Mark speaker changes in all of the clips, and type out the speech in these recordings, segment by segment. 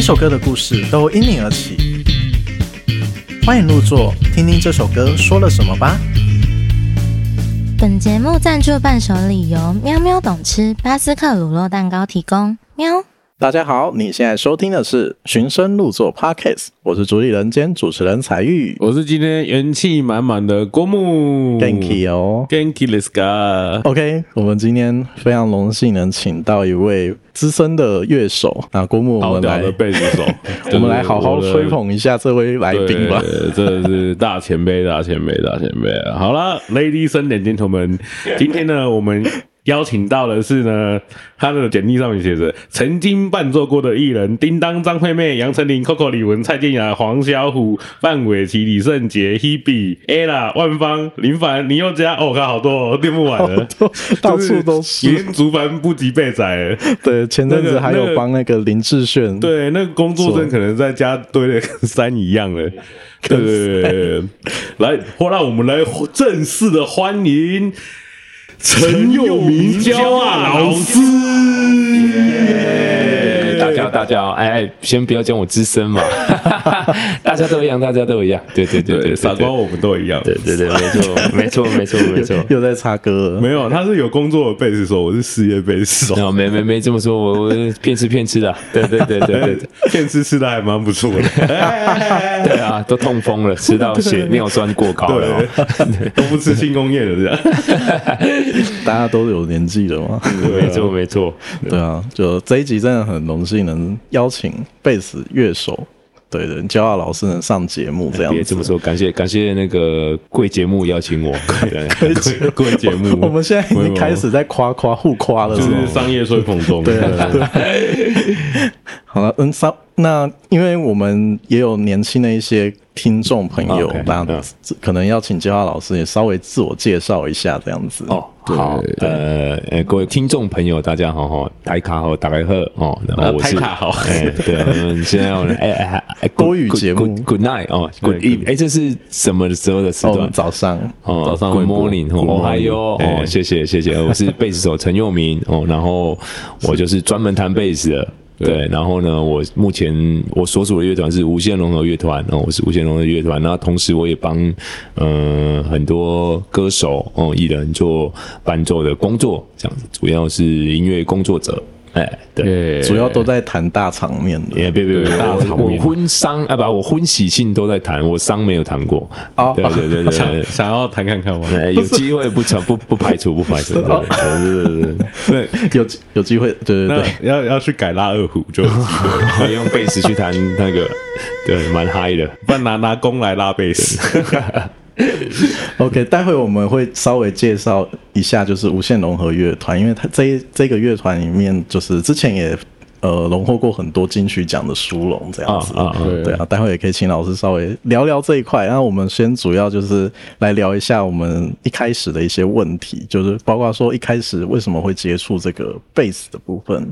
Speaker 1: 首歌的故事都因你而起。欢迎入座，听听这首歌说了什么吧。
Speaker 2: 本节目赞助伴手礼由喵喵懂吃巴斯克乳酪蛋糕提供。喵，
Speaker 1: 大家好，你现在收听的是《寻声入座》Podcast，我是主理人兼主持人才玉。
Speaker 3: 我是今天元气满满的郭木
Speaker 1: Thank you 哦。
Speaker 3: Thank you, let's go。
Speaker 1: OK，我们今天非常荣幸能请到一位资深的乐手，那郭木，我
Speaker 3: 好
Speaker 1: 们
Speaker 3: 屌
Speaker 1: 来，
Speaker 3: 的贝斯手
Speaker 1: 我们来好好吹捧一下这位来
Speaker 3: 对
Speaker 1: 宾吧。
Speaker 3: 真的是大前辈，大前辈，大前辈。啊好了，Ladies and gentlemen，今天呢，我们邀请到的是呢，他的简历上面写着曾经伴奏过的艺人：叮当、张惠妹、杨丞琳、Coco、李玟、蔡健雅、黄小琥、范玮琪、李圣杰、Hebe、Ella、万芳、林凡、林宥嘉。哦，看好多哦，念不完了。
Speaker 1: 到处 都是。
Speaker 3: 连竹凡不及被宰了。
Speaker 1: 对，前阵
Speaker 3: 那
Speaker 1: 子
Speaker 3: 个
Speaker 1: 还
Speaker 3: 那
Speaker 1: 有
Speaker 3: 个
Speaker 1: 帮那个林志炫，，
Speaker 3: 对，那个工作证可能在家堆的跟山一样 了。对对对对，对来，或让我们来正式的欢迎陈佑明教啊老师。
Speaker 4: 哎大家大家好，哎哎，先不要讲我资深 嘛，大家都一样，大家都一样，对对对
Speaker 3: 对，
Speaker 4: 对，
Speaker 3: 傻瓜，我们都一样。
Speaker 4: 对对对，对没错没错没错没 错。
Speaker 1: 又在插歌了。
Speaker 3: 没有，他是有工作的贝斯手，我是事业哦贝斯手。
Speaker 4: 没有哦没没没这么说，我我骗吃骗吃的，对对对 对对 对
Speaker 3: 哎电视吃的还蛮不错的，
Speaker 4: 对啊，都痛风了，吃到血尿酸过高了哦，
Speaker 3: 对，都不吃轻工业的这样。
Speaker 1: 大家都有年纪了嘛。
Speaker 4: 没错没错，
Speaker 1: 对啊，就这一集真的很荣幸能邀请贝斯乐手，对对，骄傲老师能上节目这样
Speaker 4: 别
Speaker 1: 子
Speaker 3: 哎
Speaker 4: 这。么说，感谢感谢那个贵节目邀请我， 对
Speaker 3: 贵贵节目，
Speaker 1: 我们现在已经开
Speaker 3: 没有
Speaker 1: 始在夸夸互夸了，
Speaker 3: 就是
Speaker 1: 吗
Speaker 3: 是商业吹捧 中。
Speaker 1: 对啊对啊。 好了，嗯，稍那因为我们也有年轻的一些听众朋友
Speaker 3: OK，，
Speaker 1: 那
Speaker 3: 嗯
Speaker 1: 可能要请骄傲老师也稍微自我介绍一下这样子。
Speaker 4: 哦，好，呃，呃，各位听众朋友，大家好哈，台卡好，打开贺哦，然
Speaker 3: 呃
Speaker 4: 后我是
Speaker 3: 台卡好
Speaker 4: 哎，对，我们现在我们哎哎哎哎，
Speaker 1: 多语节目
Speaker 4: Good- Good good night 哦，Good
Speaker 3: 对
Speaker 4: eve，哎，这是什么时候的时
Speaker 1: 哦，我们
Speaker 4: 段？
Speaker 1: 早上
Speaker 4: 哦
Speaker 3: 早上
Speaker 4: ，Good
Speaker 3: 会播
Speaker 4: morning，
Speaker 3: Good
Speaker 4: 哦，嗨哟，
Speaker 3: morning，
Speaker 4: 哦
Speaker 3: 哎，
Speaker 4: 谢谢 谢谢，呃我是贝斯手陈佑明哦，然后我就是专门弹贝斯的。对，然后呢，我目前我所属的乐团是无限融合乐团，哦，我是无限融合乐团，然后同时我也帮嗯、呃很多歌手哦艺人做伴奏的工作，这样子，主要是音乐工作者，哎，对。
Speaker 3: 对
Speaker 1: 主要都在谈大场面的。
Speaker 4: 也别别别，
Speaker 3: 对大场
Speaker 4: 我
Speaker 3: 面
Speaker 4: 婚丧啊，不，我婚喜庆都在弹，我丧没有弹过。
Speaker 1: 哦
Speaker 4: 对对对对 对
Speaker 3: 想，想要谈看看吗？
Speaker 4: 哎有机会不成不不排除不排除，对对对 对
Speaker 3: 对，
Speaker 1: 有机有机会，对对
Speaker 3: 那
Speaker 1: 对，
Speaker 3: 要要去改拉二胡， 就
Speaker 4: 对，用贝斯去弹那个，对，蛮嗨的。
Speaker 3: 不然拿拿弓来拉贝斯。
Speaker 1: OK，待会我们会稍微介绍一下，就是无限融合乐团，因为它这一这个乐团里面，就是之前也呃荣获过很多金曲奖的殊荣这样子
Speaker 4: 啊啊啊
Speaker 1: 对啊，待会也可以请老师稍微聊聊这一块。然后我们先主要就是来聊一下我们一开始的一些问题，就是包括说一开始为什么会接触这个贝斯的部分，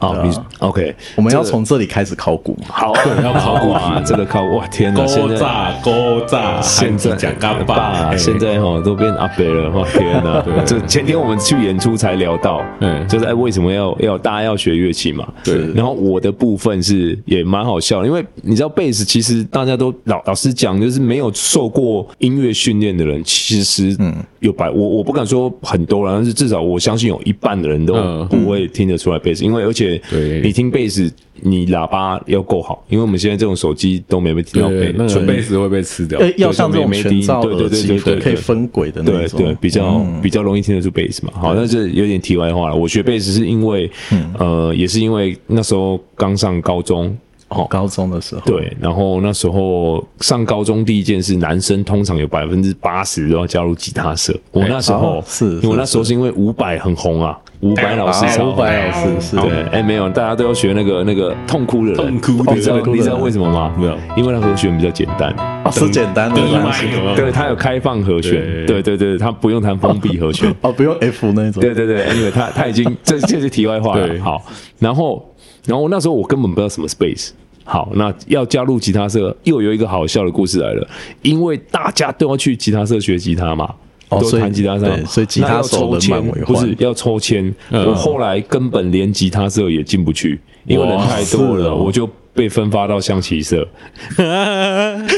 Speaker 4: 哦，你 OK，
Speaker 1: 我们要从这里开始考古。
Speaker 4: 好，要考古啊，这个考哇，天哪，现
Speaker 3: 勾
Speaker 4: 在。
Speaker 3: 炸勾炸，
Speaker 4: 现在
Speaker 3: 讲干哎爸，
Speaker 4: 爸，现在哈都变阿北了，哇天 哪！就哎前天我们去演出才聊到，
Speaker 3: 嗯
Speaker 4: 就是哎为什么要要大家要学乐器嘛？
Speaker 3: 对
Speaker 4: 然后我的部分是也蛮好笑的，因为你知道贝斯其实大家都老老实讲，就是没有受过音乐训练的人，其实嗯有百我我不敢说很多了，但是至少我相信有一半的人都
Speaker 3: 嗯
Speaker 4: 不会听得出来贝斯，因为而且
Speaker 3: 对
Speaker 4: 你听贝斯，你喇叭要够好，因为我们现在这种手机都没被听到贝
Speaker 3: 对，那
Speaker 4: 纯
Speaker 3: 个贝斯会被吃掉
Speaker 4: 哎
Speaker 1: 呃，。要像这种
Speaker 4: 没没
Speaker 1: 全
Speaker 4: 低
Speaker 1: 罩
Speaker 4: 对对
Speaker 1: 耳
Speaker 4: 对
Speaker 1: 机
Speaker 4: 对对对
Speaker 1: 可以分轨的那
Speaker 4: 对
Speaker 1: 种，
Speaker 4: 对，比较、比较容易听得出贝斯嘛。好，那这有点题外话了。我学贝斯是因为，呃，也是因为那时候刚上高中，
Speaker 1: 哦，高中的时候，
Speaker 4: 对，然后那时候上高中第一件事，男生通常有百分之八十都要加入吉他社。我那时候、
Speaker 1: 哦是
Speaker 4: 因为我
Speaker 1: 是
Speaker 4: 那时候是因为伍佰很红啊，伍佰老师
Speaker 1: 啊
Speaker 4: 超
Speaker 1: 伍
Speaker 4: 红。
Speaker 1: 佰老师是
Speaker 4: 对，哎、没有，大家都要学那个那个痛哭的人，哦
Speaker 3: 痛哭的人
Speaker 4: 你知道
Speaker 1: 痛哭的人
Speaker 4: 你知道为什么吗？
Speaker 3: 没有
Speaker 4: 因为那和弦比较简单。
Speaker 1: 哦，是简单的
Speaker 3: 对
Speaker 1: 吗，
Speaker 3: 麦有没有
Speaker 4: 对，它有开放和弦，
Speaker 3: 哦对
Speaker 4: 对对对，它不用弹封闭和弦。
Speaker 1: 哦，不用 F 那种，
Speaker 4: 对对 对，因为他他已经这这是题外话
Speaker 3: 对
Speaker 4: 了。好，然后然后那时候我根本不知道什么 space。好，那要加入吉他社，又有一个好笑的故事来了，因为大家都要去吉他社学吉他嘛。
Speaker 1: 哦
Speaker 4: 都
Speaker 1: 所以
Speaker 4: 弹吉他社
Speaker 1: 对，所以吉他手
Speaker 4: 那要抽
Speaker 1: 人满为
Speaker 4: 签，
Speaker 1: 患
Speaker 4: 不是要抽签。
Speaker 3: 嗯
Speaker 4: 我后来根本连吉他社也进不去，因为人太
Speaker 3: 哇
Speaker 4: 多
Speaker 3: 是
Speaker 4: 了，
Speaker 3: 哦
Speaker 4: 我就被分发到象棋社。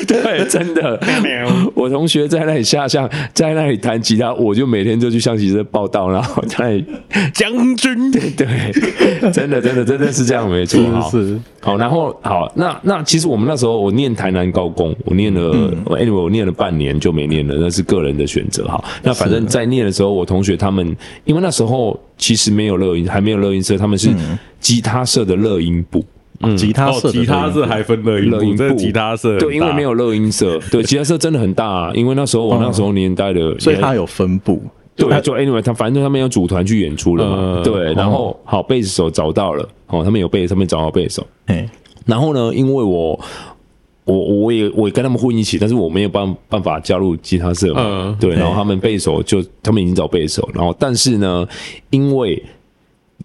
Speaker 4: 对，真的，我同学在那里下象，在那里弹吉他，我就每天就去象棋社报道，然后在那里
Speaker 3: 将军，
Speaker 4: 对，真的，真的，真的是这样，没错。好
Speaker 1: 是是
Speaker 4: 好，然后好，那那其实我们那时候我念台南高工，我念了、anyway 我念了半年就没念了，那是个人的选择哈。那反正在念的时候，我同学他们因为那时候其实没有乐音，还没有乐音社，他们是吉他社的乐音部。
Speaker 1: 吉他社的
Speaker 3: 哦，吉他社还分乐音
Speaker 4: 乐
Speaker 3: 部，
Speaker 4: 音
Speaker 3: 这
Speaker 4: 部
Speaker 3: 吉他社很
Speaker 4: 对，因为
Speaker 3: 大嗯
Speaker 4: 没有乐 音社，对，吉他社真的很大、啊，因为那时候我那时候年代的，
Speaker 1: 所以它有分布。
Speaker 4: 对，就 anyway，他反正他们有组团去演出了嘛，
Speaker 3: 嗯
Speaker 4: 对，然后好贝斯手找到了，哦，他们有贝斯，他们找到贝斯手，
Speaker 1: 哎，
Speaker 4: 然后呢，因为我我我也我也跟他们混一起，但是我没有办办法加入吉他社嘛，
Speaker 3: 嗯
Speaker 4: 对，然后他们贝斯手就他们已经找贝斯手，然后但是呢，因为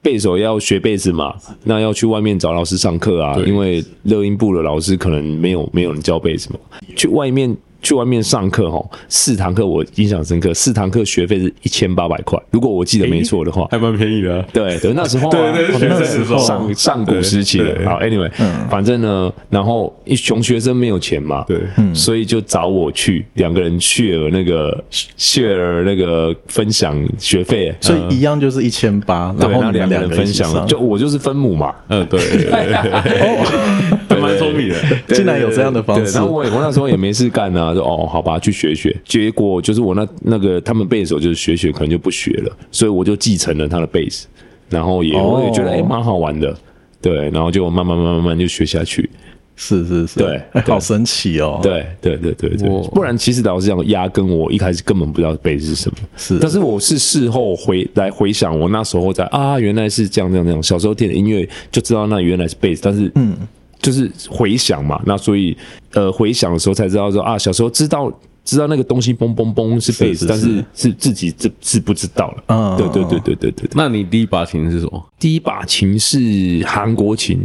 Speaker 4: 贝斯手要学贝斯嘛，那要去外面找老师上课啊，
Speaker 3: 对
Speaker 4: 因为乐音部的老师可能没有没有人教贝斯嘛，去外面。去外面上课哈，四堂课我印象深刻，四堂课学费是一千八百块，如果我记得没错的话，
Speaker 3: 还蛮便宜的啊，
Speaker 4: 对对，那时候、啊、
Speaker 3: 对对学生时候
Speaker 4: 上上古时期
Speaker 3: 对
Speaker 4: 的。
Speaker 3: 对
Speaker 4: 好，anyway，、反正呢，然后一穷学生没有钱嘛，
Speaker 3: 对，
Speaker 1: 嗯
Speaker 4: 所以就找我去，两个人 share 那个 share 那个分享学费，
Speaker 1: 所以一样就是一千八，然
Speaker 4: 对，
Speaker 1: 后
Speaker 4: 那
Speaker 1: 你们
Speaker 4: 两个
Speaker 1: 两
Speaker 4: 人
Speaker 1: 个一
Speaker 4: 分
Speaker 1: 起
Speaker 4: 享，
Speaker 1: 上
Speaker 4: 就我就是分母嘛，
Speaker 3: 嗯， 对，对
Speaker 4: 哦
Speaker 3: 对 还蛮聪明的，
Speaker 4: 对
Speaker 1: 竟然有这样的方
Speaker 4: 对
Speaker 1: 式
Speaker 4: 然后我也我那时候也没事干啊，就哦，好吧，去学学。结果就是我那那个他们贝斯手就是学学，可能就不学了，所以我就继承了他的贝斯，然后也、
Speaker 1: 哦
Speaker 4: 我也觉得哎蛮、好玩的，对，然后就慢慢慢慢慢就学下去，
Speaker 1: 是是是，
Speaker 4: 对
Speaker 1: 哎
Speaker 4: 对
Speaker 1: 好神奇哦。，
Speaker 4: 对对对对对
Speaker 3: 哇。
Speaker 4: 不然其实老实讲，压根我一开始根本不知道贝斯是什么，
Speaker 1: 是
Speaker 4: 但是我是事后回来回想，我那时候在啊，原来是这样这样这样。小时候听的音乐就知道那原来是贝斯，但是嗯，就是回想嘛，那所以呃，回想的时候才知道说啊，小时候知道。知道那个东西嘣嘣嘣是贝
Speaker 1: 是
Speaker 4: 斯，
Speaker 1: 是
Speaker 4: 但
Speaker 1: 是
Speaker 4: 是是自己这是不知道了。
Speaker 1: 嗯
Speaker 4: 对对对对对对对。
Speaker 3: 那你第一把琴是什么？
Speaker 4: 第一把琴是韩国琴，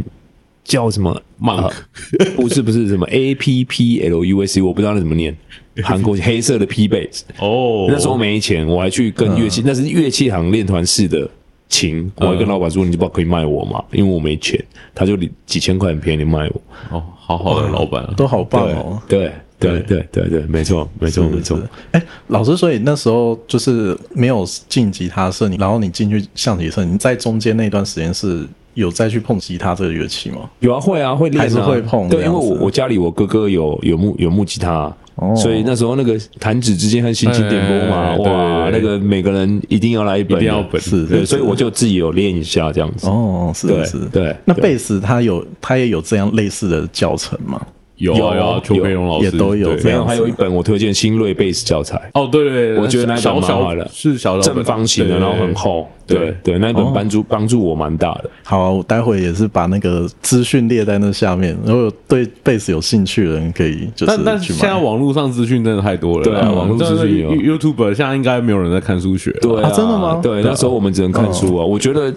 Speaker 4: 叫什么
Speaker 3: Monk
Speaker 4: 呃不是不是什么 A P P L U S C，我不知道那怎么念。韩国 黑色的 P bass，
Speaker 3: 哦
Speaker 4: 那时候没钱，我还去跟乐
Speaker 1: 嗯
Speaker 4: 器，那是乐器行练团式的琴，我还跟老板说，你就不可以卖我嘛，因为我没钱，他就几千块很便宜卖我。
Speaker 3: 哦，好好的老板啊，
Speaker 1: 都好棒哦。
Speaker 4: 对对对对对，没错没错没错
Speaker 1: 是。哎，老师，所以那时候就是没有进吉他社，你然后你进去象棋社，你在中间那段时间是有再去碰吉他这个乐器吗？
Speaker 4: 有啊，会啊，会练、啊，
Speaker 1: 还是会碰
Speaker 4: 对，
Speaker 1: 这
Speaker 4: 因为
Speaker 1: 样子
Speaker 4: 我我家里我哥哥有有木有木吉他，
Speaker 1: 哦
Speaker 4: 所以那时候那个弹指之间和心情点播嘛，
Speaker 3: 哎
Speaker 4: 哇，
Speaker 3: 对
Speaker 4: 那个每个人一定要来一本
Speaker 3: 一
Speaker 4: 的，
Speaker 3: 定要本
Speaker 1: 是
Speaker 4: 对，所以我就自己有练一下这样子。
Speaker 1: 哦，是
Speaker 4: 对
Speaker 1: 是，
Speaker 4: 对
Speaker 1: 那
Speaker 4: 对
Speaker 1: 贝斯它有，它也有这样类似的教程吗？
Speaker 3: 有啊有
Speaker 4: 有
Speaker 3: 啊，邱培荣老师
Speaker 1: 也都有
Speaker 3: 对
Speaker 1: 这
Speaker 4: 没
Speaker 1: 样
Speaker 4: 有，还有一本我推荐新锐贝斯教材，
Speaker 3: 哦，对对，对
Speaker 4: 我觉得那一本
Speaker 3: 小
Speaker 4: 蛮好
Speaker 3: 小
Speaker 4: 的
Speaker 3: 是小小本
Speaker 4: 正方形的，
Speaker 3: 对
Speaker 4: 然后很厚，
Speaker 3: 对
Speaker 4: 对对，那一本帮助帮助我蛮大的。
Speaker 1: 好啊、我待会也是把那个资讯列在那下面，如果有对贝斯有兴趣的人可以就是
Speaker 3: 但但
Speaker 1: 去
Speaker 3: 现
Speaker 1: 买
Speaker 3: 在网络上资讯真的太多了啦，嗯
Speaker 4: 对啊网络资讯有
Speaker 3: 对对 YouTube 现在应该没有人在看数学了，
Speaker 4: 对
Speaker 1: 啊真的吗
Speaker 4: 对，那时候我们只能看书啊。我觉得，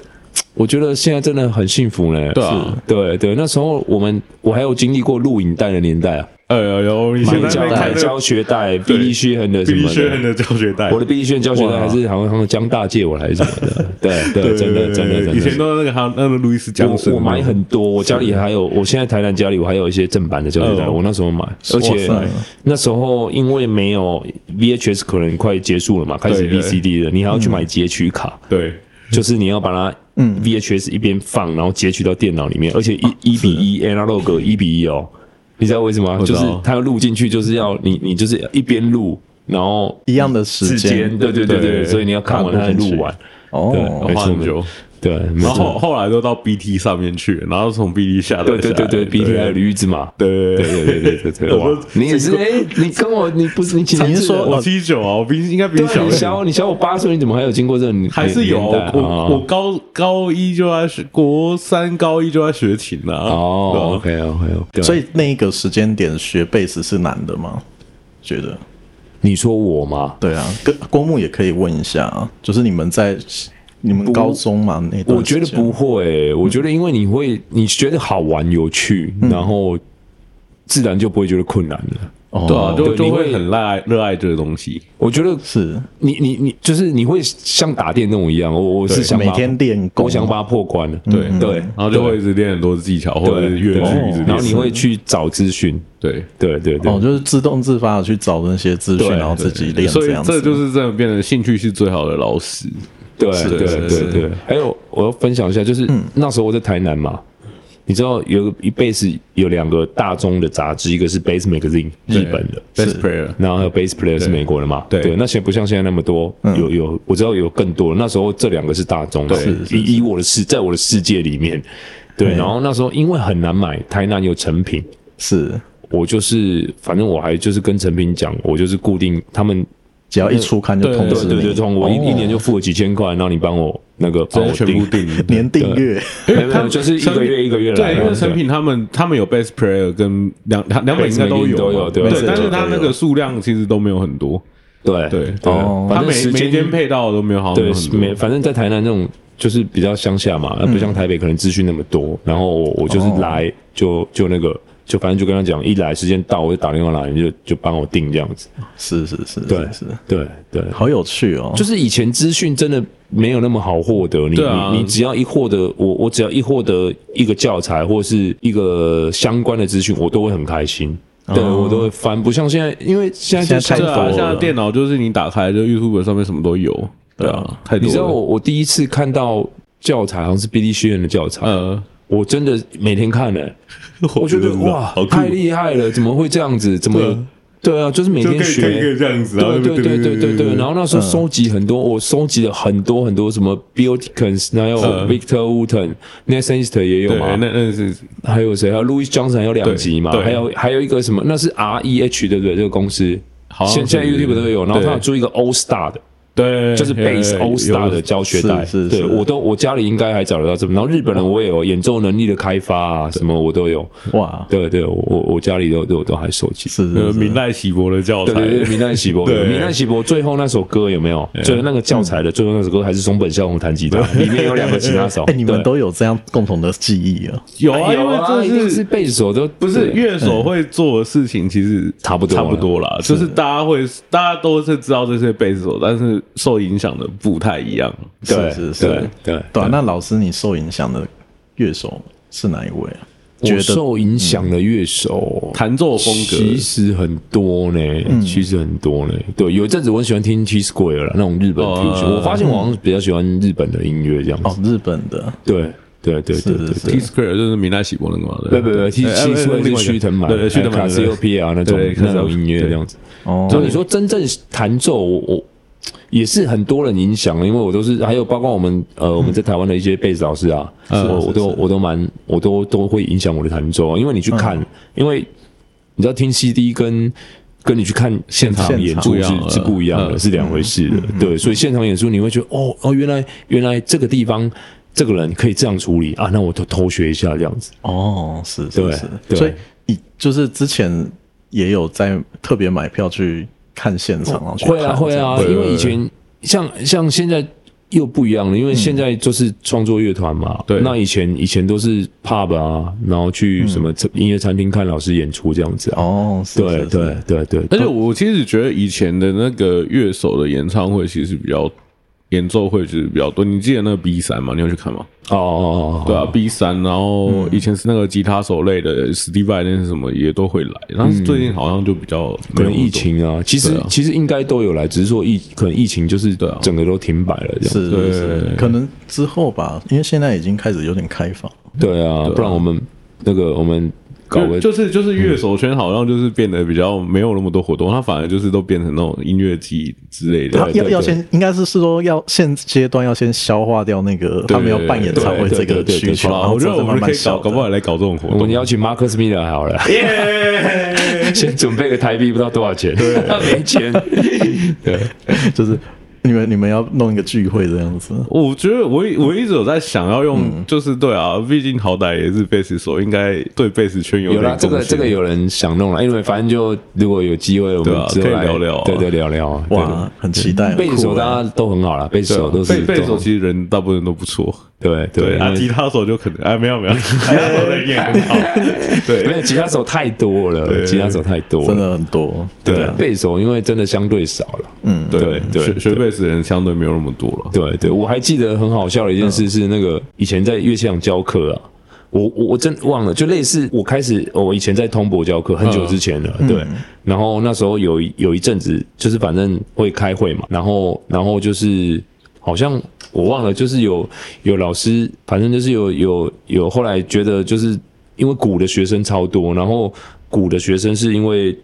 Speaker 4: 我觉得现在真的很幸福呢。
Speaker 3: 对啊
Speaker 4: 是，对对，那时候我们我还有经历过录影带的年代啊，
Speaker 3: 哎呦呦，以前
Speaker 4: 买
Speaker 3: 在
Speaker 4: 胶
Speaker 3: 那边
Speaker 4: 带、
Speaker 3: 看
Speaker 4: 教学带、必
Speaker 3: 对
Speaker 4: 利薛恒的什
Speaker 3: 必
Speaker 4: 么
Speaker 3: 须
Speaker 4: 的。
Speaker 3: 的教学带，
Speaker 4: 我的必利薛恒教学带还是好像好像江大借我来什么 的。对对，真的真的真的。
Speaker 3: 以前都是那个他那个路易斯江森，
Speaker 4: 我我买很多，我家里还有，我现在台南家里我还有一些正版的胶带，
Speaker 3: 哦
Speaker 4: 我那时候买，而且
Speaker 1: 哇塞
Speaker 4: 那时候因为没有 VHS 可能快结束了嘛，开始
Speaker 3: 对对
Speaker 4: VCD 了，你还要去买截取卡，
Speaker 3: 对，
Speaker 4: 就是你要把它
Speaker 3: 嗯
Speaker 4: VHS 一边放，然后截取到电脑里面，而且
Speaker 3: 哦
Speaker 4: 一一比一 analog 一比一哦，你知道为什么吗？
Speaker 3: 知
Speaker 4: 就
Speaker 3: 道
Speaker 4: 是它要录进去，就是要你你就是一边录，然后
Speaker 1: 一样的时
Speaker 4: 之间，
Speaker 1: 间
Speaker 4: 对对对
Speaker 3: 对
Speaker 4: 对，所以你要看完它才录完，
Speaker 1: 哦
Speaker 4: 对，
Speaker 3: 花很久。哦
Speaker 4: 对，没
Speaker 3: 然
Speaker 4: 错
Speaker 3: 后后后来都到 BT 上面去，然后从 BT 下载
Speaker 4: 对对对对，B T 还有驴子嘛，
Speaker 3: 对
Speaker 4: 对对对对 对对，哇！你也是哎、你跟我你不是你几年
Speaker 1: 你是说
Speaker 3: 我七九啊，我比应该比
Speaker 4: 对
Speaker 3: 你
Speaker 4: 啊
Speaker 3: 小
Speaker 4: 你
Speaker 3: 一点。
Speaker 4: 小你小我八岁，你怎么还有经过这种
Speaker 3: 还是有
Speaker 4: 年代啊
Speaker 3: 我我高高一就在学，国三高一就在学琴啊了。
Speaker 4: 哦，OK OK OK，
Speaker 1: 所
Speaker 4: 以
Speaker 1: 以那一个时间点学贝斯是难的吗？觉得？
Speaker 4: 你说我吗？
Speaker 1: 对啊，跟郭牧也可以问一下啊，就是你们在你们高中嘛那段
Speaker 4: 我觉得
Speaker 1: 时间
Speaker 4: 不会、
Speaker 3: 嗯
Speaker 4: 我觉得因为你会你觉得好玩有趣，然后自然就不会觉得困难了。
Speaker 1: 哦，
Speaker 3: 对啊，就
Speaker 4: 对
Speaker 3: 就
Speaker 4: 你
Speaker 3: 会
Speaker 4: 会
Speaker 3: 很热爱热爱这个东西。
Speaker 4: 我觉得
Speaker 1: 是
Speaker 4: 你你你，就是你会像打电动一样，我我是
Speaker 3: 对
Speaker 4: 想把
Speaker 1: 每天练功啊
Speaker 4: 我想把它破关的，
Speaker 3: 嗯对
Speaker 4: 对，
Speaker 3: 然后就会一直练很多技巧，或者
Speaker 4: 对
Speaker 3: 是越
Speaker 4: 对
Speaker 3: 剧一直练。
Speaker 4: 然后你会去找资讯，
Speaker 3: 对
Speaker 4: 对对对
Speaker 1: 哦，，就是自动自发的去找那些资讯，
Speaker 4: 对
Speaker 1: 然后自己练
Speaker 3: 所以
Speaker 1: 样子。
Speaker 3: 这就是真的变成兴趣是最好的老师。
Speaker 4: 对
Speaker 3: 是
Speaker 4: 对
Speaker 3: 是
Speaker 4: 对
Speaker 3: 是嗯
Speaker 4: 对对。还有我要分享一下，就是那时候我在台南嘛，你知道有一辈是有两个大众的杂志，一个是 Base Magazine 日本的。
Speaker 3: best player，
Speaker 4: 然后还有 Bass Player 是美国的嘛？
Speaker 3: 对
Speaker 4: 对，那些不像现在那么多，有有我知道有更多。那时候这两个是大众的，以以我的世，在我的世界里面，对。
Speaker 3: 嗯
Speaker 4: 然后那时候因为很难买，台南有成品，
Speaker 1: 是
Speaker 4: 我就是反正我还就是跟成品讲，我就是固定他们
Speaker 1: 只要一出刊就通
Speaker 4: 对
Speaker 1: 知
Speaker 4: 对对，
Speaker 1: 你，
Speaker 4: 从我一一年
Speaker 1: 就
Speaker 4: 就付了几千块，然后你帮我那个帮
Speaker 3: 真
Speaker 4: 我
Speaker 3: 的全部
Speaker 4: 订，
Speaker 3: 定。
Speaker 1: 年订阅，
Speaker 4: 没有没有，就是一个月一个月来
Speaker 3: 对，
Speaker 4: 嘛，
Speaker 3: 因为成品他们他们有 best player 跟两两两本应该都有嘛，
Speaker 4: 都有对
Speaker 1: 每次
Speaker 3: 但是
Speaker 1: 都
Speaker 3: 他
Speaker 1: 有
Speaker 3: 那个数量其实都没有很多，
Speaker 4: 对
Speaker 3: 对
Speaker 1: 哦
Speaker 4: 反
Speaker 3: 他
Speaker 4: 正
Speaker 3: 每
Speaker 4: 时
Speaker 3: 每
Speaker 4: 间
Speaker 3: 天配到的都哦没有好像
Speaker 4: 对
Speaker 3: 很多。嗯
Speaker 4: 每反正在台南那种就是比较乡下嘛，不像台北可能资讯那么多，然后我我
Speaker 3: 哦
Speaker 4: 就是来就就那个。就反正就跟他讲，一来时间到我就打电话来，你就就帮我订这样子。
Speaker 1: 是是是，
Speaker 4: 对
Speaker 1: 是是，
Speaker 4: 对对，
Speaker 1: 好有趣哦，
Speaker 4: 就是以前资讯真的没有那么好获得，你、
Speaker 3: 对啊
Speaker 4: 你你只要一获得我，我只要一获得一个教材或是一个相关的资讯，我都会很开心。对，我都会翻，不像现在，因为现在就
Speaker 1: 现在太
Speaker 3: 对
Speaker 4: 像
Speaker 3: 啊，
Speaker 1: 多
Speaker 3: 哦现在
Speaker 1: 了
Speaker 3: 电脑就是你打开就 YouTube 上面什么都有，对啊，太
Speaker 4: 你
Speaker 3: 多
Speaker 4: 知道我
Speaker 3: 了。
Speaker 4: 我第一次看到教材好像是 B D 学院的教材，
Speaker 3: 呃，
Speaker 4: 我真的每 天看呢、我觉得哇
Speaker 3: 好，酷
Speaker 4: 太厉害了，怎么会这样子？怎么有？对啊，就是每
Speaker 3: 就
Speaker 4: 天
Speaker 3: 可以可以可
Speaker 4: 学
Speaker 3: 以。这样子，然后
Speaker 4: 对啊对对对对对，然
Speaker 3: 后
Speaker 4: 后那时候收集很多，我收集了很多很多什么 Bill Dickens，还有
Speaker 3: 嗯
Speaker 4: Victor Wooten、n a t h a n s t e r 也有
Speaker 3: 对，
Speaker 4: 嘛，
Speaker 3: 那那是
Speaker 4: 还有谁？还有 Louis Johnson 还有两集嘛
Speaker 3: 对，对
Speaker 4: 还有还有一个什么？那是 R E H 对不对？这个公司
Speaker 3: 好像
Speaker 4: 现现在
Speaker 3: 是
Speaker 4: YouTube 都有，然后
Speaker 3: 对
Speaker 4: 他有做一个 All Star 的，
Speaker 3: 对，
Speaker 4: 就是 Bass
Speaker 3: 有有
Speaker 4: All Star
Speaker 3: 有
Speaker 4: 的教学带，
Speaker 1: 是是
Speaker 4: 对
Speaker 1: 是
Speaker 4: 我都我家里应该还找得到这么。然后日本人我也有演奏能力的开发啊，什么我都有。
Speaker 1: 哇，
Speaker 4: 对对，我我我家里都都都还收集。
Speaker 1: 是是
Speaker 3: 呃
Speaker 1: 是
Speaker 3: 明代喜博的教材，
Speaker 4: 嗯对对对，明旦喜博，
Speaker 3: 对
Speaker 4: 明旦喜博最后那首歌有没有？最后那个教材的最后那首歌还是松本孝宏弹吉他，里面有两个吉他手。
Speaker 1: 哎，你们
Speaker 4: 对
Speaker 1: 都有这样共同的记忆啊，
Speaker 3: 有啊，
Speaker 4: 哎有啊，一
Speaker 3: 因为
Speaker 4: 定
Speaker 3: 这
Speaker 4: 是
Speaker 3: 是
Speaker 4: 贝斯手都
Speaker 3: 不是
Speaker 4: 对嗯
Speaker 3: 乐手会做的事情，其实
Speaker 4: 差不多
Speaker 3: 差
Speaker 4: 啦
Speaker 3: 不多啦，就是大家会大家都是知道这些贝斯手，但是受影响的不太一样。
Speaker 4: 对
Speaker 1: 是是
Speaker 4: 对
Speaker 1: 是，
Speaker 4: 对
Speaker 1: 对啊。那老师，你受影响的乐手是哪一位啊？觉
Speaker 4: 我
Speaker 1: 得
Speaker 4: 受影响的乐手，
Speaker 3: 嗯弹奏风格嗯
Speaker 4: 其实很多呢，其实很多呢。对，有一阵子我很喜欢听 T Square 了，那种日本
Speaker 3: 哦
Speaker 4: fusion，、我发现我好像比较喜欢日本的音乐这样子。
Speaker 1: 哦，日本的
Speaker 4: 对对对对对
Speaker 1: 是是
Speaker 4: 对。
Speaker 3: T Square 就是明代喜博那个嘛，
Speaker 4: 对对对，T
Speaker 3: 哎哎
Speaker 4: T
Speaker 3: 哎
Speaker 4: Square
Speaker 3: 另
Speaker 4: 是
Speaker 3: 外一个
Speaker 4: 须藤满，
Speaker 3: 对须藤
Speaker 4: 卡
Speaker 3: 满
Speaker 4: C O P 啊那种
Speaker 3: 对
Speaker 4: 那种音乐这样子。
Speaker 1: 哦，
Speaker 4: 所以你说真正弹奏，我我也是很多人影响，因为我都是还有包括我们呃我们在台湾的一些贝斯老师啊，我我都我都蛮我都都会影响我的弹奏，啊因为你去看，因为你知道听 CD 跟。跟你去看现场演出
Speaker 3: 现
Speaker 4: 是
Speaker 3: 场不一样
Speaker 4: 是不一样的，嗯
Speaker 3: 嗯
Speaker 4: 是两回事的。对，所以现场演出你会觉得，哦哦，原来原来这个地方这个人可以这样处理啊，那我偷偷学一下这样子。
Speaker 1: 哦，是是
Speaker 4: 对
Speaker 1: 是，
Speaker 4: 对
Speaker 1: 所以你就是之前也有在特别买票去看现场，然后去
Speaker 4: 会啊
Speaker 1: 看
Speaker 4: 会
Speaker 1: 这样
Speaker 4: 啊，
Speaker 1: 子
Speaker 4: 因为以前像像现在又不一样了，因为现在就是创作乐团嘛。
Speaker 3: 嗯对
Speaker 4: 那以前以前都是 pub 啊，然后去什么
Speaker 3: 嗯
Speaker 4: 音乐餐厅看老师演出这样子啊。
Speaker 1: 哦，是是
Speaker 4: 对
Speaker 1: 是
Speaker 4: 对对对，
Speaker 3: 而且我其实觉得以前的那个乐手的演唱会其实比较。演奏会其实比较多，你记得那个 B 三吗？你有去看吗？
Speaker 4: 哦哦哦，
Speaker 3: 对啊，B 三，然后以前是那个吉他手类的 Steve Vai 那些什么也都会来，但是最近好像就比较没
Speaker 4: 可
Speaker 3: 有那么多
Speaker 4: 能疫情啊，其实
Speaker 3: 对啊
Speaker 4: 其实应该都有来，只是说疫可能疫情就是
Speaker 3: 对啊
Speaker 4: 整个都停摆了这样。
Speaker 1: 是
Speaker 3: 对
Speaker 1: 是是，可能之后吧，因为现在已经开始有点开放，
Speaker 4: 对啊，不然我们那个我们搞个
Speaker 3: 就就是就是乐手圈好像就是变得比较没有那么多活动，它反而就是都变成那种音乐季之类的
Speaker 1: 他。
Speaker 4: 对
Speaker 1: 要
Speaker 4: 对
Speaker 1: 要先应该是是说要现阶段要先消化掉那个他们要办演唱会这
Speaker 4: 对
Speaker 1: 个
Speaker 4: 对对
Speaker 1: 需求，
Speaker 3: 好
Speaker 1: 然
Speaker 3: 啦
Speaker 1: 后
Speaker 3: 我觉得
Speaker 1: 再
Speaker 3: 我
Speaker 1: 慢
Speaker 3: 们
Speaker 1: 慢
Speaker 3: 可以搞，
Speaker 1: 消
Speaker 3: 搞不好来搞这种活
Speaker 4: 我
Speaker 3: 动
Speaker 4: 们。邀请 Marcus Miller 好 了， 先准备个台币不知道多少钱，他没钱，对，
Speaker 1: 就是你们你们要弄一个聚会这样子，
Speaker 3: 我觉得我一我一直有在想要用，就是对啊，毕竟好歹也是贝斯手，应该对贝斯圈有
Speaker 4: 有
Speaker 3: 点
Speaker 4: 啦，这
Speaker 3: 贡
Speaker 4: 个
Speaker 3: 献
Speaker 4: 这个有人想弄了，因为反正就如果有机会，我
Speaker 3: 对
Speaker 4: 们
Speaker 3: 啊
Speaker 4: 之后
Speaker 3: 可以
Speaker 4: 来
Speaker 3: 聊聊啊
Speaker 4: 对对聊聊啊。
Speaker 1: 哇，很期待。
Speaker 4: 贝斯
Speaker 1: 很
Speaker 4: 手
Speaker 1: 酷欸
Speaker 4: 大家都很好啦，贝斯
Speaker 3: 对
Speaker 4: 手
Speaker 3: 啊
Speaker 4: 都是
Speaker 3: 贝贝斯手，
Speaker 4: 都
Speaker 3: 其实人大部分都不错。
Speaker 4: 对
Speaker 3: 对，啊，
Speaker 4: 因为
Speaker 3: 吉他手就可能哎，没有 没有，吉他手人也很好。
Speaker 4: 没
Speaker 3: 对
Speaker 4: 有吉他手太多了，
Speaker 3: 对
Speaker 4: 吉他手太多了，
Speaker 1: 真的很多，
Speaker 3: 对
Speaker 1: 啊，
Speaker 4: 贝斯手因为真的相对少了。
Speaker 1: 嗯，
Speaker 3: 对
Speaker 4: 对
Speaker 3: 学学贝斯的人相对没有那么多了。
Speaker 4: 对对，我还记得很好笑的一件事是，那个、以前在乐器行教课啊，我我我真忘了，就类似我开始我以前在通博教课很久之前了，对。然后那时候有一有一阵子，就是反正会开会嘛，然后然后就是好像我忘了，就是有有老师，反正就是有有有后来觉得就是因为鼓的学生超多，然后鼓的学生是因为。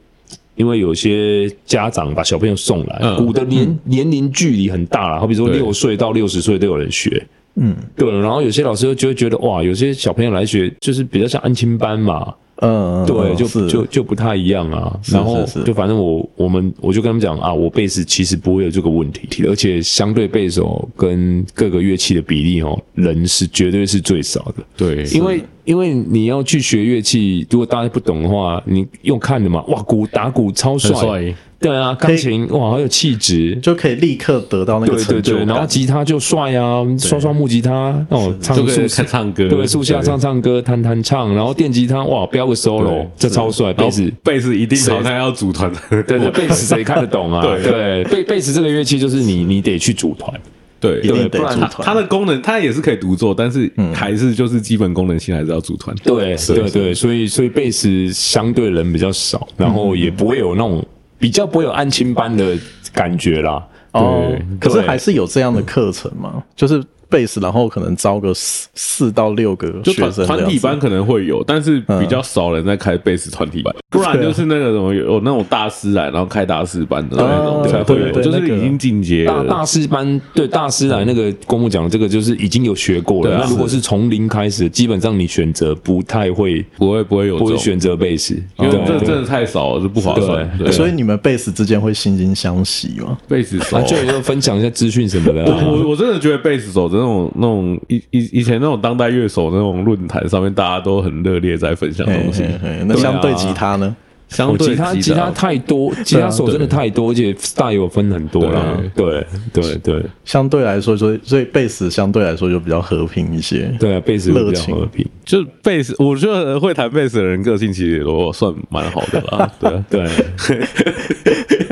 Speaker 4: 因为有些家长把小朋友送来，
Speaker 3: 嗯
Speaker 4: 鼓的年年龄距离很大了，好比说
Speaker 3: 对
Speaker 4: 六岁到六十岁都有人学，
Speaker 1: 嗯
Speaker 4: 对。然后有些老师就会觉得哇，有些小朋友来学就是比较像安亲班嘛，
Speaker 1: 嗯，
Speaker 4: 对，
Speaker 1: 嗯
Speaker 4: 就是就就不太一样啊。
Speaker 1: 是
Speaker 4: 然后
Speaker 1: 是是
Speaker 4: 就反正我我们我就跟他们讲啊，我贝斯其实不会有这个问题，而且相对贝斯手跟各个乐器的比例哦，人是绝对是最少的。
Speaker 3: 对，
Speaker 4: 因为因为你要去学乐器，如果大家不懂的话，你用看的嘛，哇，鼓打鼓超帅，
Speaker 3: 很帅
Speaker 4: 对啊，钢琴哇，好有气质，
Speaker 1: 就可以立刻得到那个
Speaker 4: 对对
Speaker 1: 成就
Speaker 4: 对，
Speaker 1: 感，
Speaker 4: 然后吉他就帅啊，刷刷木吉他哦，唱
Speaker 3: 就可
Speaker 4: 树
Speaker 3: 以看唱歌，
Speaker 4: 对树下
Speaker 3: 对
Speaker 4: 唱唱歌，弹弹唱，然后电吉他哇，飙个 solo，
Speaker 3: 对
Speaker 4: 这超帅，
Speaker 3: 然
Speaker 4: 贝
Speaker 3: 后
Speaker 4: 斯。
Speaker 3: 贝斯一定
Speaker 4: 谁
Speaker 3: 好像要组团的，
Speaker 4: 对对，贝斯谁看得懂啊？
Speaker 3: 对
Speaker 4: 对，贝贝斯这个乐器就是你，你得去组团，
Speaker 3: 对
Speaker 1: 一定
Speaker 4: 对嗯
Speaker 1: 得
Speaker 4: 不然
Speaker 1: 组
Speaker 3: 它
Speaker 1: 团。
Speaker 3: 它的功能，它也是可以独奏，但是还是就是基本功能性还是要组团。
Speaker 4: 对
Speaker 3: 是
Speaker 4: 对
Speaker 3: 是
Speaker 4: 对，所以所以贝斯相对人比较少，然后也不会有那种比较不会有安亲班的感觉啦。
Speaker 1: 哦
Speaker 4: 对，
Speaker 1: 可是
Speaker 4: 对
Speaker 1: 还是有这样的课程嘛，就是贝斯，然后可能招个四四到六个
Speaker 3: 就
Speaker 1: 学
Speaker 3: 团
Speaker 1: 生这样
Speaker 3: 团体
Speaker 1: 子
Speaker 3: 班可能会有，但是比较少人在开贝斯团体班，
Speaker 4: 嗯
Speaker 3: 不然就是那个什么有有那种大师来，然后开大师班的那种
Speaker 1: 哦
Speaker 3: 才会有，
Speaker 1: 对对
Speaker 3: 就是
Speaker 1: 那个
Speaker 3: 已经进阶
Speaker 4: 大
Speaker 3: 了
Speaker 4: 大。师班对大师来那个公募奖，这个就是已经有学过
Speaker 3: 对
Speaker 4: 了。
Speaker 3: 啊
Speaker 4: 那如果是从零开始，基本上你选择不太会，
Speaker 3: 不会不会有
Speaker 4: 不
Speaker 3: 这
Speaker 4: 会
Speaker 3: 种，
Speaker 4: 选择贝斯，
Speaker 3: 因为
Speaker 4: 对
Speaker 3: 这
Speaker 4: 对
Speaker 3: 真的太少了，是不划算。
Speaker 4: 对
Speaker 3: 对
Speaker 1: 所以你们贝斯之间会惺惺相惜吗？
Speaker 3: 贝斯手
Speaker 4: 那，啊就就分享一下资讯什么的
Speaker 3: 我
Speaker 4: 啦。
Speaker 3: 我我真的觉得贝斯手的那种那种以以以前那种当代乐手那种论坛上面，大家都很热烈在分享
Speaker 1: 嘿
Speaker 3: 东西
Speaker 1: 嘿。嘿
Speaker 4: 啊
Speaker 1: 那相对吉他呢？
Speaker 3: 相对
Speaker 4: 吉他吉
Speaker 3: 啊
Speaker 4: 他太多，吉他手真的太多，而且 style 有分很多啦。对对对
Speaker 1: 相对来说，所以所以贝斯相对来说就比较和平一些。
Speaker 4: 对啊，贝斯比
Speaker 1: 热
Speaker 4: 较
Speaker 1: 情
Speaker 4: 和平。
Speaker 3: 就是贝斯，我觉得会弹贝斯的人个性其实也都算蛮好的 啦。对啊，
Speaker 4: 对，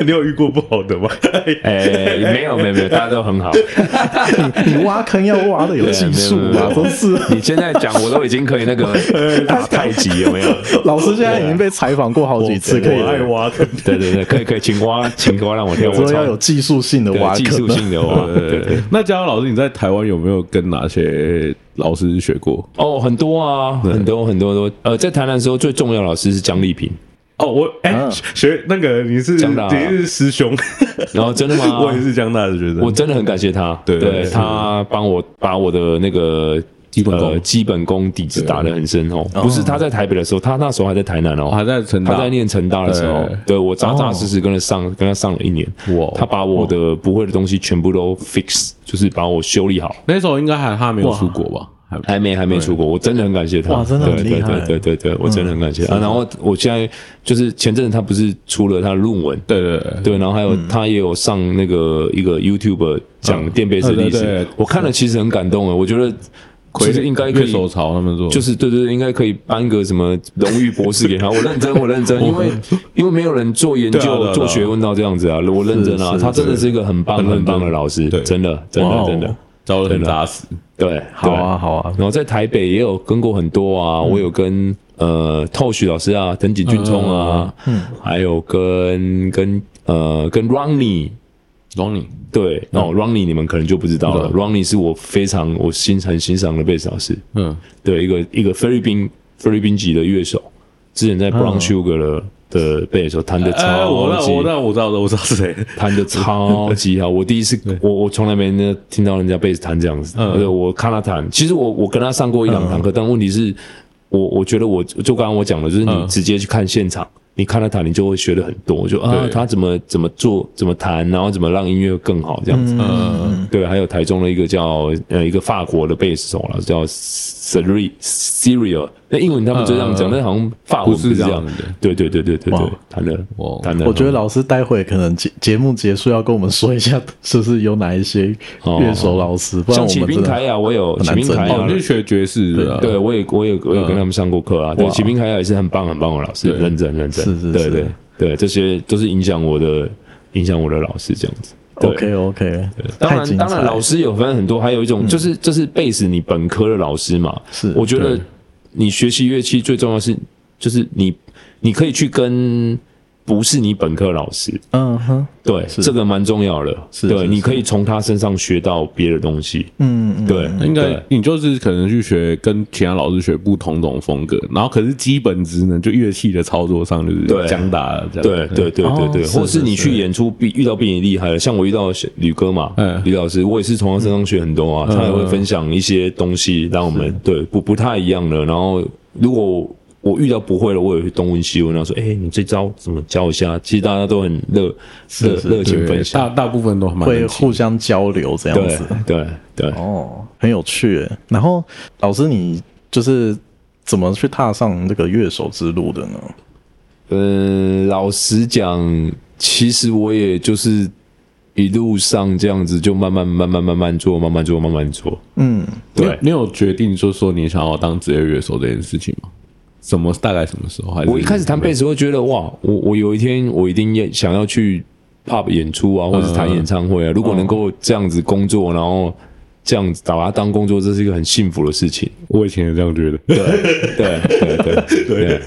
Speaker 3: 你有遇过不好的吗？
Speaker 4: 哎，没有没有没有，大家都很好。
Speaker 1: 你挖坑要挖的有技术
Speaker 4: 对哎没
Speaker 1: 啊，
Speaker 4: 有没有
Speaker 1: 真是。
Speaker 4: 你现在讲，我都已经可以那个打太极，有没有？
Speaker 1: 老师现在已经被采访过好几次，可以
Speaker 3: 我爱挖坑。
Speaker 4: 对对对，可以可以，请挖，请挖让我跳，我
Speaker 1: 说
Speaker 4: 超
Speaker 1: 要有技术性的
Speaker 4: 对
Speaker 1: 挖
Speaker 4: 技
Speaker 1: 坑
Speaker 4: 术
Speaker 1: 啊。
Speaker 4: 性的挖，哦对对
Speaker 3: 对
Speaker 4: 对。
Speaker 3: 那嘉豪老师，你在台湾有没有跟哪些老师学过？
Speaker 4: 哦，很多啊，很多很多很多。呃，在台南的时候，最重要的老师是江丽萍。
Speaker 3: 哦，我哎、
Speaker 1: 啊
Speaker 3: 学那个你是
Speaker 4: 嗯江大啊
Speaker 3: 你是师 兄，
Speaker 4: 然后真的 吗？
Speaker 3: 我也是江大的学生。
Speaker 4: 我真的很感谢他，
Speaker 3: 对对是
Speaker 4: 他帮我把我的那个基
Speaker 3: 本功
Speaker 4: 基本功底子打得很深哦。不是他在台北的时候，他那时候还在台南哦，
Speaker 3: 我还在成大，
Speaker 4: 他在念成大的时候
Speaker 3: 对，哦
Speaker 4: 对我扎扎实实跟他上，跟他上了一年
Speaker 3: 哇，
Speaker 4: 他把我的不会的东西全部都 fix，就是把我修理好。
Speaker 3: 那时候应该还他没有出国吧？还
Speaker 4: 还没还没出国，我真的很感谢他，
Speaker 1: 哇真的很厉害
Speaker 4: 对对对对对，我真的很感谢他。然后我现在就是前阵子他不是出了他的论文，
Speaker 3: 对对对，
Speaker 4: 对，然后还有他也有上那个一个 YouTube 讲电贝斯的
Speaker 3: 嗯对
Speaker 4: 历
Speaker 3: 对
Speaker 4: 史
Speaker 3: 对，
Speaker 4: 我看了其实很感动啊，我觉得其实应该可
Speaker 3: 乐
Speaker 4: 以。
Speaker 3: 手潮他们做，
Speaker 4: 就是对对对，应该可以颁个什么荣誉博士给他。我认真，我认真，因为因为没有人做研
Speaker 3: 对啊对啊对
Speaker 4: 究、
Speaker 3: 啊
Speaker 4: 做学问到这样子啊，我认真啊。
Speaker 1: 是
Speaker 4: 他真的是一个很棒、
Speaker 3: 很
Speaker 4: 很棒
Speaker 3: 认
Speaker 4: 的
Speaker 3: 真
Speaker 4: 老师
Speaker 3: 对，
Speaker 4: 真的，真
Speaker 1: 哇
Speaker 4: 的，
Speaker 1: 哦
Speaker 4: 真的，
Speaker 3: 招的很扎实。
Speaker 4: 对，
Speaker 1: 好
Speaker 4: 对
Speaker 1: 啊，好啊，
Speaker 4: 然后在台北也有跟过很多啊，
Speaker 3: 嗯
Speaker 4: 我有跟呃透许老师啊、藤井俊聪啊，
Speaker 3: 嗯
Speaker 4: 还有跟跟呃跟 Ronnie。
Speaker 3: Ronnie，
Speaker 4: 对，
Speaker 3: 嗯
Speaker 4: 哦、r o n n i e 你们可能就不知道了。
Speaker 3: 不
Speaker 4: Ronnie 是我非常我欣很欣赏的贝斯老师，
Speaker 3: 嗯，
Speaker 4: 对，一个一个菲律宾菲律宾籍的乐手，之前在 Brown Sugar 的、的贝斯手弹的
Speaker 3: 哎，嗯我
Speaker 4: 超
Speaker 3: 那
Speaker 4: 级，
Speaker 3: 我那我知道的，我知道是谁。
Speaker 4: 弹的超级好。我第一次，我我从来没那听到人家贝斯弹这样子，
Speaker 3: 嗯
Speaker 4: 而且我看他弹，其实我我跟他上过一两堂课，但问题是，我我觉得我就刚刚我讲的，就是你
Speaker 3: 嗯
Speaker 4: 直接去看现场。你看他弹，你就会学的很多，就啊
Speaker 3: 对
Speaker 4: 他怎么怎么做，怎么弹，然后怎么让音乐更好这样
Speaker 3: 嗯
Speaker 4: 子。嗯对，还有台中的一个叫呃一个法国的贝斯手啦，叫 Siri Serial，那英文他们就这样
Speaker 3: 嗯
Speaker 4: 讲，
Speaker 3: 嗯嗯
Speaker 4: 但好像法文
Speaker 3: 不是
Speaker 4: 不是这
Speaker 3: 这样
Speaker 4: 样
Speaker 3: 的。
Speaker 4: 对对对对对
Speaker 1: 哇
Speaker 4: 对，弹的
Speaker 3: 哇
Speaker 4: 弹的，
Speaker 1: 我觉得老师待会可能节节目结束要跟我们说一下，就是有哪一些乐手老师，不然
Speaker 4: 哦像
Speaker 1: 我
Speaker 4: 启
Speaker 1: 们
Speaker 4: 斌
Speaker 1: 真
Speaker 4: 凯
Speaker 1: 的
Speaker 4: 雅，我有
Speaker 1: 很
Speaker 4: 启
Speaker 1: 难
Speaker 4: 斌凯
Speaker 1: 整啊
Speaker 4: 雅
Speaker 1: 理
Speaker 3: 哦，你是学爵士的啊，
Speaker 4: 对，我也我也我
Speaker 1: 嗯
Speaker 4: 有跟他们上过课啊。对，启明凯也是很棒很棒的老师，
Speaker 3: 对
Speaker 4: 认真认真，
Speaker 1: 是是
Speaker 4: 对
Speaker 1: 是
Speaker 4: 对对，这些都是影响我的影响我的老师这样子。对
Speaker 1: OK OK，
Speaker 4: 当
Speaker 1: 太
Speaker 4: 然，
Speaker 1: 精彩
Speaker 4: 当然，
Speaker 1: 了。嗯
Speaker 4: 老师有分很多，还有一种就是就是贝斯你本科的老师嘛。
Speaker 1: 是
Speaker 4: 我觉得
Speaker 1: 对
Speaker 4: 你学习乐器最重要的是，就是你你可以去跟不是你本科的老师，
Speaker 1: 嗯哼，
Speaker 4: 对，
Speaker 1: 是
Speaker 4: 这个蛮重要的。
Speaker 1: 是
Speaker 4: 对，
Speaker 1: 是
Speaker 4: 你
Speaker 1: 是
Speaker 4: 可以从他身上学到别的东西。
Speaker 1: 嗯嗯，
Speaker 4: 对，
Speaker 3: 应该
Speaker 4: 对
Speaker 3: 你就是可能去学跟其他老师学不同种风格，然后可是基本职能就乐器的操作上就是
Speaker 4: 对
Speaker 3: 讲打这样。
Speaker 4: 对对对对对，
Speaker 1: 哦
Speaker 4: 或
Speaker 1: 是
Speaker 4: 是
Speaker 1: 是
Speaker 4: 你
Speaker 1: 是
Speaker 4: 去演出比遇到比你厉害的，像我遇到吕哥嘛
Speaker 3: 嗯，
Speaker 4: 吕老师，我也是从他身上学很多
Speaker 1: 嗯
Speaker 4: 啊，他也会分享一些东西，让我们对不不太一样的。然后如果我遇到不会的，我也会东问西问，然后说，哎，你这招怎么教一下？其实大家都很热热
Speaker 1: 是
Speaker 4: 热情
Speaker 3: 对，
Speaker 4: 分
Speaker 3: 大
Speaker 4: 享，
Speaker 3: 大部分都蛮
Speaker 1: 会
Speaker 3: 能
Speaker 1: 互相交流这样
Speaker 4: 对
Speaker 1: 子。
Speaker 4: 对对。
Speaker 1: 哦，很有趣耶。然后老师，你就是怎么去踏上这个乐手之路的 呢？
Speaker 4: 嗯，老实讲，其实我也就是一路上这样子，就慢慢慢慢慢慢做，慢慢做，慢慢做。
Speaker 1: 嗯，
Speaker 3: 你有
Speaker 4: 对
Speaker 3: 你有决定就说你想要当职业乐手这件事情吗？什么大概什么时候？还是
Speaker 4: 我一开始弹贝斯会觉得哇，我我有一天我一定要想要去 pub 演出
Speaker 1: 嗯
Speaker 4: 啊，或者是弹演唱会啊。如果能够这样子工作，然后这样子把它当工作，这是一个很幸福的事情。
Speaker 3: 我以前也这样觉得，
Speaker 4: 对对对对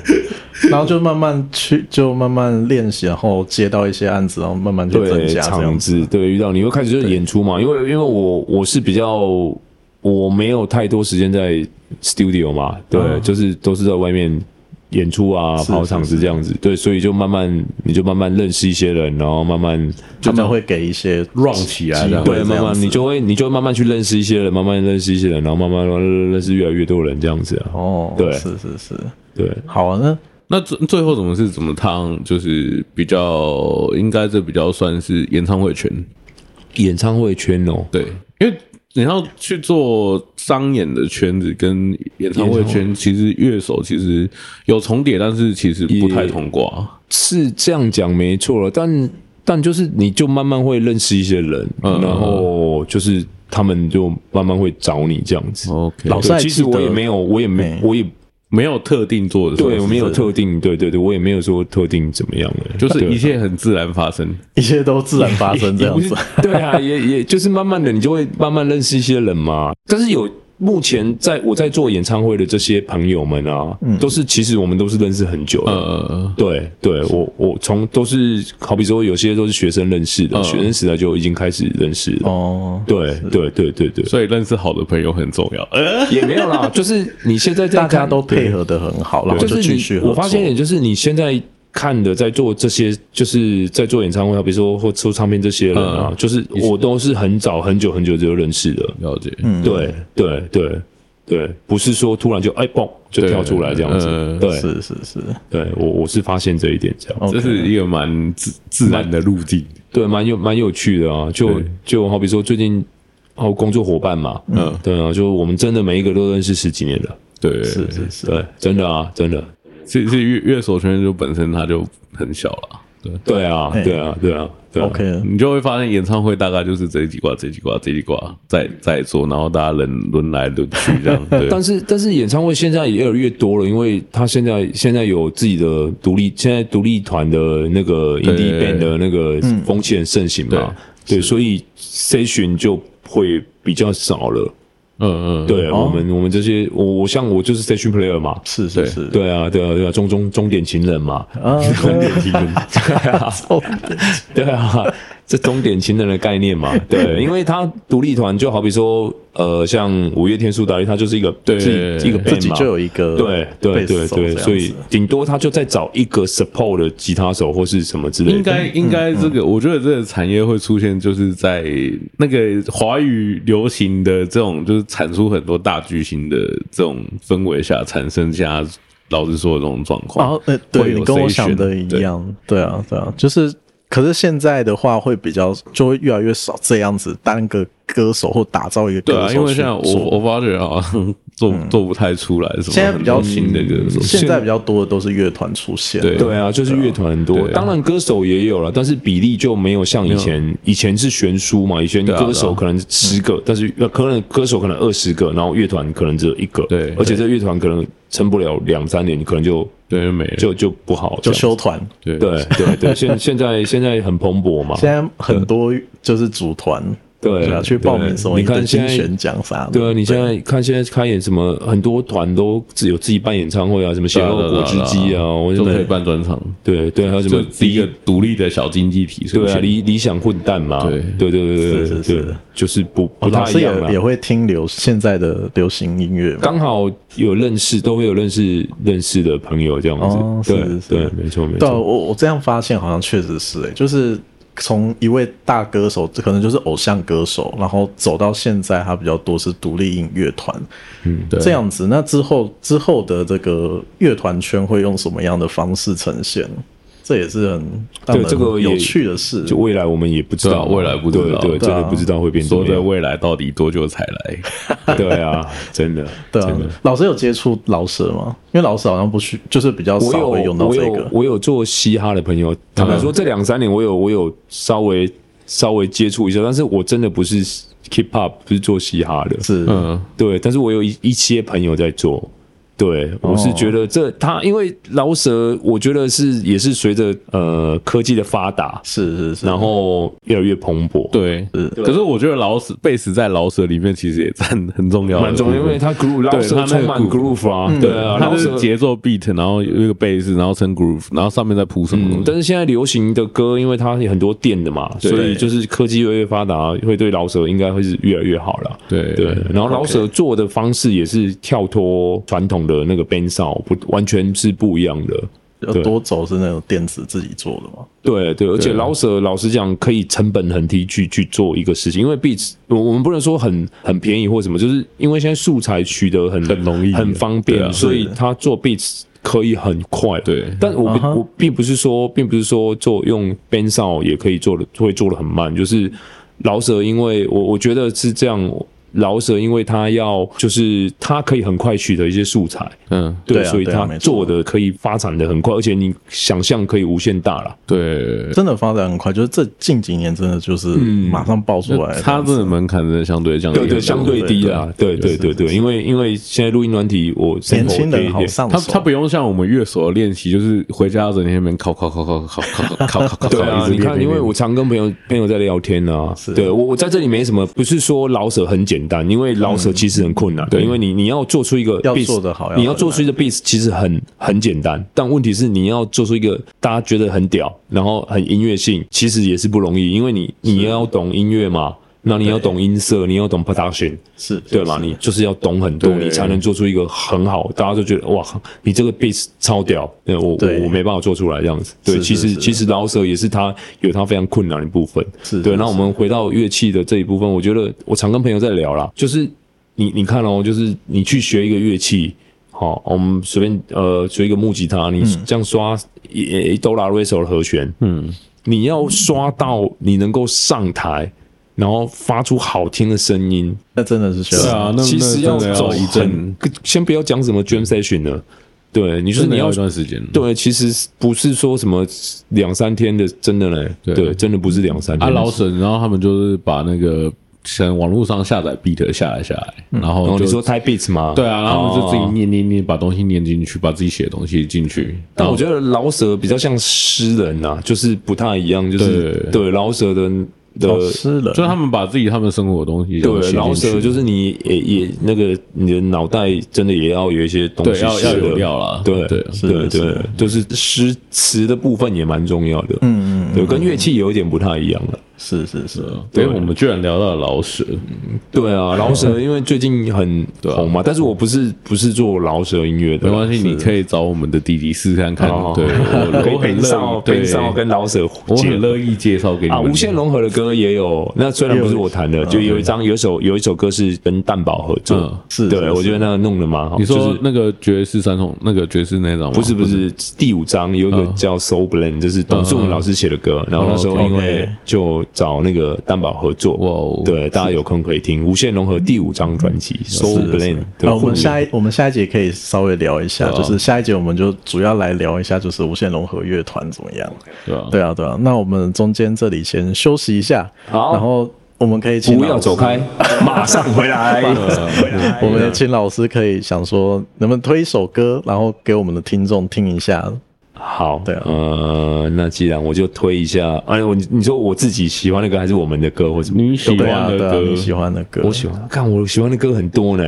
Speaker 1: 然后就慢慢去，就慢慢练习，然后接到一些案子，然后慢慢去增
Speaker 4: 对，
Speaker 1: 加这
Speaker 4: 场
Speaker 1: 样子。
Speaker 4: 子对遇到你会开始就是演出嘛，因为因为我我是比较我没有太多时间在 studio 嘛，对，就是都是在外面。演出啊，
Speaker 1: 嗯是
Speaker 4: 跑场子这样子，对，所以就慢慢你就慢慢认识一些人，然后慢慢
Speaker 1: 他们会给一些
Speaker 3: run 起来这样
Speaker 1: 机会
Speaker 4: 对，
Speaker 1: 这
Speaker 4: 慢
Speaker 1: 样
Speaker 4: 慢
Speaker 1: 子
Speaker 4: 你就会你就会慢慢去认识一些人，慢慢认识一些人，然后慢慢慢慢认识越来越多人这样子啊。
Speaker 1: 哦，
Speaker 4: 对
Speaker 1: 是是是，
Speaker 4: 对，
Speaker 1: 好啊，那
Speaker 3: 那最最后怎么是怎么趟？就是比较应该这比较算是演唱会圈
Speaker 4: 演唱会圈哦，
Speaker 3: 对，因为你要去做商演的圈子跟演唱会圈，其实乐手其实有重叠，但是其实不太同挂。
Speaker 4: 是这样讲没错了，但但就是你就慢慢会认识一些人，
Speaker 3: 嗯
Speaker 4: 然后就是他们就慢慢会找你这样子。
Speaker 3: OK，
Speaker 1: 老
Speaker 4: 对
Speaker 1: 师还
Speaker 4: 其实
Speaker 1: 哦记
Speaker 4: 我
Speaker 1: 得
Speaker 4: 也没有，我也没
Speaker 1: 哎，
Speaker 4: 我也
Speaker 3: 没有特定做的，
Speaker 4: 对我没有，特定，对对对，我也没有说特定怎么样的，
Speaker 3: 就是
Speaker 4: 对
Speaker 3: 一切很自然发生。
Speaker 1: 一切都自然发生这
Speaker 4: 也
Speaker 1: 样
Speaker 4: 不是
Speaker 1: 子。
Speaker 4: 对啊，也也就是慢慢的，你就会慢慢认识一些人嘛。但是有目前在我在做演唱会的这些朋友们啊，
Speaker 1: 嗯
Speaker 4: 都是其实我们都是认识很久的。
Speaker 3: 呃，
Speaker 4: 对对，我我从都是好比说，有些都是学生认识的，
Speaker 3: 嗯
Speaker 4: 学生时代就已经开始认识了。
Speaker 1: 哦，
Speaker 4: 对对对对对，
Speaker 3: 所以认识好的朋友很重要。呃，
Speaker 4: 也没有啦，就是你现 在在
Speaker 1: 大家
Speaker 4: 看
Speaker 1: 都
Speaker 4: 对
Speaker 1: 配合的很好，然后
Speaker 4: 就是
Speaker 1: 继续
Speaker 4: 你，
Speaker 1: 合作。
Speaker 4: 我发现也就是你现在看的在做这些，就是在做演唱会啊，比如说或出唱片这些人啊，
Speaker 3: 嗯
Speaker 4: 就是我都是很早很久很久就认识的。
Speaker 3: 了解，
Speaker 4: 对对对对，不是说突然就哎蹦就跳出来这样子
Speaker 3: 嗯。哦
Speaker 4: 对
Speaker 1: 是是是
Speaker 4: 对，我我是发现这一点这样子。
Speaker 1: ，OK，
Speaker 3: 这是一个蛮自自然的路径。
Speaker 4: 对，蛮有蛮有趣的啊，就
Speaker 3: 对
Speaker 4: 就好比说最近哦工作伙伴嘛，
Speaker 3: 嗯，
Speaker 4: 对啊，就我们真的每一个都认识十几年了，
Speaker 3: 对，
Speaker 1: 是是是，
Speaker 4: 对，真的啊，真的，
Speaker 3: 是是乐乐手圈就本身它就很小了。对，
Speaker 4: 对啊，
Speaker 1: 哎
Speaker 4: 对啊，对啊，对啊
Speaker 1: OK，
Speaker 3: 你就会发现演唱会大概就是这几挂、这几挂、这几挂在在做，然后大家人轮来轮去这样。对，
Speaker 4: 但是但是演唱会现在也越来越多了，因为他现在现在有自己的独立，现在独立团的那个 indie
Speaker 3: 对嗯
Speaker 4: band 的那个风气很盛行嘛，对，所以 session 就会比较少了。
Speaker 3: 嗯嗯，
Speaker 4: 对、我们我们这些，我我像我就是 session player 嘛，
Speaker 1: 是是是，
Speaker 4: 对啊对啊对啊，中中终点情人嘛，
Speaker 1: 啊，
Speaker 4: 终点情 人，对啊。对啊，这终点情人的概念嘛， 对，因为他独立团就好比说，呃，像五月天、苏打绿，他就是一个
Speaker 3: 对
Speaker 4: 自己一个 band 嘛
Speaker 1: 自己就有一个
Speaker 4: 对对对
Speaker 1: bass 手这
Speaker 4: 对，
Speaker 1: 样子
Speaker 4: 所以顶多他就再找一个 support 的吉他手或是什么之类的，
Speaker 3: 应该应该这个，我觉得这个产业会出现，就是在那个华语流行的这种，就是产出很多大巨星的这种氛围下，产生下老师说的这种状况。
Speaker 1: 哦，呃，
Speaker 3: 会
Speaker 1: 对
Speaker 3: 有
Speaker 1: 你跟我
Speaker 3: session，
Speaker 1: 想的一样，对啊，对啊，就是，可是现在的话会比较，就会越来越少这样子单个歌手或打造一个
Speaker 3: 对
Speaker 1: 歌手
Speaker 3: 啊，
Speaker 1: 去
Speaker 3: 因为现在我
Speaker 1: 做
Speaker 3: 我发觉好像做做不太出来什
Speaker 1: 嗯
Speaker 3: 么，
Speaker 1: 现在比较
Speaker 3: 新的歌手，
Speaker 1: 现在比较多的都是乐团出现，
Speaker 3: 对
Speaker 4: 对啊，就是乐团很多，
Speaker 3: 对啊
Speaker 4: 当然歌手也有了，但是比例就没有像以前，以前是悬殊嘛，以前
Speaker 3: 对啊对啊
Speaker 4: 歌手可能十
Speaker 3: 啊
Speaker 4: 个，但是呃可能歌手可能二十个，然后乐团可能只有一个，
Speaker 3: 对
Speaker 4: 而且这乐团可能撑不了两三年，可能就
Speaker 3: 对就没了，
Speaker 4: 就就不好，
Speaker 1: 就
Speaker 4: 这样
Speaker 1: 修团。
Speaker 3: 对
Speaker 4: 对 对对，现现在现在很蓬勃嘛，
Speaker 1: 现在很多就是组团，
Speaker 4: 对
Speaker 1: 啊，去报名什么
Speaker 4: 对你看
Speaker 1: 一等金
Speaker 4: 现在
Speaker 1: 选奖啥的，
Speaker 4: 对啊，你现在看现在开演什么，很多团都自有自己办演唱会啊，什么血
Speaker 3: 对啊
Speaker 4: 肉
Speaker 3: 对
Speaker 4: 果汁机
Speaker 3: 对
Speaker 4: 啊，我
Speaker 3: 就
Speaker 4: 就
Speaker 3: 可以办专场，
Speaker 4: 对对，还有什
Speaker 3: 就
Speaker 4: 么
Speaker 3: 是一个独立的小经济体出
Speaker 4: 对啊，
Speaker 3: 现。
Speaker 4: 理理想混蛋嘛，
Speaker 3: 对
Speaker 4: 对对对对
Speaker 1: 是
Speaker 4: 对
Speaker 1: 是是哦
Speaker 4: 对，就是不
Speaker 1: 我
Speaker 4: 不
Speaker 1: 老
Speaker 4: 太
Speaker 1: 师
Speaker 4: 一样
Speaker 1: 也也
Speaker 4: 了。
Speaker 1: 会听流现在的流行音乐嘛，
Speaker 4: 刚好有认识，都会有认识认识的朋友这样
Speaker 1: 哦
Speaker 4: 子，对
Speaker 1: 是是
Speaker 4: 对，没错没
Speaker 1: 对啊，
Speaker 4: 错，
Speaker 1: 我我这样发现好像确实是、欸，就是从一位大歌手，可能就是偶像歌手，然后走到现在，他比较多是独立音乐团，嗯，
Speaker 3: 对
Speaker 1: 这样子。那之后之后的这个乐团圈会用什么样的方式呈现？这也是很让
Speaker 4: 对这个
Speaker 1: 人
Speaker 4: 也
Speaker 1: 有趣的事。
Speaker 4: 就未来我们也不知道嘛，
Speaker 3: 对啊未来不知道
Speaker 4: 对对，
Speaker 1: 对
Speaker 4: 真
Speaker 1: 啊
Speaker 4: 的不知道会变怎
Speaker 3: 说
Speaker 4: 么
Speaker 3: 在
Speaker 4: 样，
Speaker 3: 未来到底多久才来？
Speaker 4: 对啊，真的，
Speaker 1: 对啊
Speaker 4: 真的。，
Speaker 1: 老师有接触老舍吗？因为老舍好像不需，就是比较
Speaker 4: 我
Speaker 1: 少会
Speaker 4: 有
Speaker 1: 用到
Speaker 4: 我
Speaker 1: 这
Speaker 4: 有
Speaker 1: 个。嗯
Speaker 4: 我有做嘻哈的朋友，坦白说，这两三年我有我有稍微稍微接触一下，但是我真的不是 hip hop，不是做嘻哈的，
Speaker 1: 是，
Speaker 3: 嗯，
Speaker 4: 对，但是我有一一些朋友在做。对，我是觉得这、他，因为饶舌，我觉得是也是随着呃科技的发达，
Speaker 1: 是是是，
Speaker 4: 然后越来越蓬勃，，
Speaker 3: 对。可是我觉得老舍贝斯在老舍里面其实也占很重要的
Speaker 4: 蛮重要，
Speaker 3: 部
Speaker 4: 因
Speaker 3: 分
Speaker 4: 为它 groove
Speaker 3: 对
Speaker 4: 饶舌
Speaker 3: 它那
Speaker 4: 充
Speaker 3: 个
Speaker 4: 满
Speaker 3: groove
Speaker 4: groove 啊，对啊，
Speaker 3: 它
Speaker 4: 饶
Speaker 3: 是
Speaker 4: 舌
Speaker 3: 节奏 beat，然后有一个贝斯，然后成 groove，然后上面再铺什么东
Speaker 4: 嗯
Speaker 3: 西。
Speaker 4: 但是现在流行的歌，因为它有很多电的嘛，
Speaker 3: 对
Speaker 4: 所以就是科技越来越发达，会对饶舌应该会是越来越好了。
Speaker 3: 对
Speaker 4: 对，然后饶舌做的方式也是跳脱传统的那个 b a n d s o 不完全是不一样的。
Speaker 1: 要多走是那种电子自己做的嘛。
Speaker 4: 对对，而且饶舌老实讲，可以成本很低去去做一个事情，因为 beats 我我们不能说很很便宜或什么，就是因为现在素材取得很
Speaker 3: 很容易
Speaker 4: 很方便，
Speaker 3: 对啊
Speaker 4: 所以他做 beats 可以很快。
Speaker 3: 对
Speaker 4: 但我不、
Speaker 1: 嗯哼
Speaker 4: 我并不是说，并不是说做用 b a n d s o 也可以做的，会做的很慢，就是饶舌，因为我我觉得是这样。饶舌，因为他要就是他可以很快取得一些素材，
Speaker 3: 嗯，
Speaker 4: 对，
Speaker 1: 对啊
Speaker 4: 所以
Speaker 1: 对啊
Speaker 4: 他
Speaker 1: 没错
Speaker 4: 做的可以发展的很快，而且你想象可以无限大了。
Speaker 3: 对，
Speaker 1: 真的发展很快，就是这近几年真的就是马上爆出来，
Speaker 3: 它嗯真的门槛真的相对降低
Speaker 4: 对
Speaker 3: 很多，
Speaker 4: 对，相对低啦，对对对对，因为因为现在录音软体，我
Speaker 1: 年轻人好上
Speaker 3: 他
Speaker 1: 手。
Speaker 3: 他不用像我们乐手的练习，就是回家整天在那边考考考考考考考考 考，
Speaker 4: 对啊，
Speaker 3: 一直
Speaker 4: 你
Speaker 3: 练
Speaker 4: 看，因为。
Speaker 3: 练练
Speaker 4: 我常跟朋友朋友在聊天啊，对我我在这里没什么，不是说老舍很简单，因为老舍其实很困难，对，因为你你要做出一个
Speaker 1: 嗯要
Speaker 4: beat，
Speaker 1: 做得好要
Speaker 4: 你要
Speaker 1: 很
Speaker 4: 做出一个 beat 其实很很简单，但问题是你要做出一个大家觉得很屌，然后很音乐性，其实也是不容易，因为你你要懂音乐嘛，那你要懂音色，你要懂 production，
Speaker 1: 是
Speaker 4: 对嘛？你就是要懂很多，
Speaker 3: 对
Speaker 4: 你才能做出一个很好，大家都觉得哇，你这个 beat 超屌，对我
Speaker 1: 对
Speaker 4: 我我没办法做出来这样子。对，
Speaker 1: 是
Speaker 4: 其实
Speaker 1: 是
Speaker 4: 其实饶舌也是它有它非常困难的部分。
Speaker 1: 是
Speaker 4: 对。
Speaker 1: 是
Speaker 4: 那我们回到乐器的这一部分，我觉得我常跟朋友在聊啦，就是你你看哦，就是你去学一个乐器。好，我们随便呃学一个木吉他，你
Speaker 1: 嗯
Speaker 4: 这样刷一一哆啦瑞手的和弦，嗯，你要刷到你能够上台，然后发出好听的声音，
Speaker 1: 那真的是需
Speaker 3: 对
Speaker 1: 要。
Speaker 3: 啊，那
Speaker 4: 其实
Speaker 3: 那真的
Speaker 4: 走
Speaker 3: 要一阵
Speaker 4: 很，，先不要讲什么 jam session 了，对，你就是
Speaker 3: 真的
Speaker 4: 你
Speaker 3: 要
Speaker 4: 要
Speaker 3: 一段时间。
Speaker 4: 对，其实不是说什么两三天的，真的嘞，
Speaker 3: 对
Speaker 4: 对，真的不是两三
Speaker 3: 啊，
Speaker 4: 天。
Speaker 3: 老沈，然后他们就是把那个像网络上下载 beat 下来下来，然
Speaker 4: 然
Speaker 3: 后
Speaker 4: 后
Speaker 3: 就
Speaker 4: 你说 type beats 吗？
Speaker 3: 对啊，然后他们就自己
Speaker 4: 哦。
Speaker 3: 念念念，把东西念进去，把自己写的东西进去。
Speaker 4: 但我
Speaker 3: 得
Speaker 4: 觉得老舍比较像诗人呐、就是不太一样，就是
Speaker 3: 对哦
Speaker 4: 对老舍的
Speaker 1: 老
Speaker 4: 的
Speaker 1: 师了
Speaker 3: 就是他们把自己他们生活的东西这样写
Speaker 4: 对
Speaker 3: 进去
Speaker 4: 老舍，就是你也也那个你的脑袋真的也要有一些东
Speaker 3: 对
Speaker 4: 西
Speaker 3: 要要
Speaker 4: 是的
Speaker 3: 有料啦。
Speaker 4: 对
Speaker 3: 对
Speaker 4: 对
Speaker 1: 的是
Speaker 4: 对
Speaker 1: 的，
Speaker 4: 嗯就是诗词的部分也蛮重要的，嗯嗯，对，跟乐器有一点不太一样了，
Speaker 1: 是是是，啊
Speaker 3: 因为我们居然聊到了老舍，
Speaker 4: 对啊，饶舌因为最近很红嘛，但是我不是不是做饶舌音乐的
Speaker 3: 没
Speaker 4: 啦，
Speaker 3: 关系，你可以找我们的弟弟试看看。
Speaker 4: 哦
Speaker 3: 对，我我
Speaker 4: 可以
Speaker 3: 很
Speaker 4: 很少
Speaker 3: 乐，对
Speaker 4: 很，少哦跟饶舌
Speaker 3: 我
Speaker 4: 结
Speaker 3: 很
Speaker 4: 合
Speaker 3: 乐意介绍给你
Speaker 4: 啊，
Speaker 3: 们。
Speaker 4: 无限融合的歌也有，啊那虽然不是我弹的，就有一张有一首有一首歌是跟蛋宝合
Speaker 3: 嗯
Speaker 4: 作，
Speaker 1: 是是
Speaker 4: 对
Speaker 1: 是
Speaker 4: 我觉得那个弄的蛮好。
Speaker 3: 你
Speaker 4: 就
Speaker 3: 说
Speaker 4: 是
Speaker 3: 那个爵士三重，那个爵士那张吗
Speaker 4: 不是不，是第五章有一个
Speaker 3: 嗯
Speaker 4: 叫 Soul Blend，就是董志文老师写的歌，然后那时候
Speaker 3: 哦，OK
Speaker 4: 因为就找那个蛋宝合作，
Speaker 3: 哇哦
Speaker 4: 对，大家有空可以听无限融合第五张专辑 Soul
Speaker 1: 是是
Speaker 4: Blend
Speaker 1: 是。
Speaker 4: 对
Speaker 1: 那我
Speaker 4: 混
Speaker 1: 们
Speaker 4: 音
Speaker 1: 下一我们下一节可以稍微聊一下，
Speaker 3: 对啊
Speaker 1: 就是下一节我们就主要来聊一下，就是无限融合乐团怎么样？
Speaker 3: 对啊，
Speaker 1: 对啊，对啊。那我们中间这里先休息一下，
Speaker 4: 好
Speaker 1: 然后我们可以请
Speaker 4: 不要
Speaker 1: 老师
Speaker 4: 走开，马上回来。
Speaker 1: 我们
Speaker 3: 啊
Speaker 1: 也请老师可以想说，能不能推一首歌，然后给我们的听众听一下？
Speaker 4: 好，
Speaker 1: 对啊
Speaker 4: 呃，那既然我就推一下，哎，我你说我自己喜欢的歌还是我们的歌，或者
Speaker 3: 你喜
Speaker 1: 对啊，
Speaker 3: 欢的
Speaker 1: 对啊，
Speaker 3: 歌，
Speaker 1: 你喜欢的歌，
Speaker 4: 我喜欢，看我喜欢的歌很多呢，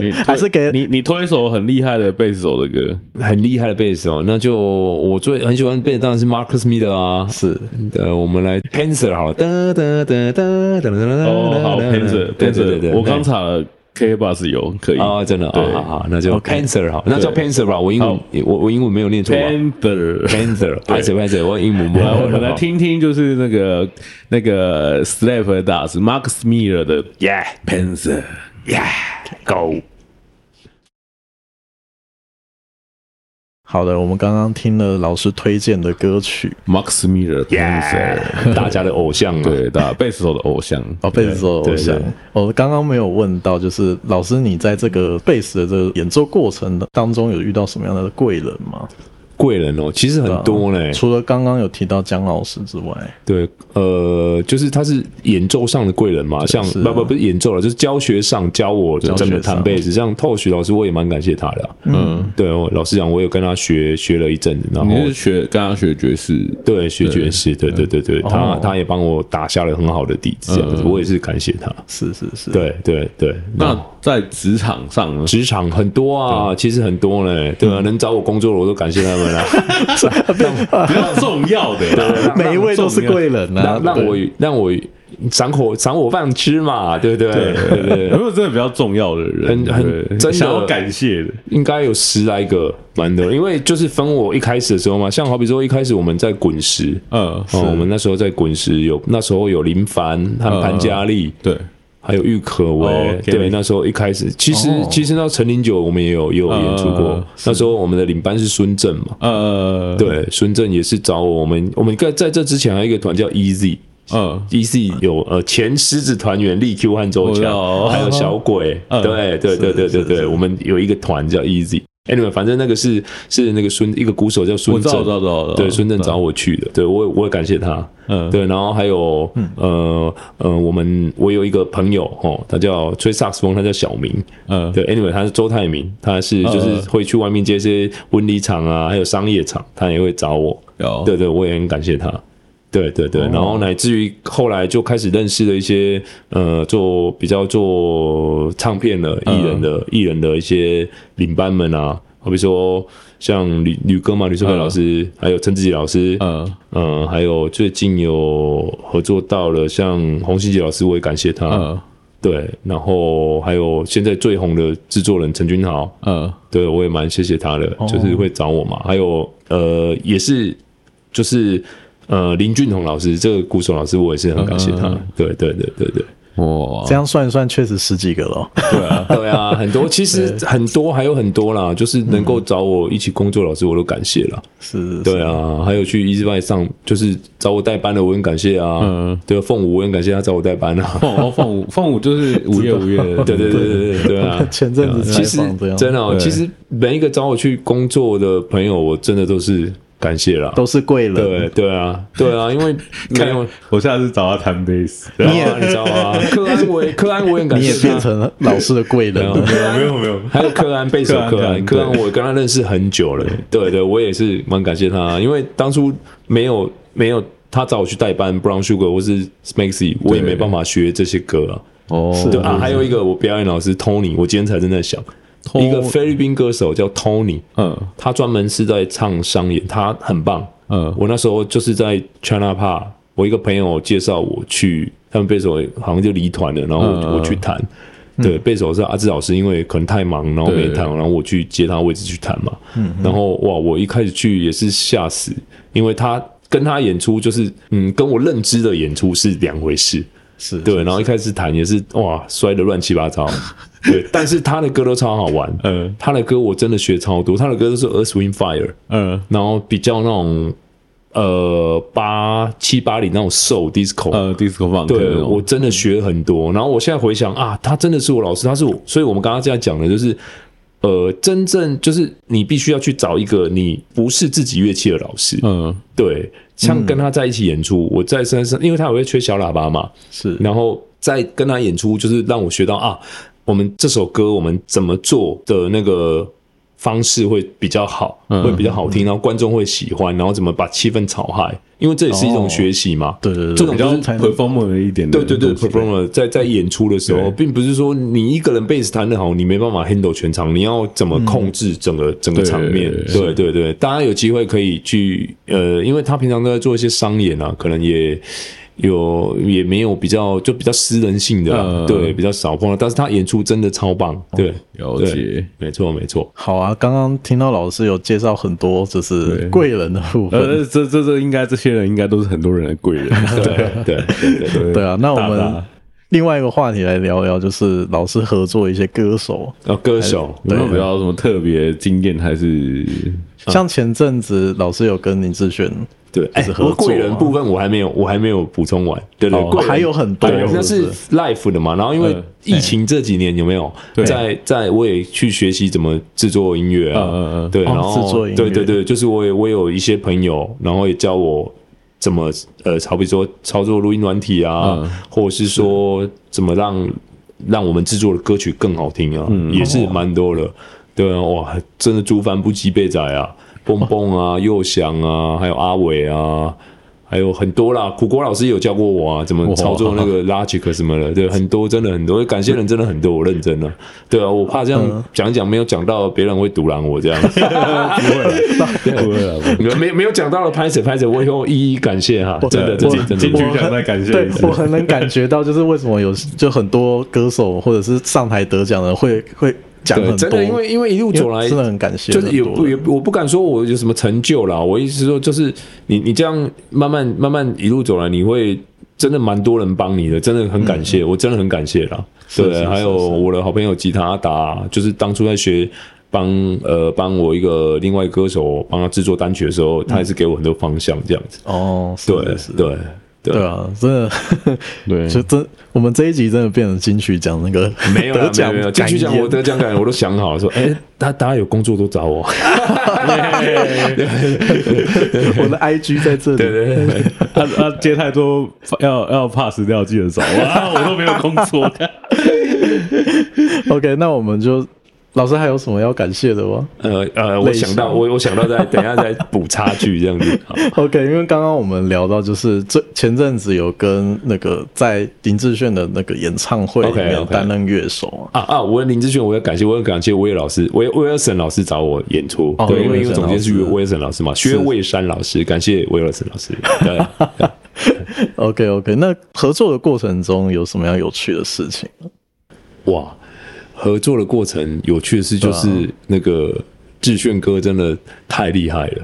Speaker 3: 你推
Speaker 1: 还是给
Speaker 3: 你你推一首很厉害的贝斯手的歌，
Speaker 4: 很厉害的贝斯哦。那就我最很喜欢贝斯当然是 Marcus Miller 啊。
Speaker 1: 是
Speaker 4: 呃，我们来 Panzer 好了，哒哒哒哒哒哒哒。
Speaker 3: 哦，好 p a n z e r p a
Speaker 4: 对
Speaker 3: n z
Speaker 4: 对
Speaker 3: e
Speaker 4: 对
Speaker 3: r
Speaker 4: 对，
Speaker 3: 我刚查了 K Bus 有可以
Speaker 4: 啊，真的
Speaker 3: 对
Speaker 4: 啊，好好，那就
Speaker 1: OK
Speaker 4: Panzer 好，那叫
Speaker 3: 对
Speaker 4: Panzer 吧，我英文
Speaker 3: 好
Speaker 4: 我我英文没有念错吧
Speaker 3: Panther。
Speaker 4: ？Panzer，拍谁拍谁，我英文不
Speaker 3: 来，
Speaker 4: 好。
Speaker 3: 啊我们来听听，就是那个那个 Slap 的大师 Mark Smear 的 Yeah Panzer Yeah Go。
Speaker 1: 好的。我们刚刚听了老师推荐的歌曲，
Speaker 3: Max Miller
Speaker 4: Yeah，大家的偶像啊。
Speaker 3: 对，大贝斯手的偶像
Speaker 1: 哦，贝斯手的偶
Speaker 4: 对
Speaker 1: 像
Speaker 4: 对。
Speaker 1: 我刚刚没有问到，就是老师，你在这个贝斯的这个演奏过程的当中，有遇到什么样的贵人吗？呃
Speaker 4: 贵人哦，其实很多呢。
Speaker 1: 除了刚刚有提到姜老师之外，
Speaker 4: 对，呃，就是他是演奏上的贵人嘛，像
Speaker 1: 是啊
Speaker 4: 不不不是演奏了，就是教学上教我
Speaker 1: 教学
Speaker 4: 怎么
Speaker 1: 上
Speaker 4: 弹贝斯。像透许老师，我也蛮感谢他的啊、嗯，对，我老实讲，我有跟他学学了一阵子，然后
Speaker 3: 你是学跟他学爵士，
Speaker 4: 对学爵士，对对对对，他
Speaker 1: 哦
Speaker 4: 他也帮我打下了很好的底子，这样子，我也是感谢他。
Speaker 1: 是是是，，
Speaker 4: 对对对，然后
Speaker 3: 那在职场上 呢？
Speaker 4: 职场很多啊，其实很多呢，对啊，能找我工作的我都感谢他们啦、
Speaker 3: 比较重要的啦，
Speaker 1: 每一位都是贵人啊
Speaker 4: 让。让我让我赏口赏我饭吃嘛，对不对？对对对
Speaker 3: 有没有真的比较重要的人？
Speaker 4: 很很
Speaker 3: 对
Speaker 4: 真的
Speaker 3: 想要感谢的，
Speaker 4: 应该有十来个，蛮多。因为就是分我一开始的时候嘛，像好比说一开始我们在滚石，
Speaker 3: 嗯，
Speaker 4: 哦，我们那时候在滚石有那时候有林凡和潘嘉丽，
Speaker 3: 对，
Speaker 4: 还有郁可
Speaker 3: 嗯
Speaker 4: 唯，
Speaker 3: 哦，OK
Speaker 4: 对，那时候一开始其实、
Speaker 1: 哦
Speaker 4: 其实那陈零九我们也有也有演出过，
Speaker 3: 嗯
Speaker 4: 那时候我们的领班是孙正嘛，
Speaker 3: 呃，，
Speaker 4: 对，孙正也是找我们，我们在在这之前还有一个团叫 E Easy。
Speaker 3: 嗯，
Speaker 4: E.C. 有呃前狮子团员力 Q 和周
Speaker 3: 我知
Speaker 4: 强，
Speaker 3: 道
Speaker 4: 还有小鬼，
Speaker 3: 嗯
Speaker 4: 对对对对对对，我们有一个团叫 Easy。Anyway，反正那个是是那个孙一个鼓手叫
Speaker 3: 我
Speaker 4: 孙
Speaker 3: 知道，
Speaker 4: 正
Speaker 3: 我知，道，知道，
Speaker 4: 对孙正找我去的，对我也我也感谢他。
Speaker 3: 嗯，
Speaker 4: 对，然后还有呃呃，我们我有一个朋友哦，他叫吹萨克斯风，他叫小明，
Speaker 3: 嗯，
Speaker 4: 对，anyway，他是周泰明，他是
Speaker 3: 嗯
Speaker 4: 就是会去外面接一些婚礼场啊，还有商业场，他也会找我。
Speaker 3: 有
Speaker 4: 对对，我也很感谢他。对对对，然后乃至于后来就开始认识了一些呃，做比较做唱片的艺人的艺、人的一些领班们啊，好比说像吕吕哥嘛，吕秀凯老师，还有陈志杰老师，嗯、
Speaker 3: 嗯，
Speaker 4: 还有最近有合作到了像洪新杰老师，我也感谢他，
Speaker 3: 嗯，
Speaker 4: 对，然后还有现在最红的制作人陈君豪，
Speaker 3: 嗯，
Speaker 4: 对我也蛮谢谢他的，就是会找我嘛。还有呃，也是就是呃林俊宏老师这个鼓手老师，我也是很感谢他。对对对对对，
Speaker 3: 哇
Speaker 1: 这，样算一算，确实十几个了。
Speaker 4: 对啊，很多其实很多还有很多啦，就是能够找我一起工作的老师，我都感谢了。
Speaker 1: 是，
Speaker 4: 对啊，还有去 Easy Buy 上就是找我代班的，我很感谢啊。
Speaker 3: 嗯
Speaker 4: 对，凤舞我很感谢他找我代 班啊。
Speaker 3: 凤哦凤舞凤舞就是午 夜午夜的，
Speaker 4: 对对对对对对啊！
Speaker 1: 前阵子
Speaker 4: 其
Speaker 1: 采
Speaker 4: 实
Speaker 1: 访这样，
Speaker 4: 真的、哦，
Speaker 3: 对
Speaker 4: 其实每一个找我去工作的朋友，我真的都是感谢啦。
Speaker 1: 都是贵人。
Speaker 4: 对对啊，对 啊，因为没有
Speaker 3: 看，我下次找他弹贝斯，
Speaker 4: 你也你知道吗？柯安我也柯安我也很感
Speaker 1: 你
Speaker 4: 谢
Speaker 1: 也
Speaker 4: 他
Speaker 1: 变成了老师的贵人了。
Speaker 4: 没有没有没有，还有柯安贝手柯
Speaker 3: 柯安
Speaker 4: 安，柯安
Speaker 3: 对
Speaker 4: 我跟他认识很久了，对对，我也是蛮感谢他，因为当初没有没有他找我去代班 Brown Sugar 或是 Smaxy，我也没办法学这些歌啊。
Speaker 3: 哦，
Speaker 4: 对啊，还有一个我表演老师 Tony，我今天才正在想，一个菲律宾歌手叫
Speaker 1: 啊
Speaker 4: Tony，
Speaker 3: 嗯
Speaker 4: 他专门是在唱商演，他很棒。
Speaker 3: 嗯
Speaker 4: 我那时候就是在 China p a 我一个朋友介绍我去，他们贝斯手好像就离团了，然后我,、
Speaker 3: 嗯
Speaker 4: 我去弹。对，贝斯手是阿志老师，因为可能太忙，然后没
Speaker 3: 对嗯
Speaker 4: 弹，然后我去接他位置去弹嘛。然后哇，我一开始去也是吓死，因为他跟他演出就是，嗯，跟我认知的演出是两回事。
Speaker 1: 是
Speaker 4: 对，然后一开始弹也是哇，摔得乱七八糟。 对，但是他的歌都超好玩，
Speaker 3: 嗯
Speaker 4: 他的歌我真的学超多，他的歌都是 Earth Wind Fire，
Speaker 3: 嗯
Speaker 4: 然后比较那种呃八七八零那种 soul disco，、
Speaker 3: 呃，disco funk 那
Speaker 4: 对
Speaker 3: 种
Speaker 4: 我真的学很多。然后我现在回想啊，他真的是我老师，他是我，所以我们刚刚这样讲的就是。呃，真正就是你必须要去找一个你不是自己乐器的老师，
Speaker 3: 嗯
Speaker 4: 对，像跟他在一起演出，我在山上，因为他也会吹小喇叭嘛，
Speaker 1: 是
Speaker 4: 然后再跟他演出，就是让我学到啊，我们这首歌我们怎么做的那个方式会比较好，
Speaker 3: 嗯
Speaker 4: 会比较好听，然后观众会喜欢，然后怎么把气氛炒嗨，因为这也是一种学习嘛。
Speaker 1: 对对对，
Speaker 4: 这种
Speaker 3: 比较
Speaker 4: 就是
Speaker 1: 才能
Speaker 3: performer 一点的
Speaker 4: 对
Speaker 3: 东西，
Speaker 4: 对对，performer 在在演出的时候，
Speaker 3: 对
Speaker 4: 并不是说你一个人贝斯弹得好，你没办法 handle 全场，你要怎么控制整个、整个场面？
Speaker 3: 嗯对
Speaker 4: 对对对，大家有机会可以去呃，因为他平常都在做一些商演啊，可能也有也没有比较就比较私人性的啦、
Speaker 3: 嗯
Speaker 4: 对，比较少碰到，但是他演出真的超棒，对，
Speaker 3: 了解
Speaker 4: 对，没错没错，
Speaker 1: 好啊。刚刚听到老师有介绍很多就是
Speaker 3: 对
Speaker 1: 贵人的部分，
Speaker 3: 呃，这这这应该这些人应该都是很多人的贵人，
Speaker 4: 对 对对对对
Speaker 1: 对啊。那我
Speaker 3: 大大
Speaker 1: 们另外一个话题来聊聊，就是老师合作一些歌手，
Speaker 4: 然后哦歌手
Speaker 3: 有没有比较什么特别经验还是
Speaker 1: 像前阵子老师有跟林志炫，
Speaker 4: 对，哎
Speaker 1: 是，合
Speaker 4: 我
Speaker 1: 作
Speaker 4: 贵人部分我还没有，我还没有补充完。对对，
Speaker 3: 哦
Speaker 4: 贵人
Speaker 1: 还有很多
Speaker 4: 对那
Speaker 1: 是
Speaker 4: 是
Speaker 1: 不
Speaker 4: life 的嘛。然后因为
Speaker 3: 嗯
Speaker 4: 疫情这几年有没有
Speaker 3: 对
Speaker 4: 在在我也去学习怎么制作音乐
Speaker 3: 嗯嗯
Speaker 4: 啊
Speaker 3: 嗯？
Speaker 4: 对，
Speaker 1: 哦
Speaker 4: 然后
Speaker 1: 制作音乐
Speaker 4: 对对对，就是我也我有一些朋友，然后也教我怎么呃，好比说操作录音软体啊
Speaker 3: 嗯，
Speaker 4: 或者是说怎么让让我们制作的歌曲更好听啊，
Speaker 1: 嗯
Speaker 4: 也是蛮多的。对啊，哇，真的猪帆不羁被仔啊，蹦蹦啊， 佑翔啊，还有阿伟啊，还有很多啦。苦果老师也有教过我啊，怎么操作那个 Logic 什么的，对，很多真的很多，感谢人真的很多，我认真了。对啊，我怕这样讲一讲没有讲到，别人会堵拦我这样。
Speaker 3: 不会啊了，
Speaker 4: 没没有讲到的拍手拍手，我以后一一感谢哈，真的真的真
Speaker 3: 金
Speaker 4: 的
Speaker 3: 曲。奖再感谢
Speaker 1: 对
Speaker 3: 一次
Speaker 1: 我，很能感觉到，就是为什么有就很多歌手或者是上台得奖的人会会讲
Speaker 4: 对，
Speaker 1: 很
Speaker 4: 真
Speaker 1: 多，
Speaker 4: 的，因为因为一路走来，
Speaker 1: 真的很感谢，
Speaker 4: 就是也
Speaker 1: 很多
Speaker 4: 不也我不敢说我有什么成就啦，我意思说就是你你这样慢慢慢慢一路走来，你会真的蛮多人帮你的，真的很感谢，我真的很感谢啦。对，
Speaker 1: 嗯是是
Speaker 4: 还有我的好朋友吉他阿达，就是当初在学。帮呃帮我一个另外一个歌手帮他制作单曲的时候，他也是给我很多方向这样子。
Speaker 1: 哦，是
Speaker 4: 对
Speaker 1: 是是
Speaker 4: 对
Speaker 1: 对啊，真的，
Speaker 3: 对
Speaker 1: 就真我们这一集真的变成金曲奖那个
Speaker 4: 没有啦
Speaker 1: 得奖
Speaker 4: 没有没有金曲奖
Speaker 1: 感言
Speaker 4: 我得奖感言我都想好了，说哎，大大家有工作都找我。
Speaker 1: 我的 IG 在这里，
Speaker 4: 对对对，
Speaker 3: 他他接太多要要 pass 掉，记得找我啊，我都没有工作。
Speaker 1: OK，那我们就老师还有什么要感谢的吗
Speaker 4: 呃呃，我
Speaker 1: 类型
Speaker 4: 想到我我想到再等一下再补插句这样 子。好
Speaker 1: ？OK，因为刚刚我们聊到就是这前阵子有跟那个在林志炫的那个演唱会里
Speaker 4: OK，OK
Speaker 1: 面担任乐手啊。
Speaker 4: 啊啊！我林志炫，我要感谢，我要感谢威尔老师，威威尔森老师找我演出，
Speaker 1: 哦
Speaker 4: 对，因为
Speaker 1: 威尔森
Speaker 4: 因为总监是
Speaker 1: 老师
Speaker 4: 威尔森老师嘛，薛魏山老师，感谢威尔 森老师。对，
Speaker 1: OK OK，那合作的过程中有什么样有趣的事情？
Speaker 4: 哇，合作的过程有趣的事
Speaker 1: 啊
Speaker 4: 就是那个志炫哥真的太厉害了。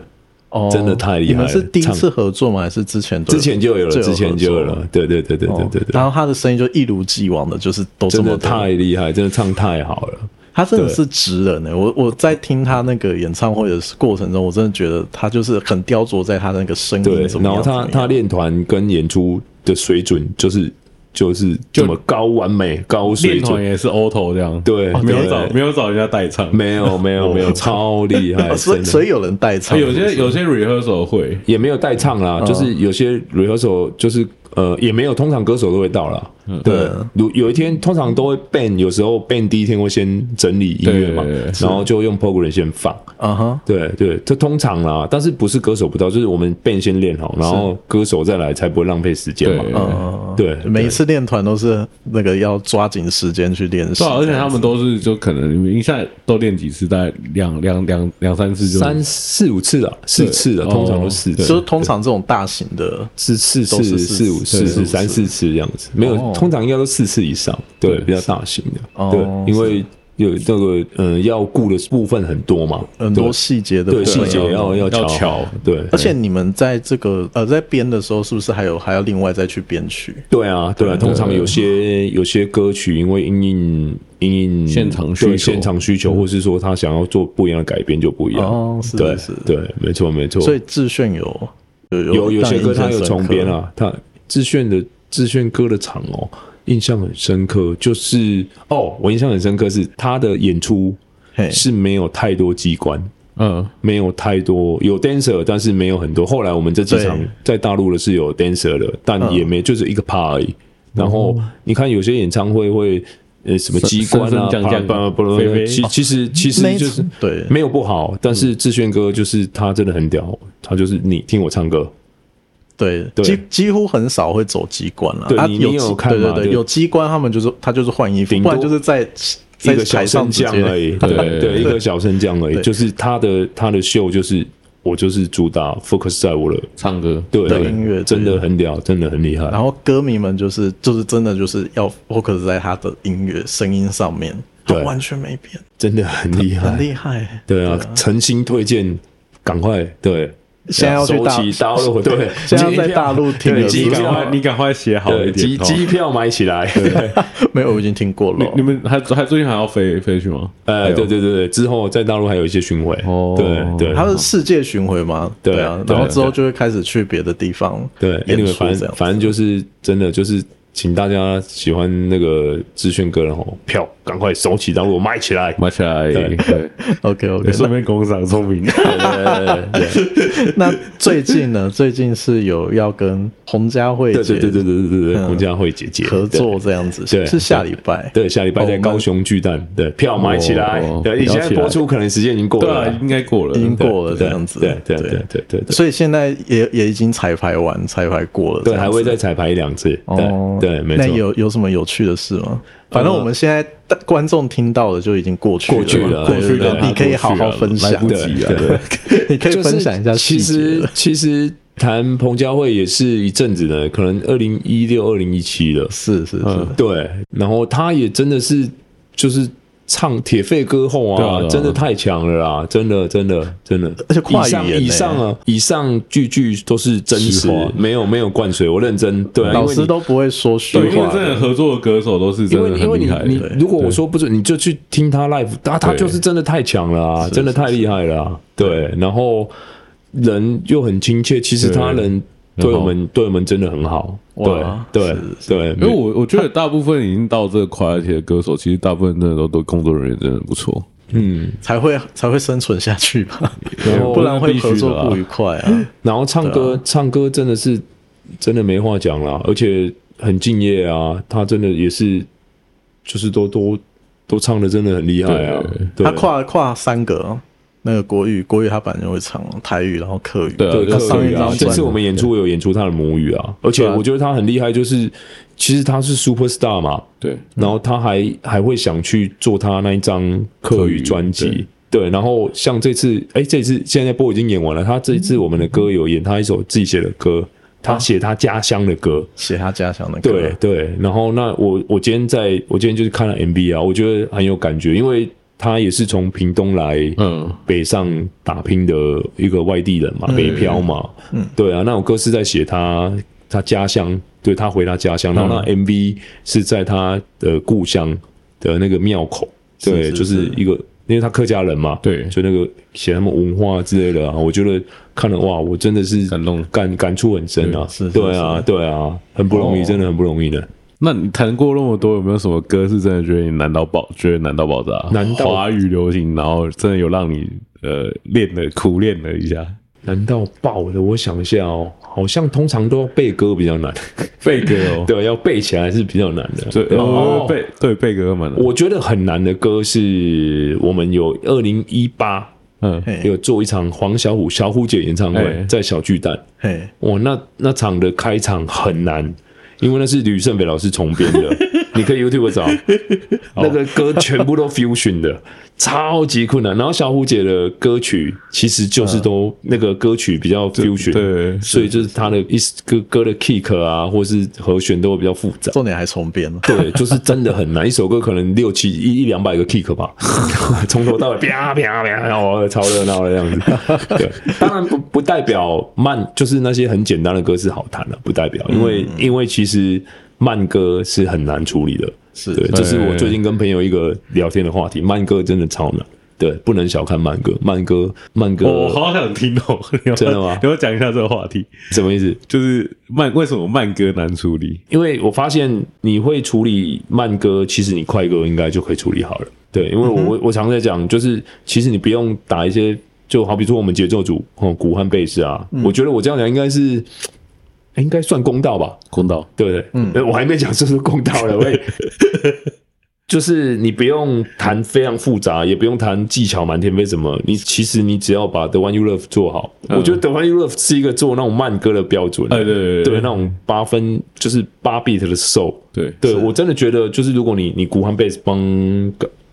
Speaker 1: 哦
Speaker 4: 真的太厉害了
Speaker 1: 你们是第一次合作吗？还是之前都
Speaker 4: 之前就有了，
Speaker 1: 就有
Speaker 4: 之前就有
Speaker 1: 合
Speaker 4: 了
Speaker 1: 作，
Speaker 4: 对对对对对
Speaker 1: 哦
Speaker 4: 对对，
Speaker 1: 然后他的声音就一如既往的，就是都这
Speaker 4: 真
Speaker 1: 么
Speaker 4: 的
Speaker 1: 的
Speaker 4: 太厉害，真的唱太好了。
Speaker 1: 他真的
Speaker 4: 对
Speaker 1: 是直人呢、欸我我在听他那个演唱会的过程中，我真的觉得他就是很雕琢在他那个声
Speaker 4: 对
Speaker 1: 音怎，么
Speaker 4: 然
Speaker 1: 样
Speaker 4: 后
Speaker 1: 怎么
Speaker 4: 他
Speaker 1: 样
Speaker 4: 他练团跟演出的水准就是就是
Speaker 3: 就
Speaker 4: 这么高完美高水
Speaker 3: 练团
Speaker 4: 准，
Speaker 3: 也是 auto 这样，
Speaker 4: 对，
Speaker 3: 没有找
Speaker 4: 对
Speaker 3: 没有找人家代唱，
Speaker 4: 没有没有没有超厉 害，
Speaker 1: 哦所以哎
Speaker 4: 真的哎
Speaker 1: 所以有人代唱，
Speaker 3: 有些有些 rehearsal 会，
Speaker 4: 也没有代唱啦，就是有些 rehearsal 就是呃，也没有，通常歌手都会到了。对，有有一天通常都会 ban，有时候 ban 第一天会先整理音乐嘛
Speaker 3: 对对对，
Speaker 4: 然后就用 program 先放。
Speaker 1: 啊哈，
Speaker 4: 对对，这通常啦，但是不是歌手不到，就是我们 ban 先练好，然后歌手再来才不会浪费时间嘛。
Speaker 3: 对
Speaker 1: 嗯，
Speaker 4: 对
Speaker 1: 每一次练团都是那个要抓紧时间去练习
Speaker 3: 对、啊，，而且他们都是就可能一下都练几次，大概两两两两三次就
Speaker 4: 三四五次了，四次了，
Speaker 3: 哦
Speaker 4: 通常都四
Speaker 1: 就是
Speaker 4: 次，
Speaker 1: 通常这种大型的，
Speaker 4: 四四
Speaker 1: 都是
Speaker 4: 次
Speaker 1: 四
Speaker 4: 四五
Speaker 1: 对
Speaker 4: 次
Speaker 1: 四五
Speaker 4: 是三
Speaker 1: 次
Speaker 4: 四次这样子，没有
Speaker 1: 哦，
Speaker 4: 通常应该都四次以上，对，
Speaker 3: 对
Speaker 4: 比较大型的，
Speaker 1: 哦
Speaker 4: 对，因为有这个嗯要顾的部分很多嘛，
Speaker 1: 很多细节的
Speaker 4: 对
Speaker 1: 部
Speaker 4: 细
Speaker 1: 分
Speaker 4: 节要
Speaker 3: 要
Speaker 4: 要
Speaker 3: 巧
Speaker 4: 巧，对，
Speaker 1: 而且你们在这个呃在编的时候，是不是还有还要另外再去编曲？
Speaker 4: 对啊，对啊，通常有些有些歌曲，因为因应因应
Speaker 3: 现场需求
Speaker 4: 对现场需求，或是说他想要做不一样的改编，就不一样。
Speaker 1: 哦是
Speaker 4: 对
Speaker 1: 是
Speaker 4: 对，没错没错。
Speaker 1: 所以志炫有有
Speaker 4: 有有
Speaker 1: 让
Speaker 4: 些
Speaker 1: 你
Speaker 4: 歌
Speaker 1: 印象
Speaker 4: 他有
Speaker 1: 深
Speaker 4: 重
Speaker 1: 刻
Speaker 4: 编，啊，他志炫的志炫歌的场哦，印象很深刻，就是哦，我印象很深刻是他的演出
Speaker 1: 嘿，
Speaker 4: 是没有太多机关。
Speaker 3: 嗯
Speaker 4: 没有太多有 dancer，但是没有很多。后来我们这几场
Speaker 1: 对
Speaker 4: 在大陆的是有 dancer 的，但也没、就是一个 part 而已。然后你看有些演唱会会呃什么机关啊，
Speaker 3: 升升降降
Speaker 4: 啪啪啪啪
Speaker 3: 飞飞
Speaker 4: 其其实其
Speaker 1: 那
Speaker 4: 实
Speaker 1: 一
Speaker 4: 就是
Speaker 1: 次对
Speaker 4: 没有不好，但是志炫哥就是他真的很屌，他就是你听我唱歌，
Speaker 1: 对，
Speaker 4: 对
Speaker 1: 几几乎很少会走机关了。
Speaker 4: 对
Speaker 1: 啊，
Speaker 4: 你
Speaker 1: 有
Speaker 4: 你有
Speaker 1: 机
Speaker 4: 看
Speaker 1: 对对
Speaker 4: 嘛
Speaker 1: 对，
Speaker 4: 就
Speaker 1: 有机关，他们就是他就是换衣服，
Speaker 4: 顶
Speaker 1: 不
Speaker 4: 多
Speaker 1: 然就是在
Speaker 4: 一
Speaker 1: 在
Speaker 4: 个小
Speaker 1: 台
Speaker 4: 升
Speaker 1: 上直
Speaker 4: 降而
Speaker 1: 接。
Speaker 4: 已，
Speaker 3: 对
Speaker 4: 对
Speaker 3: 对
Speaker 4: 对，一个小升降而已。
Speaker 1: 对
Speaker 4: 就是他的他的秀就是我就是主打 focus 在我的
Speaker 3: 唱歌
Speaker 4: 对
Speaker 1: 对音乐
Speaker 4: 真的很屌，真的很厉害。
Speaker 1: 然后歌迷们就是就是真的就是要 focus 在他的音乐声音上面，他
Speaker 4: 对
Speaker 1: 完全没变，
Speaker 4: 真的很厉害，
Speaker 1: 很厉害。
Speaker 4: 对啊，诚心推荐，赶快对，
Speaker 1: 现在要去
Speaker 4: 收
Speaker 1: 大
Speaker 4: 起刀了，对，
Speaker 1: 现在要在大陆听了是
Speaker 4: 对机
Speaker 1: 不
Speaker 3: 你
Speaker 1: 是
Speaker 3: 赶
Speaker 4: 票
Speaker 3: 快，你赶快写好一
Speaker 4: 对
Speaker 3: 点
Speaker 4: 机。
Speaker 3: 哦
Speaker 4: 机票买起来，
Speaker 1: 没有，我已经听过
Speaker 3: 你
Speaker 1: 了。
Speaker 3: 你们还还最近还要飞飞去吗？还
Speaker 4: 呃，
Speaker 3: 有
Speaker 4: 对对对对，之后在大陆还有一些巡回
Speaker 3: 哦，
Speaker 4: 对对，
Speaker 1: 他是世界巡回嘛？
Speaker 4: 对
Speaker 1: 啊，
Speaker 4: 对
Speaker 1: 然后之后就会开始去别的地方
Speaker 4: 对，
Speaker 1: 演
Speaker 4: 因为
Speaker 1: 出
Speaker 4: 反
Speaker 1: 这
Speaker 4: 正
Speaker 1: 样。
Speaker 4: 反正就是真的就是。请大家喜欢那个志炫哥的吼票，赶快手起刀落买起来！
Speaker 3: 买起来，
Speaker 4: 对
Speaker 3: 对，
Speaker 1: OK
Speaker 3: 对
Speaker 1: OK，
Speaker 3: 顺便工商聪明。
Speaker 4: 对对对对
Speaker 1: 那最近呢？最近是有要跟洪家慧
Speaker 4: 对对
Speaker 1: 姐
Speaker 4: 对对对对对，
Speaker 1: 嗯
Speaker 4: 洪家慧姐姐
Speaker 1: 合作这样子，
Speaker 4: 对
Speaker 1: 是下礼拜。
Speaker 4: 对，下礼拜在
Speaker 1: 哦
Speaker 4: 高雄巨蛋，对，票买起来
Speaker 3: 哦。
Speaker 4: 对，你
Speaker 3: 票
Speaker 4: 现在
Speaker 3: 起来
Speaker 4: 播出可能时间已经过
Speaker 3: 对
Speaker 4: 了
Speaker 3: 啊，
Speaker 4: 啦，
Speaker 3: 应该过了，
Speaker 1: 已经
Speaker 3: 对
Speaker 1: 过了这样子，
Speaker 4: 对对对对对对，
Speaker 1: 所以现在也也已经彩排完，彩排过了，这
Speaker 4: 对，
Speaker 1: 样子
Speaker 4: 还会再彩排一两次，
Speaker 1: 哦
Speaker 4: 对，对，没
Speaker 1: 那
Speaker 4: 错。呃
Speaker 1: 有有什么有趣的事吗？反正我们现在大观众听到的就已经过去
Speaker 4: 过去
Speaker 1: 了
Speaker 4: 了
Speaker 1: 嘛，
Speaker 4: 过去
Speaker 1: 对对
Speaker 4: 了
Speaker 1: 对你可以好好分享
Speaker 3: 来，不
Speaker 4: 对
Speaker 3: 及啊
Speaker 4: 对，
Speaker 1: 你可以
Speaker 4: 就是
Speaker 1: 分享一下细
Speaker 4: 其
Speaker 1: 节
Speaker 4: 实
Speaker 1: 了。
Speaker 4: 其实谈彭佳慧也是一阵子的，可能二零一六、二零一七了，
Speaker 1: 是是是，
Speaker 4: 嗯对。然后她也真的是就是唱铁肺歌后
Speaker 3: 对啊
Speaker 4: 啊
Speaker 3: 对啊，
Speaker 4: 真的太强了啦，真的真的真的。
Speaker 1: 而且跨
Speaker 4: 以
Speaker 1: 语
Speaker 4: 上
Speaker 1: 言
Speaker 4: 以
Speaker 1: 呢
Speaker 4: 上啊，以上句句都是真
Speaker 3: 实
Speaker 4: 实
Speaker 3: 话，
Speaker 4: 没有没有灌水，我认真。对啊，因
Speaker 1: 老
Speaker 4: 为
Speaker 1: 师
Speaker 4: 你
Speaker 1: 都不会说虚
Speaker 3: 对，因为
Speaker 1: 话
Speaker 3: 真
Speaker 1: 的
Speaker 3: 的合作的歌手都是真
Speaker 4: 因
Speaker 3: 的
Speaker 4: 为因
Speaker 3: 很
Speaker 4: 为
Speaker 3: 厉
Speaker 4: 你
Speaker 3: 害，
Speaker 4: 你
Speaker 3: 对
Speaker 4: 如果我说不准，你就去听他 live，他他
Speaker 3: 对
Speaker 4: 就是真的太强了啊，真的太厉害了啊，对，然后人又很亲切，其实
Speaker 3: 对
Speaker 4: 他人对
Speaker 3: 很好
Speaker 4: 我们对我们真的很好，对
Speaker 1: 哇
Speaker 4: 对对，
Speaker 3: 因为我我觉得大部分已经到这块，而且歌手其实大部分真的都都工作人员真的不错，
Speaker 4: 嗯，
Speaker 1: 才会才会生存下去吧，
Speaker 4: 然 后
Speaker 1: 不然会合作
Speaker 3: 那
Speaker 1: 不
Speaker 3: 必须
Speaker 1: 愉快啊。
Speaker 4: 然后唱歌唱歌真的是真的没话讲啦，而且很敬业啊，他真的也是就是都都都唱的真的很厉害啊，对
Speaker 1: 他跨跨三个哦，那个国语国语他本来就会唱台语，然后客语，
Speaker 3: 对啊
Speaker 4: 对，
Speaker 1: 他
Speaker 3: 客
Speaker 1: 上一
Speaker 4: 语啊
Speaker 1: 张，
Speaker 4: 这次
Speaker 1: 专
Speaker 4: 我们演出有演出他的母语啊，而且
Speaker 1: 对啊
Speaker 4: 我觉得他很厉害，就是其实他是 super star 嘛，
Speaker 3: 对
Speaker 1: 嗯
Speaker 4: 然后他还还会想去做他那一张客语专
Speaker 3: 客
Speaker 4: 辑。对，然后像这次，哎，这次现在播已经演完了。他这一次我们的歌有演他一首自己写的歌，他写他家乡的歌。
Speaker 1: 写他家乡的歌，
Speaker 4: 对对，然后那我我今天在我今天就是看了 MV 啊，我觉得很有感觉，因为他也是从屏东来，
Speaker 3: 嗯，
Speaker 4: 北上打拼的一个外地人嘛，北漂嘛，嗯，对啊，那首歌是在写他他家乡，对他回他家乡，然后那 MV 是在他的故乡的那个庙口，
Speaker 1: 是
Speaker 4: 对，
Speaker 1: 是
Speaker 4: 就是一个。因为他客家人嘛，
Speaker 3: 对
Speaker 4: 就那个写他们文化之类的啊，我觉得看了哇，我真的是
Speaker 3: 感动
Speaker 4: 感感触很深啊，
Speaker 1: 是是
Speaker 4: 对啊，
Speaker 1: 是
Speaker 4: 对啊，很不容易，
Speaker 3: 哦
Speaker 4: 真的很不容易的。
Speaker 3: 那你谈过那么多，有没有什么歌是真的觉得你难到爆，觉得难到爆炸？
Speaker 4: 难到
Speaker 3: 华语流行，然后真的有让你呃练了苦练了一下，
Speaker 4: 难道爆的？我想一下哦，好像通常都要背歌比较 难，
Speaker 3: 贝哥哦，
Speaker 4: 对，要背起来是比较难的。
Speaker 3: 对哦
Speaker 4: 哦，
Speaker 3: 贝对贝哥们，
Speaker 4: 我觉得很难的歌是我们有二零一八
Speaker 3: 嗯
Speaker 1: 嘿
Speaker 4: 有做一场黄小琥小虎姐演唱
Speaker 3: 哎
Speaker 4: 会，在小巨蛋。
Speaker 1: 嘿，
Speaker 4: 哇，哦那那场的开场很难，因为那是吕胜北老师重编的，你可以 YouTube 找， 哦那个歌全部都 fusion 的，超级困难。然后小虎姐的歌曲其实就是都、那个歌曲比较 fusion，
Speaker 3: 对
Speaker 4: 所以就是她的一歌歌的 kick 啊，或是和弦都会比较复杂。
Speaker 1: 重点还重编了。
Speaker 4: 对，就是真的很难，一首歌可能六七一一两百个 kick 吧， 从头到尾啪啪啪，然后超热闹的样子。对，当然不不代表慢，就是那些很简单的歌是好弹的、不代表，因为、因为其实慢歌是很难处理的。
Speaker 1: 是
Speaker 4: 对，
Speaker 1: 对
Speaker 4: 这是我最近跟朋友一个聊天的话题，慢歌真的超难。对，不能小看慢歌，慢歌，慢歌，
Speaker 3: 我好想听哦，你要
Speaker 4: 真的吗
Speaker 3: 你要讲一下这个话题，
Speaker 4: 什么意思？
Speaker 3: 就是慢为什么慢歌难处理？
Speaker 4: 因为我发现你会处理慢歌，其实你快歌应该就可以处理好了。对，因为
Speaker 3: 嗯
Speaker 4: 我我我常在讲，就是其实你不用打一些，就好比说我们节奏组哦，鼓和贝斯啊，
Speaker 3: 嗯
Speaker 4: 我觉得我这样讲应该是。应该算公道吧，
Speaker 3: 公道
Speaker 4: 对不对？嗯，我还没讲这是公 道了，喂，就是你不用弹非常复杂，也不用弹技巧满天飞什么，你其实你只要把《The One You Love》做好，我觉得《The One You Love》是一个做那种慢歌的标准，
Speaker 3: 嗯哎对对对
Speaker 4: 对，那种八分就是八 beat 的 soul，
Speaker 3: 对，
Speaker 4: 对我真的觉得就是如果你你鼓和 bass 帮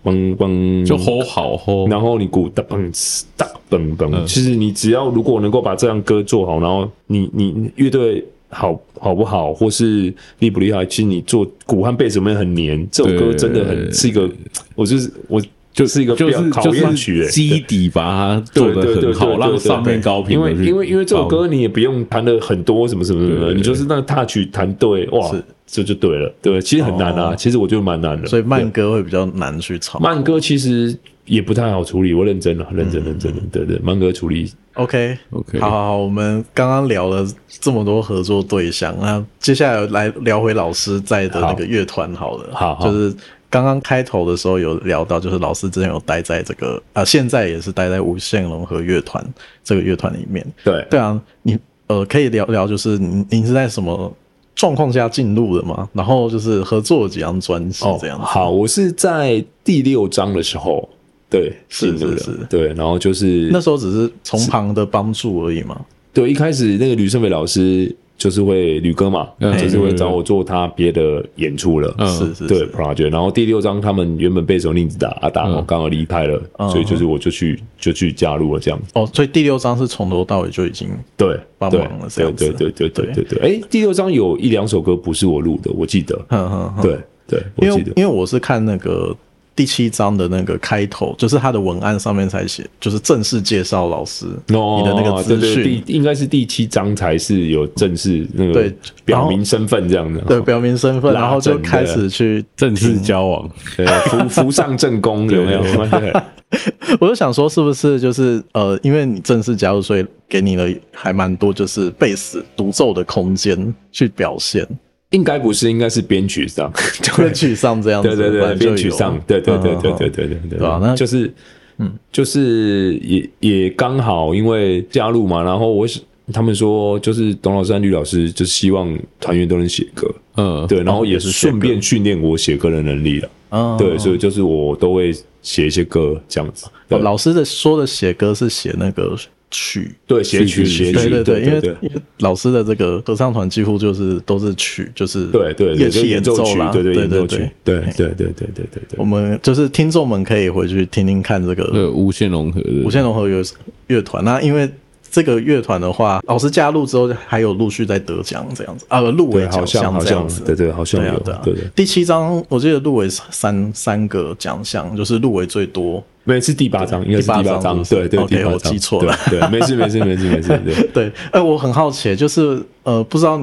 Speaker 4: 帮帮
Speaker 3: 就嗯吼好吼，
Speaker 4: 然后你鼓哒嘣呲哒嘣
Speaker 3: 嗯
Speaker 4: 嘣，其实你只要如果能够把这样歌做好，然后你你你乐队好好不好，或是厉不厉害，其实你做鼓和贝斯有没有很黏，这首歌
Speaker 3: 对
Speaker 4: 真的很是一个，我就是我就是一个
Speaker 3: 就
Speaker 4: 比较
Speaker 3: 是
Speaker 4: 考验
Speaker 3: 就
Speaker 4: 曲、
Speaker 3: 是
Speaker 4: 欸，对
Speaker 3: 基底把它做的很好，让上面高频
Speaker 4: 因
Speaker 3: 的
Speaker 4: 为
Speaker 3: 去
Speaker 4: 因为因为这首
Speaker 3: 爆
Speaker 4: 歌你也不用弹的很多什么什么什
Speaker 3: 对
Speaker 4: 么
Speaker 3: 对
Speaker 4: 的，
Speaker 3: 对
Speaker 4: 你就是那个踏曲弹对，哇
Speaker 1: 是，
Speaker 4: 这就对了，对，其实很难啊，
Speaker 1: 哦
Speaker 4: 其实我觉得蛮难的，
Speaker 1: 所以慢歌会比较难去炒。
Speaker 4: 慢歌其实也不太好处理，我认真了，啊
Speaker 1: 嗯
Speaker 4: 认真认真了，对对，慢歌处理
Speaker 1: OK
Speaker 3: OK
Speaker 1: 好好好，我们刚刚聊了这么多合作对象，那接下来来聊回老师在的那个乐团好了。
Speaker 4: 好好
Speaker 1: 就是刚刚开头的时候有聊到，就是老师之前有待在这个啊、现在也是待在无限融合乐团这个乐团里面。
Speaker 4: 对。
Speaker 1: 对啊，你呃可以聊聊，就是您您是在什么状况下进入的吗？然后就是合作了几张专辑这样子。
Speaker 4: 哦好，我是在第六章的时候，对，
Speaker 1: 是
Speaker 4: 进
Speaker 1: 是
Speaker 4: 入的
Speaker 1: 是
Speaker 4: 对，然后就是
Speaker 1: 那时候只是从旁的帮助而已嘛。
Speaker 4: 对一开始那个吕胜伟老师就是会吕哥嘛，
Speaker 3: 嗯
Speaker 4: 就是会找我做他别的演出了，
Speaker 3: 嗯
Speaker 1: 是是
Speaker 4: 对
Speaker 1: 是，
Speaker 4: project。然后第六章他们原本贝手宁子达阿达
Speaker 3: 嗯
Speaker 4: 刚好离开了，
Speaker 1: 嗯
Speaker 4: 所以就是我就去就去加入了这样子，
Speaker 1: 哦，所以第六张是从头到尾就已经
Speaker 4: 对，
Speaker 1: 帮
Speaker 4: 对
Speaker 1: 忙了这样子
Speaker 4: 对对对对对对对。哎，第六章有一两首歌不是我录的，我记得，
Speaker 1: 哼哼哼，
Speaker 4: 对对，
Speaker 1: 嗯
Speaker 4: 我
Speaker 1: 因为
Speaker 4: 记得。
Speaker 1: 因为我是看那个第七章的那个开头，就是他的文案上面才写，就是正式介绍老师、
Speaker 4: 哦，
Speaker 1: 你的那个资
Speaker 4: 对对
Speaker 1: 讯，
Speaker 4: 第应该是第七章才是有正式那个
Speaker 1: 对然
Speaker 4: 表
Speaker 1: 后
Speaker 4: 明身份这样的，
Speaker 1: 对，表明身份，
Speaker 4: 拉
Speaker 1: 然后就
Speaker 4: 整的
Speaker 1: 开始去，
Speaker 3: 正式交往，
Speaker 4: 对扶扶上正宫有没有？ 对
Speaker 1: 我就想说是不是就是呃，因为你正式加入，所以给你了还蛮多就是贝斯独奏的空间去表现，
Speaker 4: 应该不是，应该是编 曲上，就
Speaker 1: 编曲上这样子，
Speaker 4: 对
Speaker 1: 本
Speaker 4: 对对，
Speaker 1: 来就有
Speaker 4: 编曲上，对对对
Speaker 1: 嗯
Speaker 4: 对对，
Speaker 1: 嗯嗯
Speaker 4: 对对对，
Speaker 1: 对啊那
Speaker 4: 就是嗯，就是也也刚好因为加入嘛，然后我是他们说就是董老师和吕老师就是希望团员都能写歌，
Speaker 3: 嗯，
Speaker 4: 对，然后也是
Speaker 1: 哦写歌
Speaker 4: 顺便训练我写歌的能力了，
Speaker 1: 嗯，
Speaker 4: 对，所
Speaker 1: 以。
Speaker 4: 以就是我都会写一些歌这样子，对
Speaker 1: 哦老师的说的写歌是写那个曲，
Speaker 4: 对写曲
Speaker 3: 曲
Speaker 4: 写
Speaker 1: 对
Speaker 4: 曲，
Speaker 1: 对对，因为
Speaker 4: 对
Speaker 1: 因为老师的这个合唱团几乎就是都是曲，就是
Speaker 4: 对对，
Speaker 1: 乐器
Speaker 4: 演
Speaker 1: 奏
Speaker 4: 曲
Speaker 1: 啦，，
Speaker 4: 对
Speaker 1: 对
Speaker 4: 演奏
Speaker 1: 对
Speaker 4: 曲
Speaker 1: 对，
Speaker 4: 对对对对对对
Speaker 1: 我
Speaker 4: 对。
Speaker 1: 们就是听众们可以回去听听看这个
Speaker 3: 对无限融合的
Speaker 1: 无限融合乐乐团。那因为这个乐团的话，老师加入之后，还有陆续在得奖这样子啊，入围
Speaker 4: 对，
Speaker 1: 奖
Speaker 4: 好像
Speaker 1: 项
Speaker 4: 好
Speaker 1: 这样
Speaker 4: 像
Speaker 1: 子，，
Speaker 4: 对对，好像
Speaker 1: 对
Speaker 4: 有
Speaker 1: 啊，对啊，
Speaker 4: 对对，
Speaker 1: 第七章我记得入围三三个奖项，就是入围最多。
Speaker 4: 没是第八章，应该是第八
Speaker 1: 第八章
Speaker 4: 章，
Speaker 1: 是不
Speaker 4: 对
Speaker 1: 是
Speaker 4: 对，
Speaker 1: OK，
Speaker 4: 第八
Speaker 1: 我
Speaker 4: 章
Speaker 1: 记错了
Speaker 4: 对，对没事没事没事没事，对，
Speaker 1: 对，哎、我很好奇，就是呃，不知道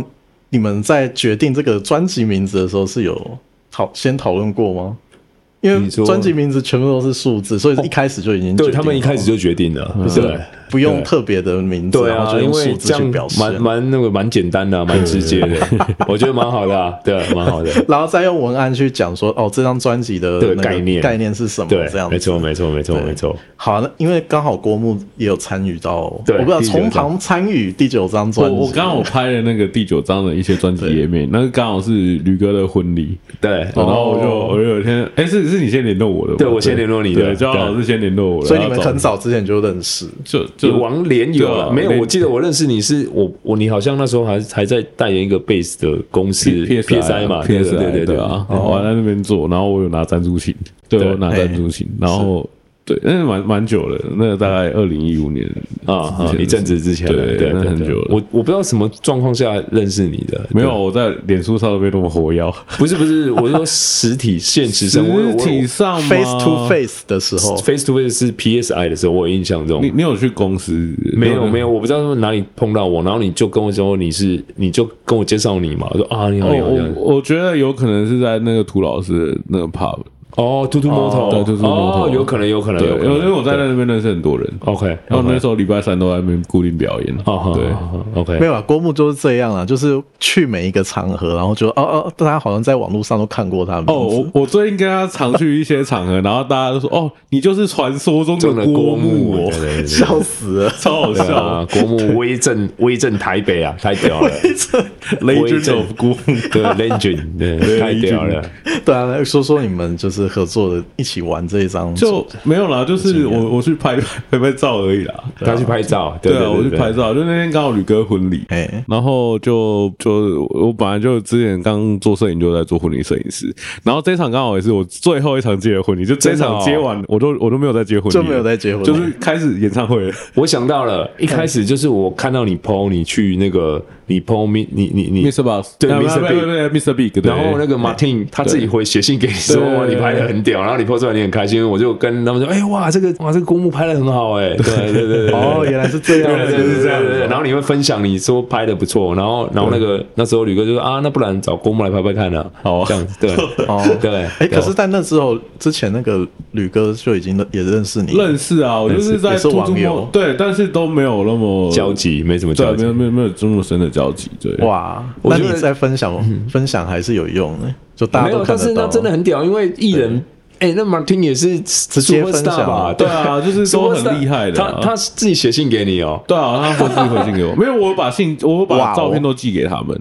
Speaker 1: 你们在决定这个专辑名字的时候是有讨先讨论过吗？因为
Speaker 4: 你说哦
Speaker 1: 专辑名字全部都是数字，所以一开始就已经
Speaker 4: 对
Speaker 1: 决定
Speaker 4: 他们一开始
Speaker 1: 好
Speaker 4: 就决定了，
Speaker 1: 了嗯
Speaker 4: 对
Speaker 1: 对，不用特别的名字，
Speaker 4: 对
Speaker 1: 然后
Speaker 4: 啊，
Speaker 1: 就
Speaker 4: 因
Speaker 1: 用
Speaker 4: 为
Speaker 1: 数字
Speaker 4: 这样
Speaker 1: 去表示，啊
Speaker 4: 蛮蛮那个蛮简单的啊，蛮直接的， 我觉得蛮好的啊，对，蛮好 的，
Speaker 1: 然后再用文案去讲说哦，这张专辑的
Speaker 4: 对
Speaker 1: 那个
Speaker 4: 概念
Speaker 1: 概念是什么？
Speaker 4: 对
Speaker 1: 这样，子
Speaker 4: 没错，没错，没错，
Speaker 1: 对
Speaker 4: 没错，
Speaker 1: 好，那因为刚好国木也有参与到，我
Speaker 4: 对
Speaker 1: 不知道
Speaker 4: 第九张
Speaker 1: 从旁参与第九张专
Speaker 3: 我
Speaker 1: 辑，
Speaker 3: 我刚好拍了那个第九张的一些专辑页面，那个刚好是驴哥的婚礼，
Speaker 1: 哦
Speaker 4: 对，
Speaker 3: 然后我就我有一天，哎、是是你先联络我的吗，
Speaker 4: 哦对我先联络你的
Speaker 3: 对，焦老师先联络我的，
Speaker 1: 所以你们
Speaker 3: 然后
Speaker 1: 很早之前就认识，
Speaker 3: 就
Speaker 4: 就
Speaker 3: 就
Speaker 4: 王连友
Speaker 3: 对啊
Speaker 4: 啊，没有，
Speaker 3: 连
Speaker 4: 我记得我认识你是我我你好像那时候还还在代言一个贝斯的公司
Speaker 3: P S
Speaker 4: PSI 嘛
Speaker 3: ，P
Speaker 4: 对
Speaker 3: S
Speaker 4: 对
Speaker 3: I
Speaker 4: 对哦
Speaker 3: 对啊，我在那边做，然后我有拿赞助琴，对
Speaker 4: 对
Speaker 3: 我拿
Speaker 1: 哎
Speaker 3: 赞助琴，然后对，那蛮蛮久了，那大概二零一五年
Speaker 4: 啊啊
Speaker 3: 之前
Speaker 4: 一阵子之前了，
Speaker 3: 对
Speaker 4: 对，
Speaker 3: 那
Speaker 4: 对
Speaker 3: 很
Speaker 4: 对
Speaker 3: 久了
Speaker 4: 我我不知道什么状况下认识你的，
Speaker 3: 没有，
Speaker 4: 对，
Speaker 3: 我在脸书上都没那么活跃，
Speaker 4: 不是不是，我是说实体现实
Speaker 3: 实
Speaker 4: 生活，我我
Speaker 3: 体上吗
Speaker 1: face to face 的时候，
Speaker 4: face to face 是 PSI 的时候，我有印象中
Speaker 3: 你。你有去公司？
Speaker 4: 没有没有，我不知道哪里碰到我，然后你就跟我说你是，你就跟我介绍你嘛，我说啊你好你好你好
Speaker 3: 我，哦我我觉得有可能是在那个涂老师的那个 pub，
Speaker 4: 哦，Tutu
Speaker 3: 哦
Speaker 4: Moto，
Speaker 3: 对，Tutu Moto
Speaker 4: 哦有可能有可能
Speaker 3: 对，
Speaker 4: 有可能，
Speaker 3: 因为我在
Speaker 4: 对
Speaker 3: 那边认识很多人，
Speaker 4: OK，
Speaker 3: 然后那时
Speaker 4: 候
Speaker 3: 候礼拜三都在那边固定表演，
Speaker 4: 哦
Speaker 3: 对。
Speaker 4: 对，OK，
Speaker 1: 没有啊，郭木就是这样啊，就是去每一个场合，然后就哦哦，大家好像在网络上都看过他们。
Speaker 3: 哦，我我最近跟他常去一些场合，然后大家都说：“哦，你就是传说中
Speaker 4: 中
Speaker 3: 的
Speaker 4: 了
Speaker 3: 郭
Speaker 4: 木
Speaker 3: 木，哦，，
Speaker 4: 对对对对
Speaker 1: 笑死了
Speaker 3: 超好
Speaker 4: 对 啊
Speaker 3: 笑。
Speaker 4: 国木威震威震台北啊，太屌了，
Speaker 3: ”Legend of 郭木，
Speaker 4: 对 legend，对，太屌了，
Speaker 1: 对啊，来说说你们就是合作的，一起玩这一张，
Speaker 3: 就没有啦，就是我我去拍 拍拍照而已啦。
Speaker 4: 他去拍照，
Speaker 3: 对啊，
Speaker 4: 对，
Speaker 3: 我去拍照，
Speaker 4: 照，
Speaker 3: 就那天刚好吕哥婚礼，
Speaker 1: 哎，
Speaker 3: 然后就就我本来就之前刚做摄影就在做婚礼摄影师，然后这一场刚好也是我最后一场接的婚礼，就这一
Speaker 4: 真的
Speaker 3: 场
Speaker 4: 哦
Speaker 3: 接完我都我都没有再接婚礼了，
Speaker 1: 就没有再结婚了
Speaker 3: 就是开始演唱 会了。
Speaker 4: 我想到了，一开始就是我看到你 PO，你去那个你 PO 你你你你
Speaker 3: Mr. Bus，
Speaker 4: 对
Speaker 3: 啊
Speaker 4: Mr.
Speaker 3: 不
Speaker 4: Big
Speaker 3: 不不不，Mr. Big，对
Speaker 4: 然后那个 Martin 他自己回写信给你说
Speaker 3: 对
Speaker 4: 哇你拍的很屌，然后你 PO 出来你很开心，我就跟他们说，哎哇这个哇这个公墓拍的很好哎，对对对对，对
Speaker 1: 哦，原来是这样
Speaker 4: 对
Speaker 1: 子，
Speaker 4: 对对对对对，然后你会分享你说拍的不错，然后然后那个那时候吕哥就说啊，那不然找郭牧来拍拍看啊，
Speaker 3: 好啊
Speaker 4: 这样子对，
Speaker 1: 哦，
Speaker 4: 对
Speaker 1: 哎，
Speaker 4: 对啊
Speaker 1: 可是在那之后，之前那个吕哥就已经也认识你了，
Speaker 3: 认识啊，我就是在
Speaker 1: 也是
Speaker 3: 兔
Speaker 1: 网
Speaker 3: 兔
Speaker 1: 友
Speaker 3: 猫对，但是都没有那么
Speaker 4: 交，集没什么
Speaker 3: 对啊
Speaker 4: 交，
Speaker 3: 没
Speaker 4: 集
Speaker 3: 有，没有没有这么深的交集，对，
Speaker 1: 哇，
Speaker 4: 我
Speaker 1: 那
Speaker 4: 觉
Speaker 1: 你
Speaker 4: 得嗯
Speaker 1: 在分享分享还是有用的，就大
Speaker 4: 没
Speaker 1: 家
Speaker 4: 有，
Speaker 1: 都看
Speaker 4: 但
Speaker 1: 得
Speaker 4: 是那
Speaker 1: 到。啊
Speaker 4: 真的很屌，因为艺人。哎、那 Martin 也是直
Speaker 1: 接分享
Speaker 4: 吧？
Speaker 3: 对啊就是都很
Speaker 4: Superstar
Speaker 3: 厉害的啊
Speaker 4: 他他自己写信给你哦。
Speaker 3: 对啊，他回信回信给我，没有，我有把信，我有
Speaker 1: 哇哦
Speaker 3: 把照片都寄给他们，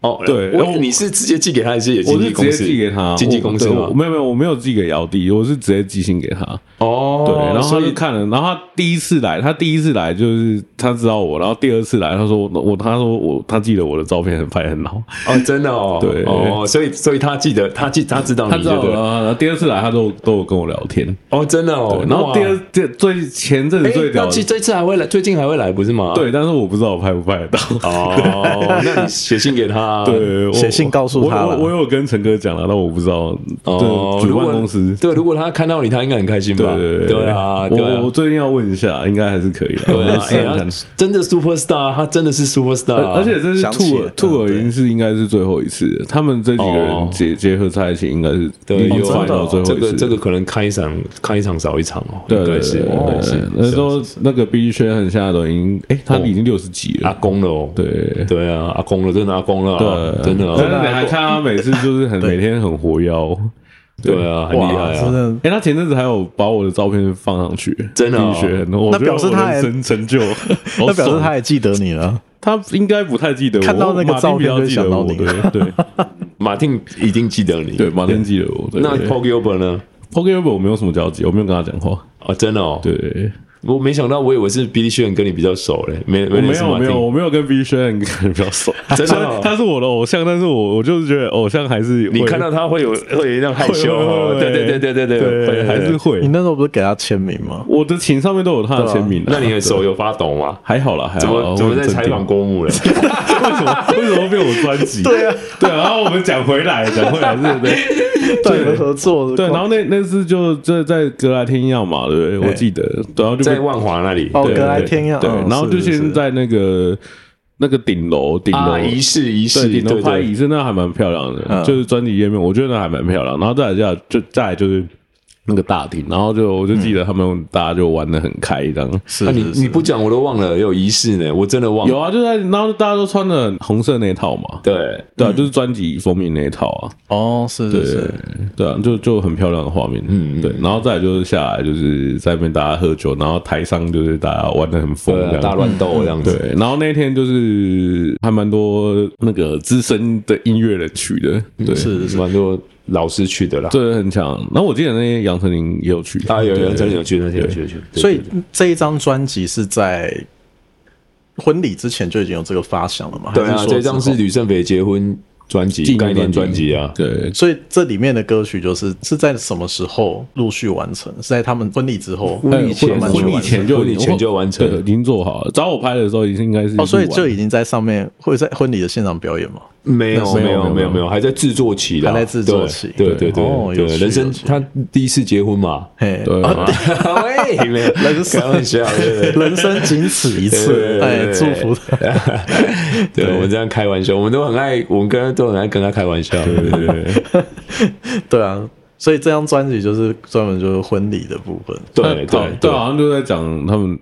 Speaker 4: 哦，
Speaker 3: 对
Speaker 4: 我
Speaker 3: 我
Speaker 4: 你是直接寄给他，还是也
Speaker 3: 我
Speaker 4: 经
Speaker 3: 是直接
Speaker 4: 纪公司？
Speaker 3: 寄给他，
Speaker 4: 经纪公司
Speaker 3: 我对
Speaker 4: 吗
Speaker 3: 我？没有没有，我没有寄给姚弟，我是直接寄信给他，
Speaker 4: 哦，
Speaker 3: 对，然后
Speaker 4: 所
Speaker 3: 他就
Speaker 4: 以
Speaker 3: 看了，然后他第一次来，他第一次来就是他知道我，然后第二次来，他说我我他说我他记得我的照片很拍得很好，
Speaker 4: 哦，真的哦，
Speaker 3: 对
Speaker 4: 哦，所以所以他记得，他记他知道
Speaker 3: 他
Speaker 4: 你
Speaker 3: 知
Speaker 4: 就
Speaker 3: 道
Speaker 4: 对
Speaker 3: 了，
Speaker 4: 了。
Speaker 3: 然后第二次来他都都有跟我聊天，
Speaker 4: 哦，真的哦
Speaker 3: 对。然后
Speaker 4: 哇
Speaker 3: 第二第最前阵子
Speaker 4: 哎
Speaker 3: 最屌
Speaker 4: 那
Speaker 3: 的
Speaker 4: 这这次还会来，最近还会来不是吗？
Speaker 3: 对，但是我不知道我拍不拍得到。
Speaker 4: 哦，那你写信给他。
Speaker 3: 对，我
Speaker 1: 写信告诉他
Speaker 3: 我
Speaker 1: 了
Speaker 3: 我我有跟陈哥讲了，但我不知道。
Speaker 4: 哦，
Speaker 3: 对主
Speaker 4: 如
Speaker 3: 办
Speaker 4: 果
Speaker 3: 公司。
Speaker 4: 对，如果他看到你，他应该很开心
Speaker 3: 对
Speaker 4: 吧？
Speaker 3: 对
Speaker 4: 对啊，对
Speaker 3: 我
Speaker 4: 啊
Speaker 3: 我。最近要问一下，应该还是可以的。
Speaker 4: 对
Speaker 3: 我
Speaker 4: 啊，
Speaker 3: 试
Speaker 4: 哎
Speaker 3: 试
Speaker 4: 呀
Speaker 3: 看。
Speaker 4: 真的 super star，他真的是啊 super star，
Speaker 3: 而而且这是
Speaker 1: 想起
Speaker 3: 兔
Speaker 1: 了
Speaker 3: 耳兔耳
Speaker 1: 对
Speaker 3: 已经是应该是最后一次了，他们这几个
Speaker 4: 哦
Speaker 3: 人结结合在一起，应该是
Speaker 4: 对，
Speaker 3: 已
Speaker 4: 有啊
Speaker 3: 经
Speaker 1: 真
Speaker 3: 快
Speaker 1: 的
Speaker 3: 到
Speaker 1: 哦
Speaker 3: 最后
Speaker 4: 这
Speaker 3: 一次
Speaker 4: 个
Speaker 3: 了。
Speaker 4: 这个可能开一场开一场少一场哦，
Speaker 3: 对
Speaker 4: 应该
Speaker 3: 对
Speaker 4: 是
Speaker 3: 对
Speaker 4: 应该是
Speaker 3: 对，那时候那个 B 圈很现在都已经，哎，他已经六十几
Speaker 4: 阿
Speaker 3: 了。
Speaker 4: 公了哦，
Speaker 3: 对
Speaker 4: 对啊，阿公了，真的阿公了啊，
Speaker 3: 对，
Speaker 4: 真的
Speaker 3: 但是
Speaker 4: 哦，
Speaker 3: 你还看他每次就是很每天很活跃哦。
Speaker 4: 对啊，很厉害
Speaker 1: 真
Speaker 4: 啊，
Speaker 1: 的
Speaker 3: 哎、他前阵子还有把我的照片放上去，
Speaker 4: 真的哦
Speaker 3: 自己学很
Speaker 1: 那
Speaker 3: 多，我觉得
Speaker 1: 表示他
Speaker 3: 我
Speaker 1: 还
Speaker 3: 人生成就，那
Speaker 1: 那表示他也记得你了，
Speaker 3: 他应该不太记得我，
Speaker 1: 看到那个
Speaker 3: 马丁
Speaker 1: 照片就
Speaker 3: 比较记得
Speaker 1: 想到
Speaker 3: 我
Speaker 1: 你
Speaker 3: 对对
Speaker 4: 马丁一定记得你。
Speaker 3: 对，马丁记得我。对
Speaker 4: 那
Speaker 3: 对
Speaker 4: Paul Gilbert 呢？
Speaker 3: Pokemon 我没有什么交集，我没有跟他讲话。
Speaker 4: 哦，真的哦，
Speaker 3: 对，
Speaker 4: 我没想到，我以为是 Billy Sheehan 跟你比较熟嘞，没
Speaker 3: 我
Speaker 4: 没
Speaker 3: 没
Speaker 4: 认识
Speaker 3: 有
Speaker 4: 马
Speaker 3: 没
Speaker 4: 丁
Speaker 3: 有，我没有跟 B 轩比较熟，
Speaker 4: 真的
Speaker 3: 虽
Speaker 4: 哦
Speaker 3: 然他是我的偶像，但是我我就是觉得偶像还是
Speaker 4: 你
Speaker 3: 会
Speaker 4: 看到他会有会有一点害
Speaker 3: 会
Speaker 4: 羞哦，
Speaker 3: 会
Speaker 4: 对对对对对
Speaker 3: 对，
Speaker 4: 会
Speaker 3: 还是。
Speaker 1: 你
Speaker 3: 会。
Speaker 1: 那时候不是给他签名吗？
Speaker 3: 我的琴上面都有他的签名啊，
Speaker 4: 那你的手有发抖吗？
Speaker 3: 还好啦，还
Speaker 4: 怎
Speaker 3: 好啦
Speaker 4: 么怎么在采？
Speaker 3: 哎我很镇定
Speaker 4: 访郭牧
Speaker 3: 为
Speaker 4: 嘞？
Speaker 3: 什么为什么变我专 辑？对啊，对啊。然后我们讲回来，讲回来，对不对？
Speaker 1: 对，你们合作
Speaker 3: 对，然后那那次就在在格莱天亚嘛，对不对？
Speaker 1: 对
Speaker 4: 哎
Speaker 3: 我记得，然后就被
Speaker 4: 在万华那里，
Speaker 1: 哦，
Speaker 3: 对
Speaker 1: 格莱天亚，
Speaker 3: 对，
Speaker 1: 嗯
Speaker 3: 然后就是
Speaker 1: 是
Speaker 3: 先在那个。那个顶楼，顶楼、
Speaker 4: 啊，仪式仪式，
Speaker 3: 对，顶
Speaker 4: 对
Speaker 3: 楼拍
Speaker 4: 对
Speaker 3: 椅子那还蛮漂亮的，
Speaker 1: 嗯
Speaker 3: 就是专辑页面，我觉得那还蛮漂亮。然后再来就就再来就是那个大厅，然后就我就记得他们、大家就玩的很开这样。
Speaker 1: 是
Speaker 4: 啊你
Speaker 1: 是是
Speaker 4: 你不讲我都忘了有仪式呢，我真的忘了。
Speaker 3: 有啊，就在然后大家都穿了红色那一套嘛，
Speaker 4: 对，嗯
Speaker 3: 对啊，就是专辑封面那一套啊，
Speaker 1: 哦，是
Speaker 3: 对
Speaker 1: 是是，
Speaker 3: 对啊，就就很漂亮的画面，嗯，对。然后再来就是下来就是在那边大家喝酒，然后台上就是大家玩的很疯
Speaker 4: 对
Speaker 3: 这
Speaker 4: 啊，大
Speaker 3: 样。
Speaker 4: 乱斗这样子。
Speaker 3: 对，然后那一天就是还蛮多那个资深的音乐人去的，对，
Speaker 1: 是是，
Speaker 4: 蛮多老师去的啦。
Speaker 3: 这很强。然后我记得那天杨丞琳也有去，
Speaker 4: 啊，有有
Speaker 3: 对
Speaker 4: 真的有去，那天有去有去。对
Speaker 1: 所以这一张专辑是在婚礼之前就已经有这个发想了嘛？
Speaker 4: 对
Speaker 1: 还
Speaker 4: 啊，
Speaker 1: 说
Speaker 4: 这张
Speaker 1: 之
Speaker 4: 是
Speaker 1: 后，
Speaker 4: 吕胜斐结婚专辑
Speaker 3: 纪
Speaker 4: 概
Speaker 3: 念
Speaker 4: 念专辑啊。
Speaker 3: 对，
Speaker 1: 所以这里面的歌曲就是是在什么时候陆续完成？是在他们婚礼之后，
Speaker 4: 嗯婚礼前
Speaker 1: 慢慢
Speaker 3: 婚
Speaker 1: 去
Speaker 3: 礼
Speaker 1: 完成哦
Speaker 3: 前就
Speaker 4: 婚礼前就完成
Speaker 3: 对已经做好了。找我拍的时候，已经应该是
Speaker 1: 哦，所以就
Speaker 3: 已
Speaker 1: 已经在上面会在婚礼的现场表演嘛？
Speaker 4: 没有
Speaker 3: 那是
Speaker 4: 没
Speaker 3: 没有
Speaker 4: 有没有没有，还在制作期啦，
Speaker 1: 还在制作期
Speaker 4: 对对对
Speaker 1: 哦
Speaker 4: 对
Speaker 1: 有
Speaker 4: 对，
Speaker 1: 趣
Speaker 4: 人生
Speaker 1: 有趣
Speaker 4: 他第一次结婚嘛，
Speaker 1: 嘿，
Speaker 3: 对
Speaker 1: 啊
Speaker 4: 喂，没有，
Speaker 1: 人生
Speaker 4: 开玩笑，对对对
Speaker 1: 人生仅此一
Speaker 4: 对对
Speaker 1: 次，哎，
Speaker 4: 对
Speaker 1: 祝福他。
Speaker 4: 对，我们这样开玩笑，我们都很爱，我们跟他都很爱跟他开玩笑，对对对
Speaker 1: 对啊，所以这张专辑就是专门就是婚礼的部分。
Speaker 4: 对对
Speaker 3: 对，好像就在讲他们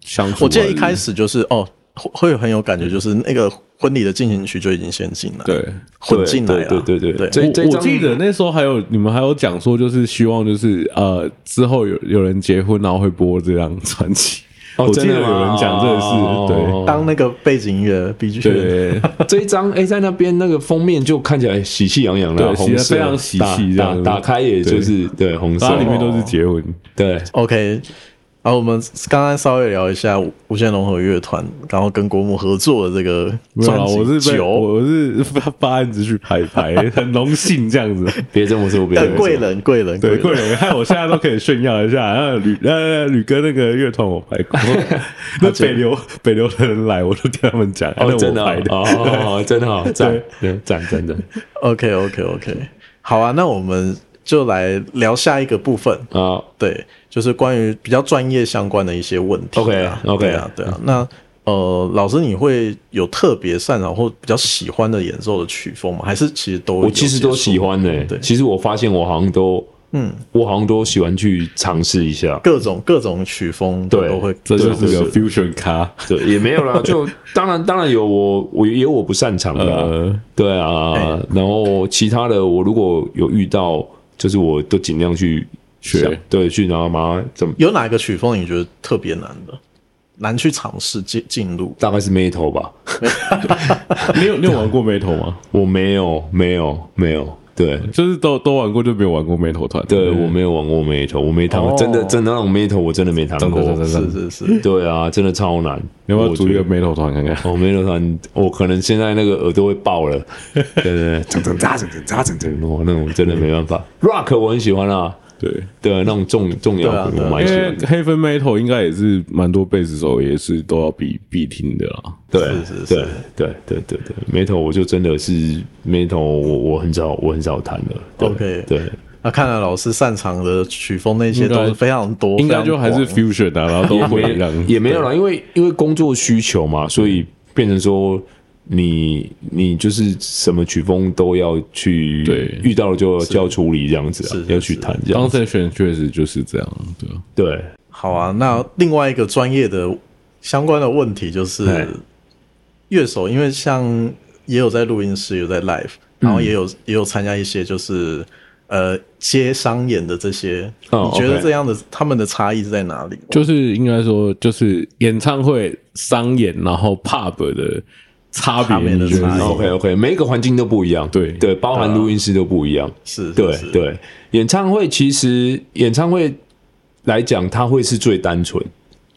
Speaker 3: 相处。
Speaker 1: 我记得一开始就是哦，会会有很有感觉，就是那个婚礼的进行曲就已经先进来，
Speaker 3: 对，
Speaker 1: 混进来了，
Speaker 4: 对对对对
Speaker 1: 对。
Speaker 4: 这
Speaker 3: 我我
Speaker 4: 张
Speaker 3: 记得那时候还有你们还有讲说，就是希望就是呃之后有有人结婚，然后会播这张专辑。
Speaker 4: 哦
Speaker 3: 我记
Speaker 4: 真
Speaker 3: 得
Speaker 4: 的
Speaker 3: 有
Speaker 4: 吗
Speaker 3: 人讲这个
Speaker 4: 哦
Speaker 3: 事，
Speaker 1: 当那个背景音乐 B G
Speaker 3: 对对。
Speaker 4: 这一张哎，在那边那个封面就看起来喜气洋洋的，
Speaker 3: 对
Speaker 4: 红色
Speaker 3: 非常喜气这
Speaker 4: 打
Speaker 3: 样子
Speaker 4: 打打开也就是对红色
Speaker 3: 然后，里面
Speaker 4: 哦
Speaker 3: 都是结婚，
Speaker 4: 对
Speaker 1: OK，然后我们刚刚稍微聊一下无无限融合乐团，然后跟国母合作的这个
Speaker 3: 没有
Speaker 1: 专
Speaker 3: 啦，
Speaker 1: 辑
Speaker 3: 我是被
Speaker 1: 九，
Speaker 3: 我是发发案子去拍一 拍，很荣幸这样子。
Speaker 4: 别这么说，别这
Speaker 1: 呃
Speaker 4: 么说
Speaker 1: 贵人贵人
Speaker 3: 对，贵
Speaker 1: 人，
Speaker 3: 人，害我现在都可以炫耀一下。 然后吕呃吕哥那个乐团我拍 过，那北流北流的人来，我都跟他们讲，哎那
Speaker 4: 哦，
Speaker 3: 我
Speaker 4: 真的
Speaker 3: 拍
Speaker 4: 哦哦，哦真的好赞
Speaker 3: 对，
Speaker 4: 对赞赞赞
Speaker 1: OK OK OK，好啊，那我们就来聊下一个部分。
Speaker 4: 啊！
Speaker 1: 对，就是关于比较专业相关的一些问题啊。
Speaker 4: OK，OK
Speaker 1: 对啊，对啊。那呃，老师，你会有特别擅长或比较喜欢的演奏的曲风吗？还是其实都
Speaker 4: 我
Speaker 1: 有
Speaker 4: 其实
Speaker 1: 接触
Speaker 4: 都喜欢呢、
Speaker 3: 欸
Speaker 1: 对
Speaker 4: 其实我发现我好像都，嗯，我好像都喜欢去尝试一下。
Speaker 1: 各种各种曲风，
Speaker 4: 对
Speaker 1: 都会
Speaker 3: 这就是
Speaker 1: 对
Speaker 3: 个 fusion 咖，
Speaker 4: 对，也没有 啦，就当然当然有我我也有我不擅长的、啊，
Speaker 3: 呃，
Speaker 4: 对啊、
Speaker 1: 哎
Speaker 4: 然后其他的我如果有遇到，就是我都尽量去
Speaker 3: 学
Speaker 4: 想，对，去然后把它怎么
Speaker 1: 有哪一个曲风你觉得特别难的，难去尝试进进入？
Speaker 4: 大概是 metal 吧，
Speaker 3: 你有你有玩过 metal 吗？
Speaker 4: 我没有没有没有，对。
Speaker 3: 就是都都玩过，就没有玩过 metal 团。
Speaker 4: 对，我没有玩过 metal，我没弹过，
Speaker 1: 哦
Speaker 4: 真的真的那种 metal 我真的没弹过，
Speaker 3: 真的真的真
Speaker 1: 是
Speaker 3: 的
Speaker 1: 是是，
Speaker 4: 对啊，真的超难。
Speaker 3: 你要不要
Speaker 4: 我
Speaker 3: 组一
Speaker 4: 觉
Speaker 3: 个
Speaker 4: 得
Speaker 3: metal 团看看？
Speaker 4: 哦，没有团，我可能现在那个耳朵会爆了，对对对，整整扎整整扎整整，我那种真的没办法。Rock 我很喜欢啊，
Speaker 3: 对，
Speaker 4: 对，那种重重摇滚
Speaker 1: 对啊
Speaker 4: 我蛮
Speaker 3: 因
Speaker 4: 喜
Speaker 3: 为
Speaker 4: 欢的，
Speaker 3: 黑分 metal 应该也是蛮多贝斯手也是都要必必听的啦。
Speaker 4: 对
Speaker 1: 是是
Speaker 4: 对对对对对，Metal 我就真的是 Metal，我我很少我很少弹了。对
Speaker 1: OK
Speaker 4: 对，
Speaker 1: 那看来老师擅长的曲风那些
Speaker 3: 应该
Speaker 1: 都是非常 多，
Speaker 3: 应该
Speaker 1: 非
Speaker 3: 就
Speaker 1: 常
Speaker 3: 还是
Speaker 1: 广
Speaker 3: fusion 啊，然后都会
Speaker 4: 也
Speaker 3: 让
Speaker 4: 没也没有啦，因为因为工作需求嘛，所以变成说你你就是什么曲风都要去
Speaker 3: 对
Speaker 4: 遇到了就就要处理这样子
Speaker 1: 是
Speaker 4: 啊
Speaker 1: 是，
Speaker 4: 要去弹这样
Speaker 3: 当
Speaker 4: 子。
Speaker 3: 时选确实就是这样，对啊。
Speaker 4: 对，
Speaker 1: 好啊，那另外一个专业的相关的问题就是
Speaker 4: 哎
Speaker 1: 乐手，因为像也有在录音室，有在 live，然
Speaker 4: 嗯
Speaker 1: 后也有、也有参加一些就是呃接商演的这些，
Speaker 4: 哦
Speaker 1: 你觉得
Speaker 4: OK
Speaker 1: 这样的他们的差异是在哪里？
Speaker 3: 就是应该说，就是演唱会、商演，然后 pub 的差
Speaker 1: 差别
Speaker 3: 别，
Speaker 1: 的
Speaker 3: 你觉得
Speaker 1: 差
Speaker 3: 是
Speaker 1: 异
Speaker 3: 什么
Speaker 4: OK OK，每一个环境都不一样，
Speaker 3: 对
Speaker 4: 对，包含录音室都不一样，
Speaker 1: 啊是，是
Speaker 4: 对
Speaker 1: 是
Speaker 4: 对。演唱会其实演唱会来讲，它会是最单纯，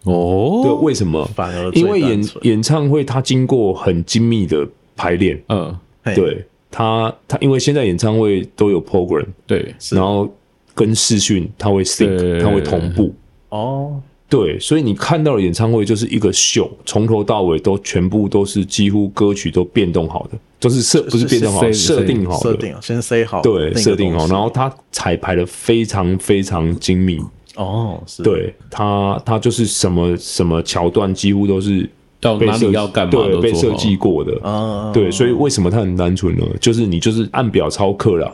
Speaker 4: 对，
Speaker 3: 哦，
Speaker 4: 为什么？
Speaker 1: 反而最
Speaker 4: 因为演
Speaker 1: 单纯
Speaker 4: 演唱会它经过很精密的排练，
Speaker 3: 嗯，
Speaker 1: 嘿
Speaker 4: 对它它因为现在演唱会都有 program，
Speaker 3: 对，
Speaker 4: 然后跟视讯它会
Speaker 3: 对
Speaker 4: sync，它会同步，
Speaker 1: 哦，
Speaker 4: 对，所以你看到的演唱会就是一个秀，从头到尾都全部都是几乎歌曲都变动好的，都是设不是变动好，
Speaker 3: 是是
Speaker 4: 设定好
Speaker 1: 设
Speaker 4: 的，
Speaker 1: 定好先 say 好那个
Speaker 4: 对
Speaker 1: 东，西，
Speaker 4: 设定好，然后它彩排的非常非常精密，
Speaker 1: 哦，是，
Speaker 4: 对它它就是什么什么桥段几乎都是
Speaker 3: 要
Speaker 4: 被
Speaker 3: 哦哪
Speaker 4: 设
Speaker 3: 里要干嘛
Speaker 4: 对
Speaker 3: 都
Speaker 4: 被
Speaker 3: 做
Speaker 4: 设
Speaker 3: 好
Speaker 4: 计过的
Speaker 1: 啊，
Speaker 4: 对，所以为什么它很单纯呢？就是你就是按表操课了，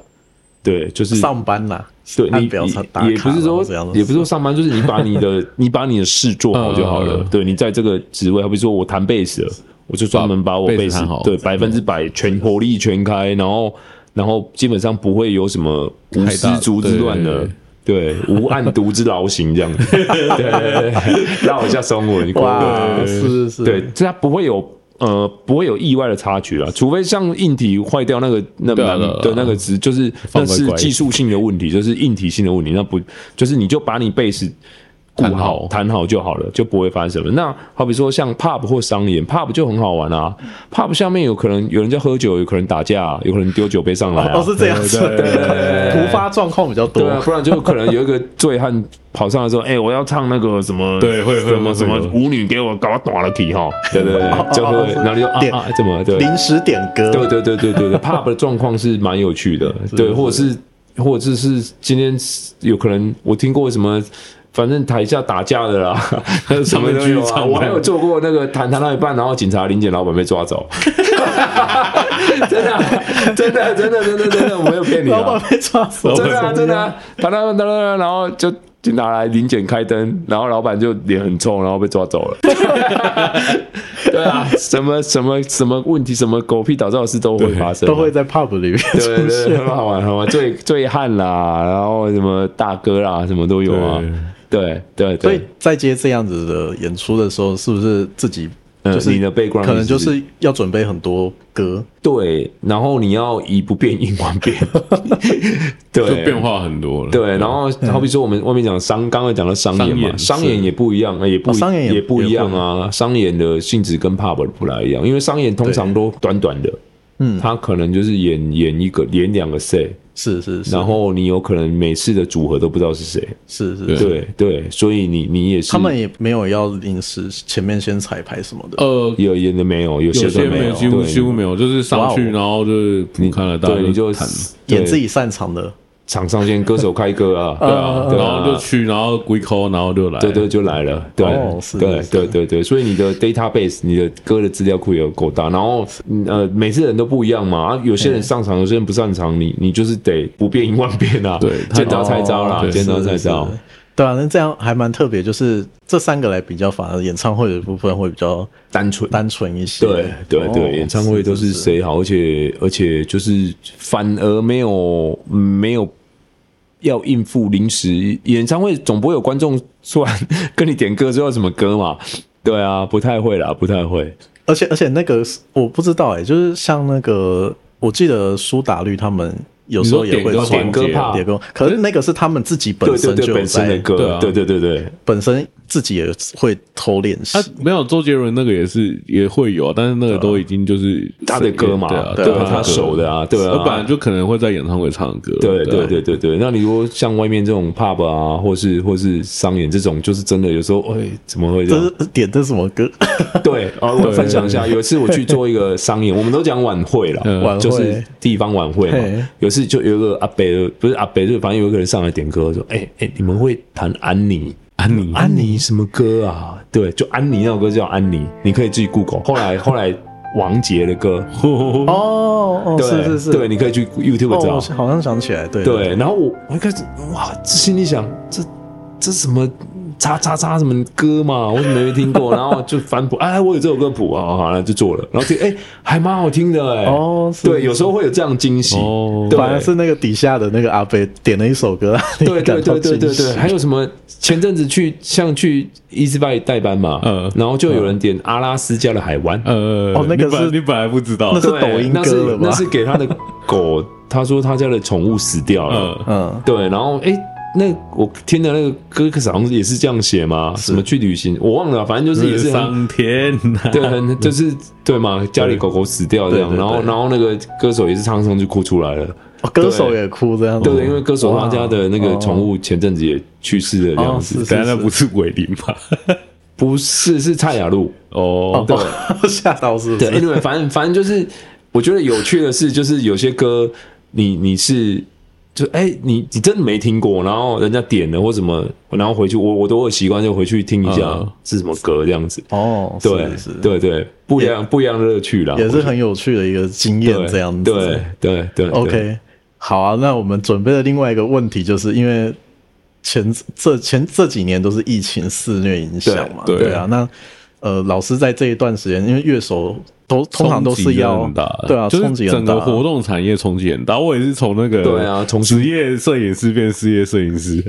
Speaker 4: 对，就是
Speaker 1: 上班啦，
Speaker 4: 对
Speaker 1: 按
Speaker 4: 你
Speaker 1: 表上打
Speaker 4: 也
Speaker 1: 卡
Speaker 4: 也不是说
Speaker 1: 然后这样子
Speaker 4: 也不是说上班，就是你把你的你把你的事做好就好
Speaker 3: 嗯
Speaker 4: 了
Speaker 3: 嗯嗯。
Speaker 4: 对你在这个职位，好比说我弹贝斯了，我就专门把我
Speaker 3: 贝斯
Speaker 4: 贝斯
Speaker 3: 弹好
Speaker 4: 对百分之百全火力全开，然后然后基本上不会有什么无丝竹之乱的。对，无案牍之劳形这样子，对对对，绕一下中文，
Speaker 1: 哇，是是是，
Speaker 4: 对，这它不会有呃不会有意外的插曲啦，除非像硬体坏掉那个那
Speaker 3: 对啊
Speaker 4: 蛮
Speaker 3: 对啊对
Speaker 4: 对
Speaker 3: 啊
Speaker 4: 那个值，就是
Speaker 3: 放
Speaker 4: 那
Speaker 3: 乖
Speaker 4: 是
Speaker 3: 乖
Speaker 4: 技术性的问题，就是硬体性的问题，那不就是你就把你贝斯。顾
Speaker 3: 弹
Speaker 4: 好
Speaker 3: 好
Speaker 4: 弹好就好了，就不会发生什么。那好比说像 pub 或商演，pub 就很好玩啊。pub 下面有可能有人在喝酒，有可能打架、有可能丢酒杯上来、啊。
Speaker 1: 哦是这样子，
Speaker 3: 对对对
Speaker 1: 突发状况比较多
Speaker 4: 对，啊，不然就可能有一个醉汉跑上来说：“ 哎、我要唱那个什么，
Speaker 3: 对会会
Speaker 4: 什么
Speaker 3: 会
Speaker 4: 什么
Speaker 3: 会
Speaker 4: 舞女给我搞我短了题哈。”对对 对，就会，然后你就啊
Speaker 1: 点
Speaker 4: 啊，怎么对？
Speaker 1: 临时点歌，
Speaker 4: 对对对对对对，pub 的状况是蛮有趣的，对，或者 是或者是今天有可能我听过什么。反正台下打架的啦， 什么
Speaker 3: 上
Speaker 4: 都有
Speaker 3: 面继续
Speaker 4: 啊。
Speaker 3: 唱
Speaker 4: 我还有做过那个弹弹到一半，然后警察临检，老板被抓 走。真的啊，真的，真的，真的，真的，我没有骗你啊。
Speaker 1: 老板被抓走，
Speaker 4: 真的啊，真的啊，哒哒哒哒哒，然后就警察来临检开灯，然后老板就脸很臭，然后被抓走了。 对啊，什么什么什么问题，什么狗屁倒灶的事都会发生啊，
Speaker 1: 都会在 pub 里面
Speaker 4: 对
Speaker 1: 出
Speaker 4: 对对，很
Speaker 1: 现。
Speaker 4: 好玩，很好玩，醉醉汉啦，然后什么大哥啦，什么都有啊。对对
Speaker 1: 所以
Speaker 4: 对，
Speaker 1: 在接这样子的演出的时候，是不是自己
Speaker 4: 嗯
Speaker 1: 就是
Speaker 4: 你的 background
Speaker 1: 可能就是是要准备很多歌，
Speaker 4: 对，然后你要以不变应万 变，对，
Speaker 3: 就变化很多了。
Speaker 4: 对，然后好比说我们外面讲商，刚才讲到商演嘛，
Speaker 3: 商演
Speaker 4: 商演也不一样，呃也不
Speaker 1: 哦商演也
Speaker 4: 也不一样啊。商演的性质跟 pub 不来一样，因为商演通常都短短的，
Speaker 1: 嗯
Speaker 4: 他可能就是演演一个演两个 set，
Speaker 1: 是是是
Speaker 4: 然后你有可能每次的组合都不知道是谁，
Speaker 1: 是是
Speaker 3: 对
Speaker 1: 是，
Speaker 4: 对对，所以你你也是
Speaker 1: 他们也没有要临时前面先彩排什么
Speaker 4: 哦
Speaker 1: 的，
Speaker 3: 呃，
Speaker 4: 有演的没有，有
Speaker 3: 有
Speaker 4: 些
Speaker 3: 些
Speaker 4: 都没
Speaker 3: 没
Speaker 4: 有，
Speaker 3: 有，几乎
Speaker 4: 对
Speaker 3: 几乎没有，就是上去
Speaker 1: 哇哦
Speaker 3: 然后就是不看了，大家
Speaker 4: 对你就
Speaker 3: 弹，
Speaker 1: 演自
Speaker 4: 己
Speaker 1: 己擅长的，
Speaker 4: 场上先歌手开歌啊，对
Speaker 3: 对啊，
Speaker 4: 对啊
Speaker 3: 然后就去，然后鬼抠，然后就来，
Speaker 4: 对对，就来了，对、
Speaker 1: 哦是
Speaker 4: 对
Speaker 1: 是
Speaker 4: 对对对，所以你的 database，你的歌的资料库也有够大，然后嗯呃，每次人都不一样嘛，啊，有些人上场，有些人不上场，你你就是得不变应万变啊，
Speaker 3: 对
Speaker 4: 见招拆招啦
Speaker 3: 哦，对
Speaker 4: 见招
Speaker 1: 是
Speaker 4: 拆招
Speaker 1: 啊是，是对啊，那这样还蛮特别，就是这三个来比较，反而演唱会的部分会比较
Speaker 4: 单纯。
Speaker 1: 单纯一些。
Speaker 4: 对对
Speaker 1: 哦
Speaker 4: 对，演唱会都是？谁好，而且而且就是反而没有嗯没有要应付临时演唱会，总不会有观众突然 跟你点歌之后什么歌嘛？对啊，不太会啦，不太会。
Speaker 1: 而且而且那个是我不知道哎、就是像那个，我记得苏打绿他们有时候
Speaker 3: 你说
Speaker 1: 也会
Speaker 3: 点歌
Speaker 1: 出来
Speaker 4: 点歌
Speaker 1: 点
Speaker 4: 派
Speaker 1: 点歌，可是那个是他们自己本
Speaker 4: 对对
Speaker 1: 身就
Speaker 4: 对，
Speaker 1: 有
Speaker 4: 本身的
Speaker 1: 在
Speaker 3: 对
Speaker 4: 歌，
Speaker 3: 啊
Speaker 4: 对对对对，
Speaker 1: 本身自己也会偷练习
Speaker 3: 啊。，没有周杰伦那个也是也会有啊，但是那个都已经就是
Speaker 4: 他的歌嘛
Speaker 3: 对啊，，
Speaker 4: 对
Speaker 1: 对
Speaker 4: 啊
Speaker 1: 啊，
Speaker 4: 他熟的啊，对
Speaker 3: 我呃本来
Speaker 4: 啊。
Speaker 3: 就可能会在演唱会唱歌，
Speaker 4: 对对
Speaker 3: 啊
Speaker 4: 对对对，那你如果像外面这种 pub 啊，或是或是商演这种，就是真的有时候，哎，怎么会这
Speaker 1: 这
Speaker 4: 样？
Speaker 1: 是点这是什么歌？
Speaker 4: 对，哦，我分享一下，有一次我去做一个商演，我们都讲晚会
Speaker 3: 嗯
Speaker 4: 了，
Speaker 1: 晚会
Speaker 4: 就是地方晚会
Speaker 1: 嘿
Speaker 4: 嘛。有一次就有一个阿北，不是阿北，就反正有一个人上来点歌说，哎哎，你们会弹安妮？
Speaker 3: 安妮，
Speaker 4: 安妮什么歌啊？对，就安妮那首歌叫安妮，你可以自己 Google。后来后来王杰的歌，
Speaker 1: 哦哦，
Speaker 4: 对
Speaker 1: 是是是，
Speaker 4: 对，你可以去 YouTube
Speaker 1: 哦，
Speaker 4: 找
Speaker 1: 我。好像想起来，对
Speaker 4: 对，然后我我一开始哇，心里想这这什么叉叉叉什么歌嘛，我怎么没听 过？然后就翻谱，哎，我有这首歌谱啊，好了就做了，然后听哎还蛮好听的哎。
Speaker 1: 哦是
Speaker 4: 对，有时候会有这样惊喜。
Speaker 3: 哦
Speaker 4: 对
Speaker 1: 反而是那个底下的那个阿贝点了一首歌，
Speaker 4: 对对对对对对，还
Speaker 1: 有
Speaker 4: 有什么？前阵子去像去 Easy Buy 代班嘛，
Speaker 3: 嗯
Speaker 4: 然后就有人点阿拉斯加的海湾，
Speaker 3: 呃，
Speaker 1: 哦那个
Speaker 3: 你本来
Speaker 1: 是
Speaker 3: 你本来不知道
Speaker 1: 那，是
Speaker 4: 对
Speaker 1: 抖音
Speaker 4: 那是
Speaker 1: 歌了吧
Speaker 4: 那是给他的 狗，他说他家的宠物死掉了，
Speaker 3: 呃，
Speaker 1: 嗯，
Speaker 4: 对，然后哎、诶那我听的那个歌可是好像也是这样写嘛，什么去旅行，我忘了，啊反正就是也是很
Speaker 3: 上天呐，
Speaker 4: 对，很就是对嘛，家里狗狗死掉这样，
Speaker 1: 对对对
Speaker 4: 然后然后那个歌手也是唱唱就哭出来了，
Speaker 1: 哦歌手也哭这样子，
Speaker 4: 对，因为歌手他家的那个
Speaker 1: 哇
Speaker 4: 宠物前阵子也去世了这样
Speaker 1: 哦
Speaker 4: 子，
Speaker 1: 是
Speaker 3: 等
Speaker 1: 是
Speaker 3: 下那不是伟林吧？
Speaker 4: 不是是蔡雅露，
Speaker 3: 哦，
Speaker 4: 对
Speaker 1: 是 吓到是不
Speaker 4: 对
Speaker 1: 是？
Speaker 4: ，anyway，反正反正就是，我觉得有趣的是，就是有些歌你你是就哎、你你真的没听过，然后人家点了或什么，然后回去我我都会习惯就回去听一下
Speaker 3: 嗯
Speaker 4: 是什么歌这样子。
Speaker 1: 哦，是
Speaker 4: 对
Speaker 1: 是，，
Speaker 4: 对对，不一样不一样的乐趣啦，
Speaker 1: 也
Speaker 4: 我
Speaker 1: 是
Speaker 4: 觉得
Speaker 1: 很有趣的一个经验
Speaker 4: 对
Speaker 1: 这样子。
Speaker 4: 对对对
Speaker 1: OK，好啊，那我们准备的另外一个问题，就是因为前这前这几年都是疫情肆虐影响嘛，
Speaker 3: 对对
Speaker 1: 啊，那呃，老师在这一段时间，因为乐手都通常都是要
Speaker 3: 冲击真的很大，
Speaker 1: 对啊，
Speaker 3: 就
Speaker 1: 冲击
Speaker 3: 是
Speaker 1: 很
Speaker 3: 整
Speaker 1: 大
Speaker 3: 个，活动产业冲击很大。我也是从那个
Speaker 4: 对啊从
Speaker 3: 职业摄影师变事业摄 影师，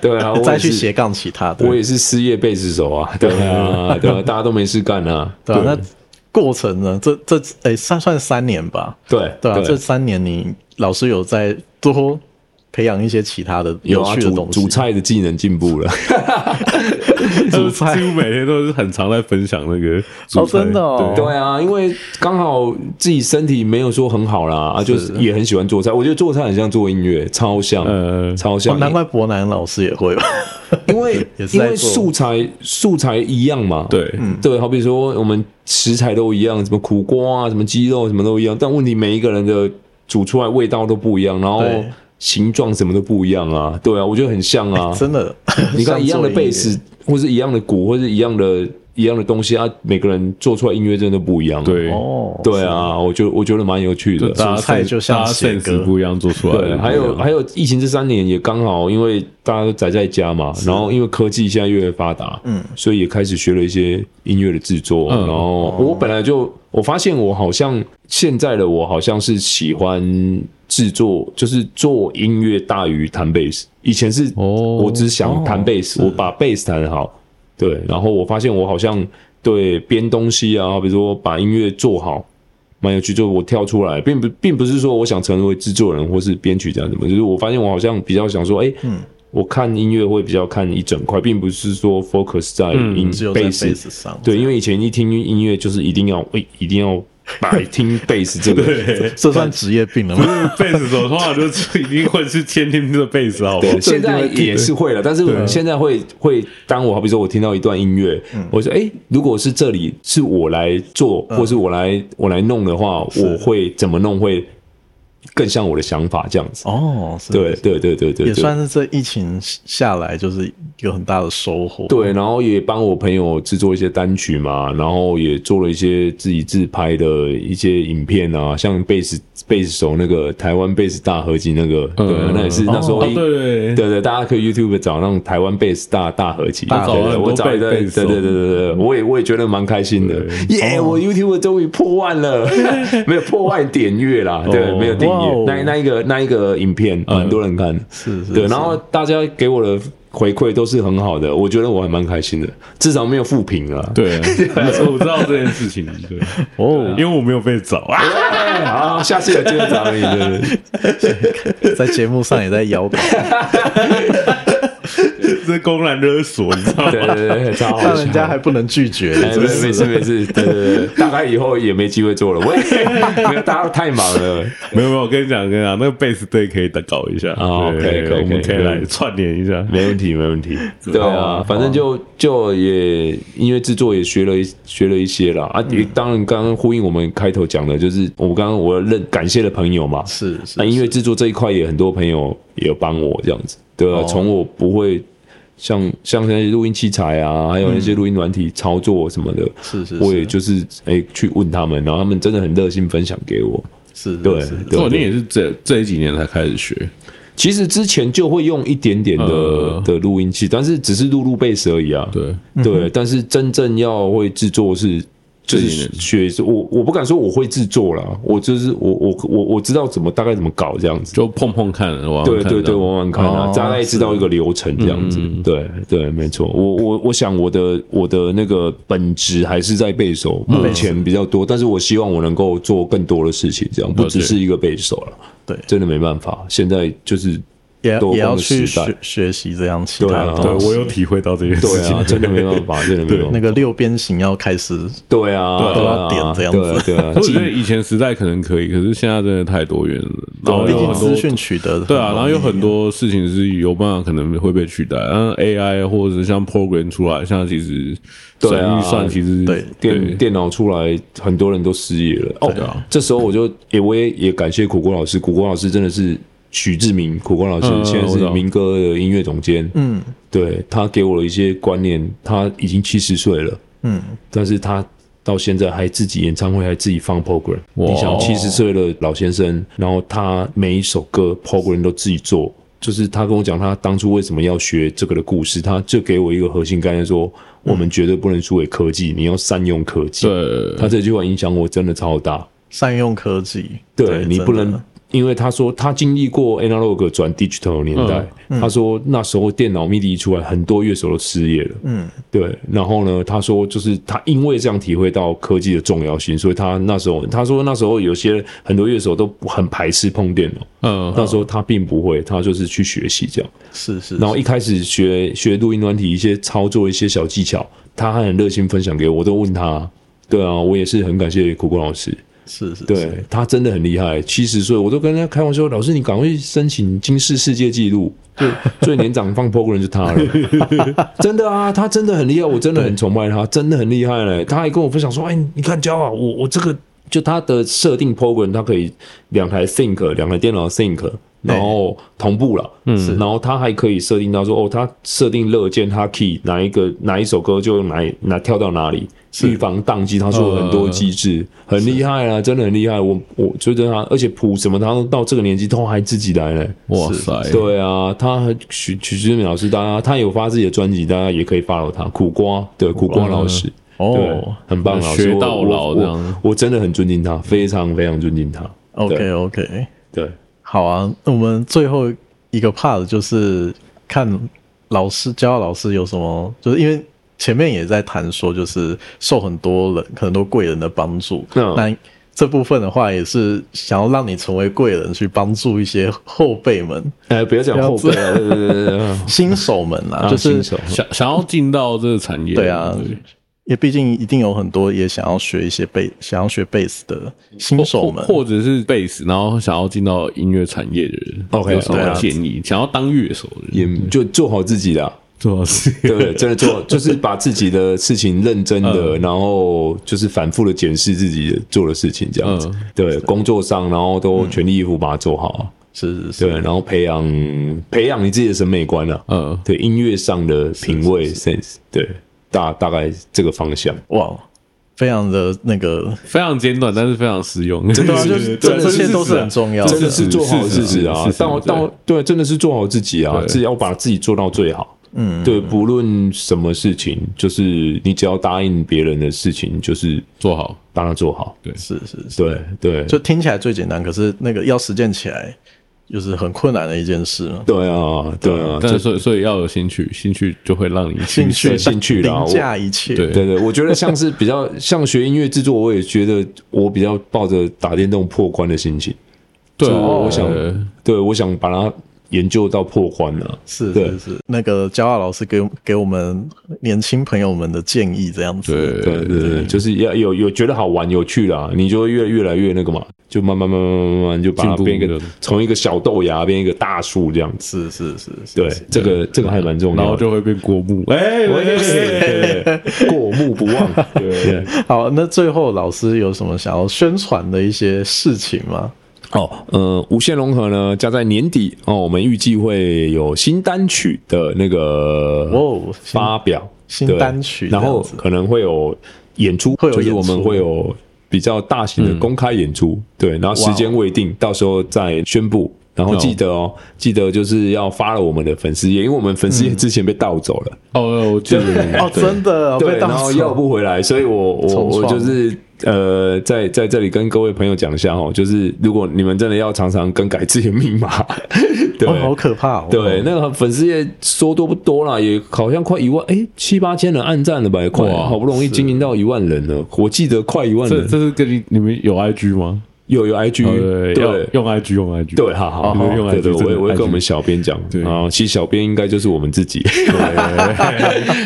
Speaker 4: 对啊，我
Speaker 1: 再
Speaker 4: 也
Speaker 1: 去
Speaker 4: 是
Speaker 1: 斜杠其他的，
Speaker 4: 我也是失业贝斯手啊，对啊，对啊，大家都没事干啊，
Speaker 1: 对啊，那过程呢？这这诶，算算三年吧，
Speaker 4: 对
Speaker 1: 对啊，这三年你老师有在多培养一些其他的
Speaker 4: 有啊，
Speaker 1: 趣的
Speaker 4: 煮
Speaker 1: 东西，哦
Speaker 4: 煮菜的技能进步了，
Speaker 3: 煮 菜几乎每天都是很常在分享那个煮
Speaker 1: 哦，
Speaker 3: 菜
Speaker 1: 真的哦，
Speaker 4: 对啊，因为刚好自己身体没有说很好啦，啊，就是也很喜欢做菜，我觉得做菜很像做音乐，超像，
Speaker 3: 呃
Speaker 4: 超
Speaker 1: 哦
Speaker 4: 像，
Speaker 1: 难怪伯南老师也会吧。
Speaker 4: 因为
Speaker 1: 也是
Speaker 4: 因
Speaker 1: 在
Speaker 4: 为
Speaker 1: 做
Speaker 4: 素材素材一样嘛，
Speaker 3: 对
Speaker 1: 嗯
Speaker 4: 对，好比说我们食材都一样，什么苦瓜啊，什么鸡肉什么都一样，但问题每一个人的煮出来味道都不一样，然后
Speaker 1: 对
Speaker 4: 形状什么都不一样啊，对啊，我觉得很像 啊，
Speaker 1: 哎真的，
Speaker 4: 你看一样
Speaker 1: 像做音
Speaker 4: 的
Speaker 1: 乐
Speaker 4: 贝斯，或是一样的鼓，或是一样的一样的东西啊，每个人做出来音乐真的不一样、啊，
Speaker 3: 对，
Speaker 1: 哦，
Speaker 4: 对啊，我觉得我觉得蛮有趣的，
Speaker 3: 大家
Speaker 1: 煮菜
Speaker 3: sense-
Speaker 1: 就像
Speaker 3: 大家
Speaker 1: 写歌
Speaker 3: sense 不一样做出来的不一
Speaker 4: 对，
Speaker 3: 样，
Speaker 4: 还有还有，疫情这三年也刚好，因为大家都宅在家嘛，然后因为科技现在越来越发达，嗯，所以也开始学了一些音乐的制作。
Speaker 3: 嗯
Speaker 4: 然后我本来就我发现我好像现在的我好像是喜欢制作，就是做音乐大于弹贝斯。以前是
Speaker 3: 哦
Speaker 4: 我只想弹贝斯，我把贝斯弹好，对，然后我发现我好像对编东西啊，比如说把音乐做好，蛮有趣，就我跳出来，并不并不是说我想成为制作人或是编曲家什么，就是我发现我好像比较想说，哎、
Speaker 1: 嗯
Speaker 4: 我看音乐会比较看一整块，并不是说 focus 在音
Speaker 1: 嗯只有在贝
Speaker 4: bass，、
Speaker 1: 斯上，
Speaker 4: 对，因为以前一听音乐就是一定要，哎、一定要摆 听 bass 这个。
Speaker 1: 这算职业病了吗？
Speaker 3: 贝斯手通常就是 一定会去天天的贝斯，好不好
Speaker 4: 对，？现在也是会了，但是我现在会会，当我好比说我听到一段音乐，
Speaker 1: 嗯
Speaker 4: 我说，哎、如果是这里是我来做，或是我来我来弄的话，我会怎么弄会更像我的想法这样 子。
Speaker 1: 哦，是
Speaker 4: 对对对对对，
Speaker 1: 也
Speaker 4: 对
Speaker 1: 算是这疫情下来就是有很大的收获。，
Speaker 4: 对，然后也帮我朋友制作一些单曲嘛，然后也做了一些自己自拍的一些影片啊，像贝斯贝斯手那个台湾贝斯大合集那个，对啊，那也是那时候
Speaker 3: 哦
Speaker 4: 一。
Speaker 3: 对
Speaker 4: 对对，大家可以 YouTube 找那种台湾贝斯大大合集，
Speaker 3: 大合集
Speaker 4: 对对对我找一
Speaker 3: 很多
Speaker 4: 个，
Speaker 3: 贝
Speaker 4: 对
Speaker 3: 贝斯
Speaker 4: 对
Speaker 3: 手
Speaker 4: 对对对对，我也我也觉得蛮开心的，耶！我 YouTube 终于破万了，没有破万点阅啦，对，
Speaker 3: 哦
Speaker 4: 没有订
Speaker 1: 哇哦
Speaker 4: 阅，那那一个那一个影片蛮多人看，
Speaker 1: 是是
Speaker 4: 对，然后大家给我的回馈都是很好的，我觉得我还蛮开心的，至少没有负评啊。
Speaker 3: 对对，我知道这件事情，对哦，因为我没有被找啊。
Speaker 4: 对，好，下次有机会找你。对对
Speaker 1: 在节目上也在摇摆，
Speaker 3: 这公然勒索，你知 道吗？
Speaker 4: 对对对， 超好笑
Speaker 1: 让人家还不能拒绝，
Speaker 4: 哎，没
Speaker 1: 真
Speaker 4: 事没
Speaker 1: 是
Speaker 4: 事
Speaker 1: 的。
Speaker 4: 没事，对对对，大概以后也没机会做了，我也 没有，大家都太忙了。
Speaker 3: 没有没有，我跟你讲，我跟你讲，那个贝斯队可以搞一下
Speaker 4: 哦
Speaker 3: 对
Speaker 4: 可以可以
Speaker 3: 我们
Speaker 4: 可
Speaker 3: 可
Speaker 4: 以
Speaker 3: 以来串联一下。
Speaker 4: 没问题，没问题。对啊，反正就就也音乐制作也学了一学了一些啦啊。也当然，刚刚呼应我们开头讲的，就是我刚刚我认感谢的朋友嘛，
Speaker 1: 是是
Speaker 4: 那音乐制作这一块也很多朋友也有帮我这样子，对
Speaker 1: 哦
Speaker 4: 啊，从、我不会像像那些录音器材啊，还有那些录音软体操作什么的，
Speaker 1: 是是
Speaker 4: 我也
Speaker 1: 是
Speaker 4: 就是哎、去问他们，然后他们真的很热心分享给我。
Speaker 1: 是，
Speaker 4: 对
Speaker 1: 嗯是
Speaker 4: 对
Speaker 3: 哦，你也是这这几年才开始学，
Speaker 4: 其实之前就会用一点点的、
Speaker 3: 呃
Speaker 1: 嗯
Speaker 4: 的录音器，但是只是录录贝斯而已啊。
Speaker 3: 对，
Speaker 4: 对，但是真正要会制作是。就
Speaker 3: 这
Speaker 4: 是
Speaker 3: 一
Speaker 4: 学我，我不敢说我会制作啦，我就是我我我我知道怎么大概怎么搞这样子，
Speaker 3: 就碰碰看，玩玩
Speaker 4: 对
Speaker 3: 看
Speaker 4: 对
Speaker 3: 这
Speaker 4: 对，
Speaker 3: 样
Speaker 4: 玩玩看啊
Speaker 1: 哦，嗯
Speaker 4: 大概知道一个流程这样子。对对，没错。我我我想我的我的那个本职还是在背手，
Speaker 1: 嗯
Speaker 4: 目前比较多，但是我希望我能够做更多的事情，这样不只是一个背手了。
Speaker 1: 对
Speaker 4: 真的没办法，现在就是
Speaker 1: 也
Speaker 4: 多
Speaker 1: 也要
Speaker 4: 方的
Speaker 1: 去
Speaker 4: 时代
Speaker 1: 学学习这样其他
Speaker 4: 对啊
Speaker 1: 的
Speaker 3: 对
Speaker 1: 东西。
Speaker 3: 我有体会到这件事
Speaker 4: 对
Speaker 3: 情
Speaker 4: 啊，，真的没办法，真的没办
Speaker 1: 那
Speaker 4: 法。
Speaker 1: 个六边形要开始，
Speaker 4: 对啊，
Speaker 1: 都
Speaker 4: 对
Speaker 1: 要
Speaker 4: 啊，
Speaker 1: 点这样子
Speaker 4: 对啊对 啊
Speaker 3: 可， 是我觉得以前时代可能可以，可是现在真的太多元了，
Speaker 4: 啊
Speaker 3: 然后
Speaker 1: 毕
Speaker 3: 有
Speaker 1: 竟
Speaker 3: 很
Speaker 1: 资
Speaker 3: 多
Speaker 1: 讯取得
Speaker 3: 对啊，然后有很
Speaker 1: 多。
Speaker 3: 多事情是有办法可能会被取代，嗯，AI 或者是像 program 出来，像其实
Speaker 4: 对啊
Speaker 3: 算预算其实
Speaker 1: 对
Speaker 4: 电电脑出来，很
Speaker 3: 啊
Speaker 4: 多人都失业了。哦，这时候我就也我也也感谢苦瓜老师，苦瓜老师真的是许志明苦光老师
Speaker 3: 嗯
Speaker 4: 现在
Speaker 3: 我知
Speaker 4: 是
Speaker 3: 道
Speaker 4: 民歌的音乐总监，
Speaker 1: 嗯
Speaker 4: 对他给我的一些观念，他已经七十岁了，
Speaker 1: 嗯，
Speaker 4: 但是他到现在还自己演唱会，还自己放 program。你
Speaker 3: 哦
Speaker 4: 想，七十岁的老先生，然后他每一首歌 program 都自己做，就是他跟我讲他当初为什么要学这个的故事，他就给我一个核心概念说，我们绝对不能输给科技，你要善用科技。
Speaker 3: 对，
Speaker 4: 他这句话影响我真的超大，
Speaker 1: 善用科技，
Speaker 4: 对你
Speaker 1: 真
Speaker 4: 不
Speaker 1: 的
Speaker 4: 能。因为他说他经历过 analog 转 digital 的年代，
Speaker 1: 嗯
Speaker 4: 他说那时候电脑 MIDI 一出来，很多乐手都失业了。
Speaker 1: 嗯
Speaker 4: 对，然后呢，他说就是他因为这样体会到科技的重要性，所以他那时候他说那时候有些很多乐手都很排斥碰电脑，
Speaker 3: 嗯，
Speaker 4: 那时候他并不会，他就是去学习这样。
Speaker 1: 是是，
Speaker 4: 然后一开始学学录音软体一些操作一些小技巧，他还很热心分享给我，我都问他。对啊，我也是很感谢苦果老师，
Speaker 1: 是是，
Speaker 4: 对
Speaker 1: 是
Speaker 4: 他真的很厉害，七十岁我都跟他开玩笑，老师你赶快去申请金氏世界纪录， 对，最年长放 program 就他了，真的啊，他真的很厉害，我真的很崇拜他，真的很厉害嘞。他还跟我分享说，哎，你看焦啊，我我这个就他的设定 program，他可以两台 Think，两台电脑 Think。然后同步了，嗯，然后他还可以设定到说，哦，他设定乐键，他 key 哪一个哪一首歌就用哪一哪跳到哪里，预防宕机，他做了很多
Speaker 3: 呃
Speaker 4: 机制，很厉害啊，真的很厉害。我我觉得他，而且谱什么，他都到这个年纪都还自己来嘞。
Speaker 3: 哇塞，
Speaker 4: 对啊，他许许志明老师，大家他有发自己的专辑，大家也可以 follow 他。苦瓜，对苦瓜老师，对
Speaker 1: 哦，
Speaker 4: 很棒老师，
Speaker 3: 学
Speaker 4: 我
Speaker 3: 到老
Speaker 4: 我
Speaker 3: 这样
Speaker 4: 我我真的很尊敬他，非常非常尊敬他。
Speaker 1: ，OK OK，
Speaker 4: 对，
Speaker 1: 好啊，那我们最后一个 part 就是看老师教老师有什么，就是因为前面也在谈说，就是受很多人、很多贵人的帮助，
Speaker 4: 嗯
Speaker 1: 那这部分的话也是想要让你成为贵人，去帮助一些后辈们、
Speaker 4: 哎，不要讲后辈了，对对对对对，
Speaker 1: 新手们啊，
Speaker 4: 啊
Speaker 1: 就
Speaker 4: 新
Speaker 1: 是
Speaker 4: 手
Speaker 3: 想想要进到这个产业，
Speaker 1: 对啊，也毕竟一定有很多也想要学一些贝，想要学贝斯的新手们，
Speaker 3: 或或者是贝斯，然后想要进到音乐产业的人
Speaker 4: OK，
Speaker 3: 有什
Speaker 1: 对
Speaker 3: 么
Speaker 1: 啊
Speaker 3: 建议？想要当乐手的人，
Speaker 4: 也就做好自己啦。
Speaker 3: 做到是
Speaker 4: 对，真的做就是把自己的事情认真
Speaker 3: 嗯
Speaker 4: 的，然后就是反复的检视自己做的事情，这样子。
Speaker 3: 嗯
Speaker 4: 对，工作上然后都全力以赴把它做好啊。
Speaker 1: 是是是
Speaker 4: 对，然后培养培养你自己的审美观啊。
Speaker 3: 嗯，
Speaker 4: 对，音乐上的品味 sense，对，大大概这个方向。
Speaker 1: 哇，非常的那个
Speaker 3: 非常简短，但是非常实用，
Speaker 4: 真的
Speaker 1: 对啊，
Speaker 4: 是
Speaker 1: 就是
Speaker 3: 对
Speaker 1: 真的
Speaker 3: 这是
Speaker 1: 现在都
Speaker 3: 事实
Speaker 1: 是
Speaker 3: 啊
Speaker 1: 很重要
Speaker 3: 这
Speaker 1: 的，
Speaker 4: 真的是做好自己
Speaker 3: 是
Speaker 4: 啊
Speaker 3: 是！是
Speaker 4: 到
Speaker 3: 对
Speaker 4: 到对，真的是做好自己啊！
Speaker 3: 对
Speaker 4: 自己要把自己做到最好。
Speaker 1: 嗯，
Speaker 4: 对，不论什么事情，就是你只要答应别人的事情，就是
Speaker 3: 做好。
Speaker 4: 把它做好。
Speaker 1: 是是是，
Speaker 4: 对对，
Speaker 1: 就听起来最简单，可是那个要实践起来，就是很困难的一件事嘛。
Speaker 4: 对啊，对啊，
Speaker 3: 但是
Speaker 4: 这
Speaker 3: 所以所以要有兴趣，兴趣就会让你
Speaker 1: 兴趣
Speaker 4: 对兴趣啦
Speaker 1: 凌
Speaker 4: 我
Speaker 1: 驾一切，
Speaker 3: 对
Speaker 4: 对对，我觉得像是比较像学音乐制作，我也觉得我比较抱着打电动破关的心情。
Speaker 3: 对，
Speaker 4: 就我
Speaker 3: 对
Speaker 4: 想
Speaker 3: 对
Speaker 4: 对，我想把它研究到破关了。
Speaker 1: 是
Speaker 4: 对
Speaker 1: 是是。那个焦傲老师给给我们年轻朋友们的建议，这样子，
Speaker 3: 对
Speaker 4: 对对对，就是要有有觉得好玩有趣啦，你就会越越来越那个嘛，就慢慢慢慢慢慢慢就把它
Speaker 3: 进步
Speaker 4: 变一
Speaker 3: 对
Speaker 4: 个从一个小豆芽变一个大树这样子。
Speaker 1: 是是是是，
Speaker 4: 对，这个这个还蛮重
Speaker 3: 然
Speaker 4: 要
Speaker 3: 后
Speaker 4: 的。
Speaker 3: 就会变国木。哎，
Speaker 4: 我也是，对对过目不忘。对，
Speaker 1: 好，那最后老师有什么想要宣传的一些事情吗？
Speaker 4: 哦，呃，无限融合呢，将在年底哦，我们预计会有新单曲的哎那个
Speaker 1: 哦新
Speaker 4: 发表，
Speaker 1: 新
Speaker 4: 对
Speaker 1: 单曲
Speaker 4: 然后
Speaker 1: 这样子
Speaker 4: 可能会有演出，
Speaker 1: 会有
Speaker 4: 就是
Speaker 1: 演
Speaker 4: 我们
Speaker 1: 出
Speaker 4: 会有比较大型的公开演出，对，然后时间
Speaker 1: 哦
Speaker 4: 未定，到时候再宣布。然后记得哦，记得就是要发了我们的粉丝页，因为我们粉
Speaker 1: 嗯
Speaker 4: 丝页之前被盗走了，
Speaker 3: 哦，我记 得
Speaker 1: 哦，真的
Speaker 4: 对，
Speaker 1: 被
Speaker 4: 然
Speaker 1: 当哦
Speaker 4: 后
Speaker 1: 成
Speaker 4: 要不回来，所以我我
Speaker 1: 重
Speaker 4: 我
Speaker 1: 创
Speaker 4: 就是呃，在在这里跟各位朋友讲一下哦，就是如果你们真的要常常更改自己的密码， 对，
Speaker 1: 哦，好可怕哦，
Speaker 4: 对，那个粉丝也说多不多啦，也好像快一万，哎、七八千人暗赞了吧，也快，
Speaker 3: 哇
Speaker 4: 好不容易经营到一万人了，我记得快一万
Speaker 3: 这
Speaker 4: 人，
Speaker 3: 这是跟你你们有 IG 吗？
Speaker 4: 有有 IG，、
Speaker 3: 哦要
Speaker 4: 嗯对。
Speaker 3: 用 IG 用 IG。
Speaker 4: 对，好好，
Speaker 1: 哦
Speaker 3: 你们用 IG，
Speaker 4: 对
Speaker 3: 真
Speaker 4: 对，我
Speaker 3: 的
Speaker 4: 也我也
Speaker 3: IG
Speaker 4: 跟我们小编讲，
Speaker 3: 对
Speaker 4: 啊，其实小编应该就是我们自己，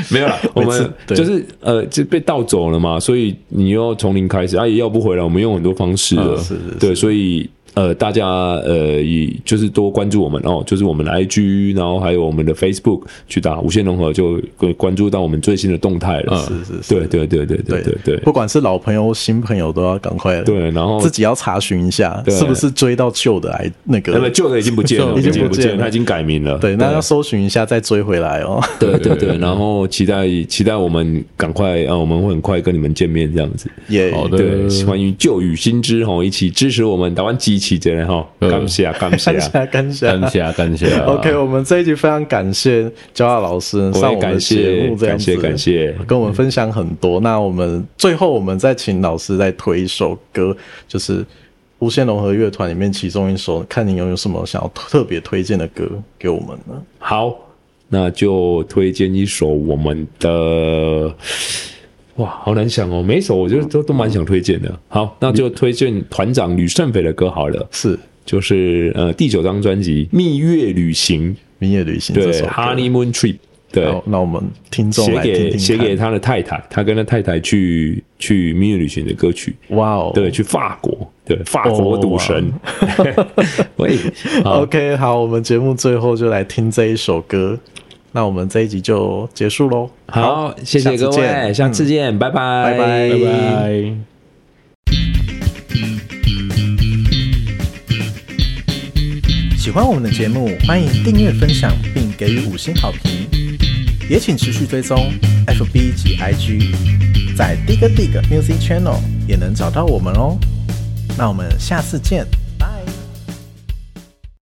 Speaker 4: 没有啦，我们
Speaker 1: 对
Speaker 4: 就是呃，就被盗走了嘛，所以你又要从零开始，啊，也要不回来，我们用很多方式了
Speaker 1: 嗯是是，
Speaker 4: 对，所以呃，大家呃，以就是多关注我们哦，就是我们的 IG，然后还有我们的 Facebook，去打无限融合就关关注到我们最新的动态了。
Speaker 1: 啊是是是，
Speaker 4: 对对对对对对对
Speaker 1: 不管是老朋友、新朋友，都要赶快
Speaker 4: 对，然后
Speaker 1: 自己要查询一下，
Speaker 4: 对
Speaker 1: 是不是追到旧的癌那个
Speaker 4: 那么旧的已经不见 了，
Speaker 1: 已经
Speaker 4: 不
Speaker 1: 不见
Speaker 4: 见
Speaker 1: 了
Speaker 4: 了，它已经改名了。
Speaker 1: 对，那要搜寻一下再追回来哦。
Speaker 4: 对对
Speaker 3: 对
Speaker 4: 对，然后期待期待我们赶快啊，我们会很快跟你们见面这样子。
Speaker 1: 也
Speaker 3: 好的
Speaker 4: 哦对，关于旧与新知吼，一起支持我们台湾机器的人吼，
Speaker 3: 嗯
Speaker 4: 感谢啊感谢
Speaker 1: 呃 感。谢感谢
Speaker 3: 干 虾干虾
Speaker 1: OK，我们这一集非常感谢焦亚老师上我们的
Speaker 4: 感
Speaker 1: 节
Speaker 4: 谢
Speaker 1: 目，这样
Speaker 4: 感
Speaker 1: 子
Speaker 4: 谢感谢，
Speaker 1: 跟我们分享很多。那我们最后我们再请老师再推一首歌，就是无限融合乐团里面其中一首，看你有没有什么想要特别推荐的歌给我们呢？
Speaker 4: 好，那就推荐一首我们的，哇，好难想哦，每一首我觉得都都蛮想推荐的。好，那就推荐团长吕胜斐的歌好了，
Speaker 1: 是《
Speaker 4: 就是呃第九张专辑《蜜月旅行
Speaker 1: 明夜旅行》》这
Speaker 4: 对
Speaker 1: 首歌。
Speaker 4: ，Honeymoon Trip，对。
Speaker 1: 好那我们听众
Speaker 4: 写
Speaker 1: 来听听
Speaker 4: 给
Speaker 1: 看
Speaker 4: 写给他的太太，他跟他太太去去蜜月旅行的歌曲，
Speaker 1: 哇哦，
Speaker 4: 对，去法国，对，法国
Speaker 1: 哦
Speaker 4: 赌神，喂，好
Speaker 1: OK，好，我们节目最后就来听这一首歌，那我们这一集就结束喽。
Speaker 4: 好，谢谢各位，下次见，拜拜，
Speaker 1: 拜拜
Speaker 3: 拜拜。
Speaker 5: 喜欢我们的节目，欢迎订阅、分享并给予五星好评，也请持续追踪 FB 及 IG，在 Dig Dig Music Channel 也能找到我们哦。那我们下次见，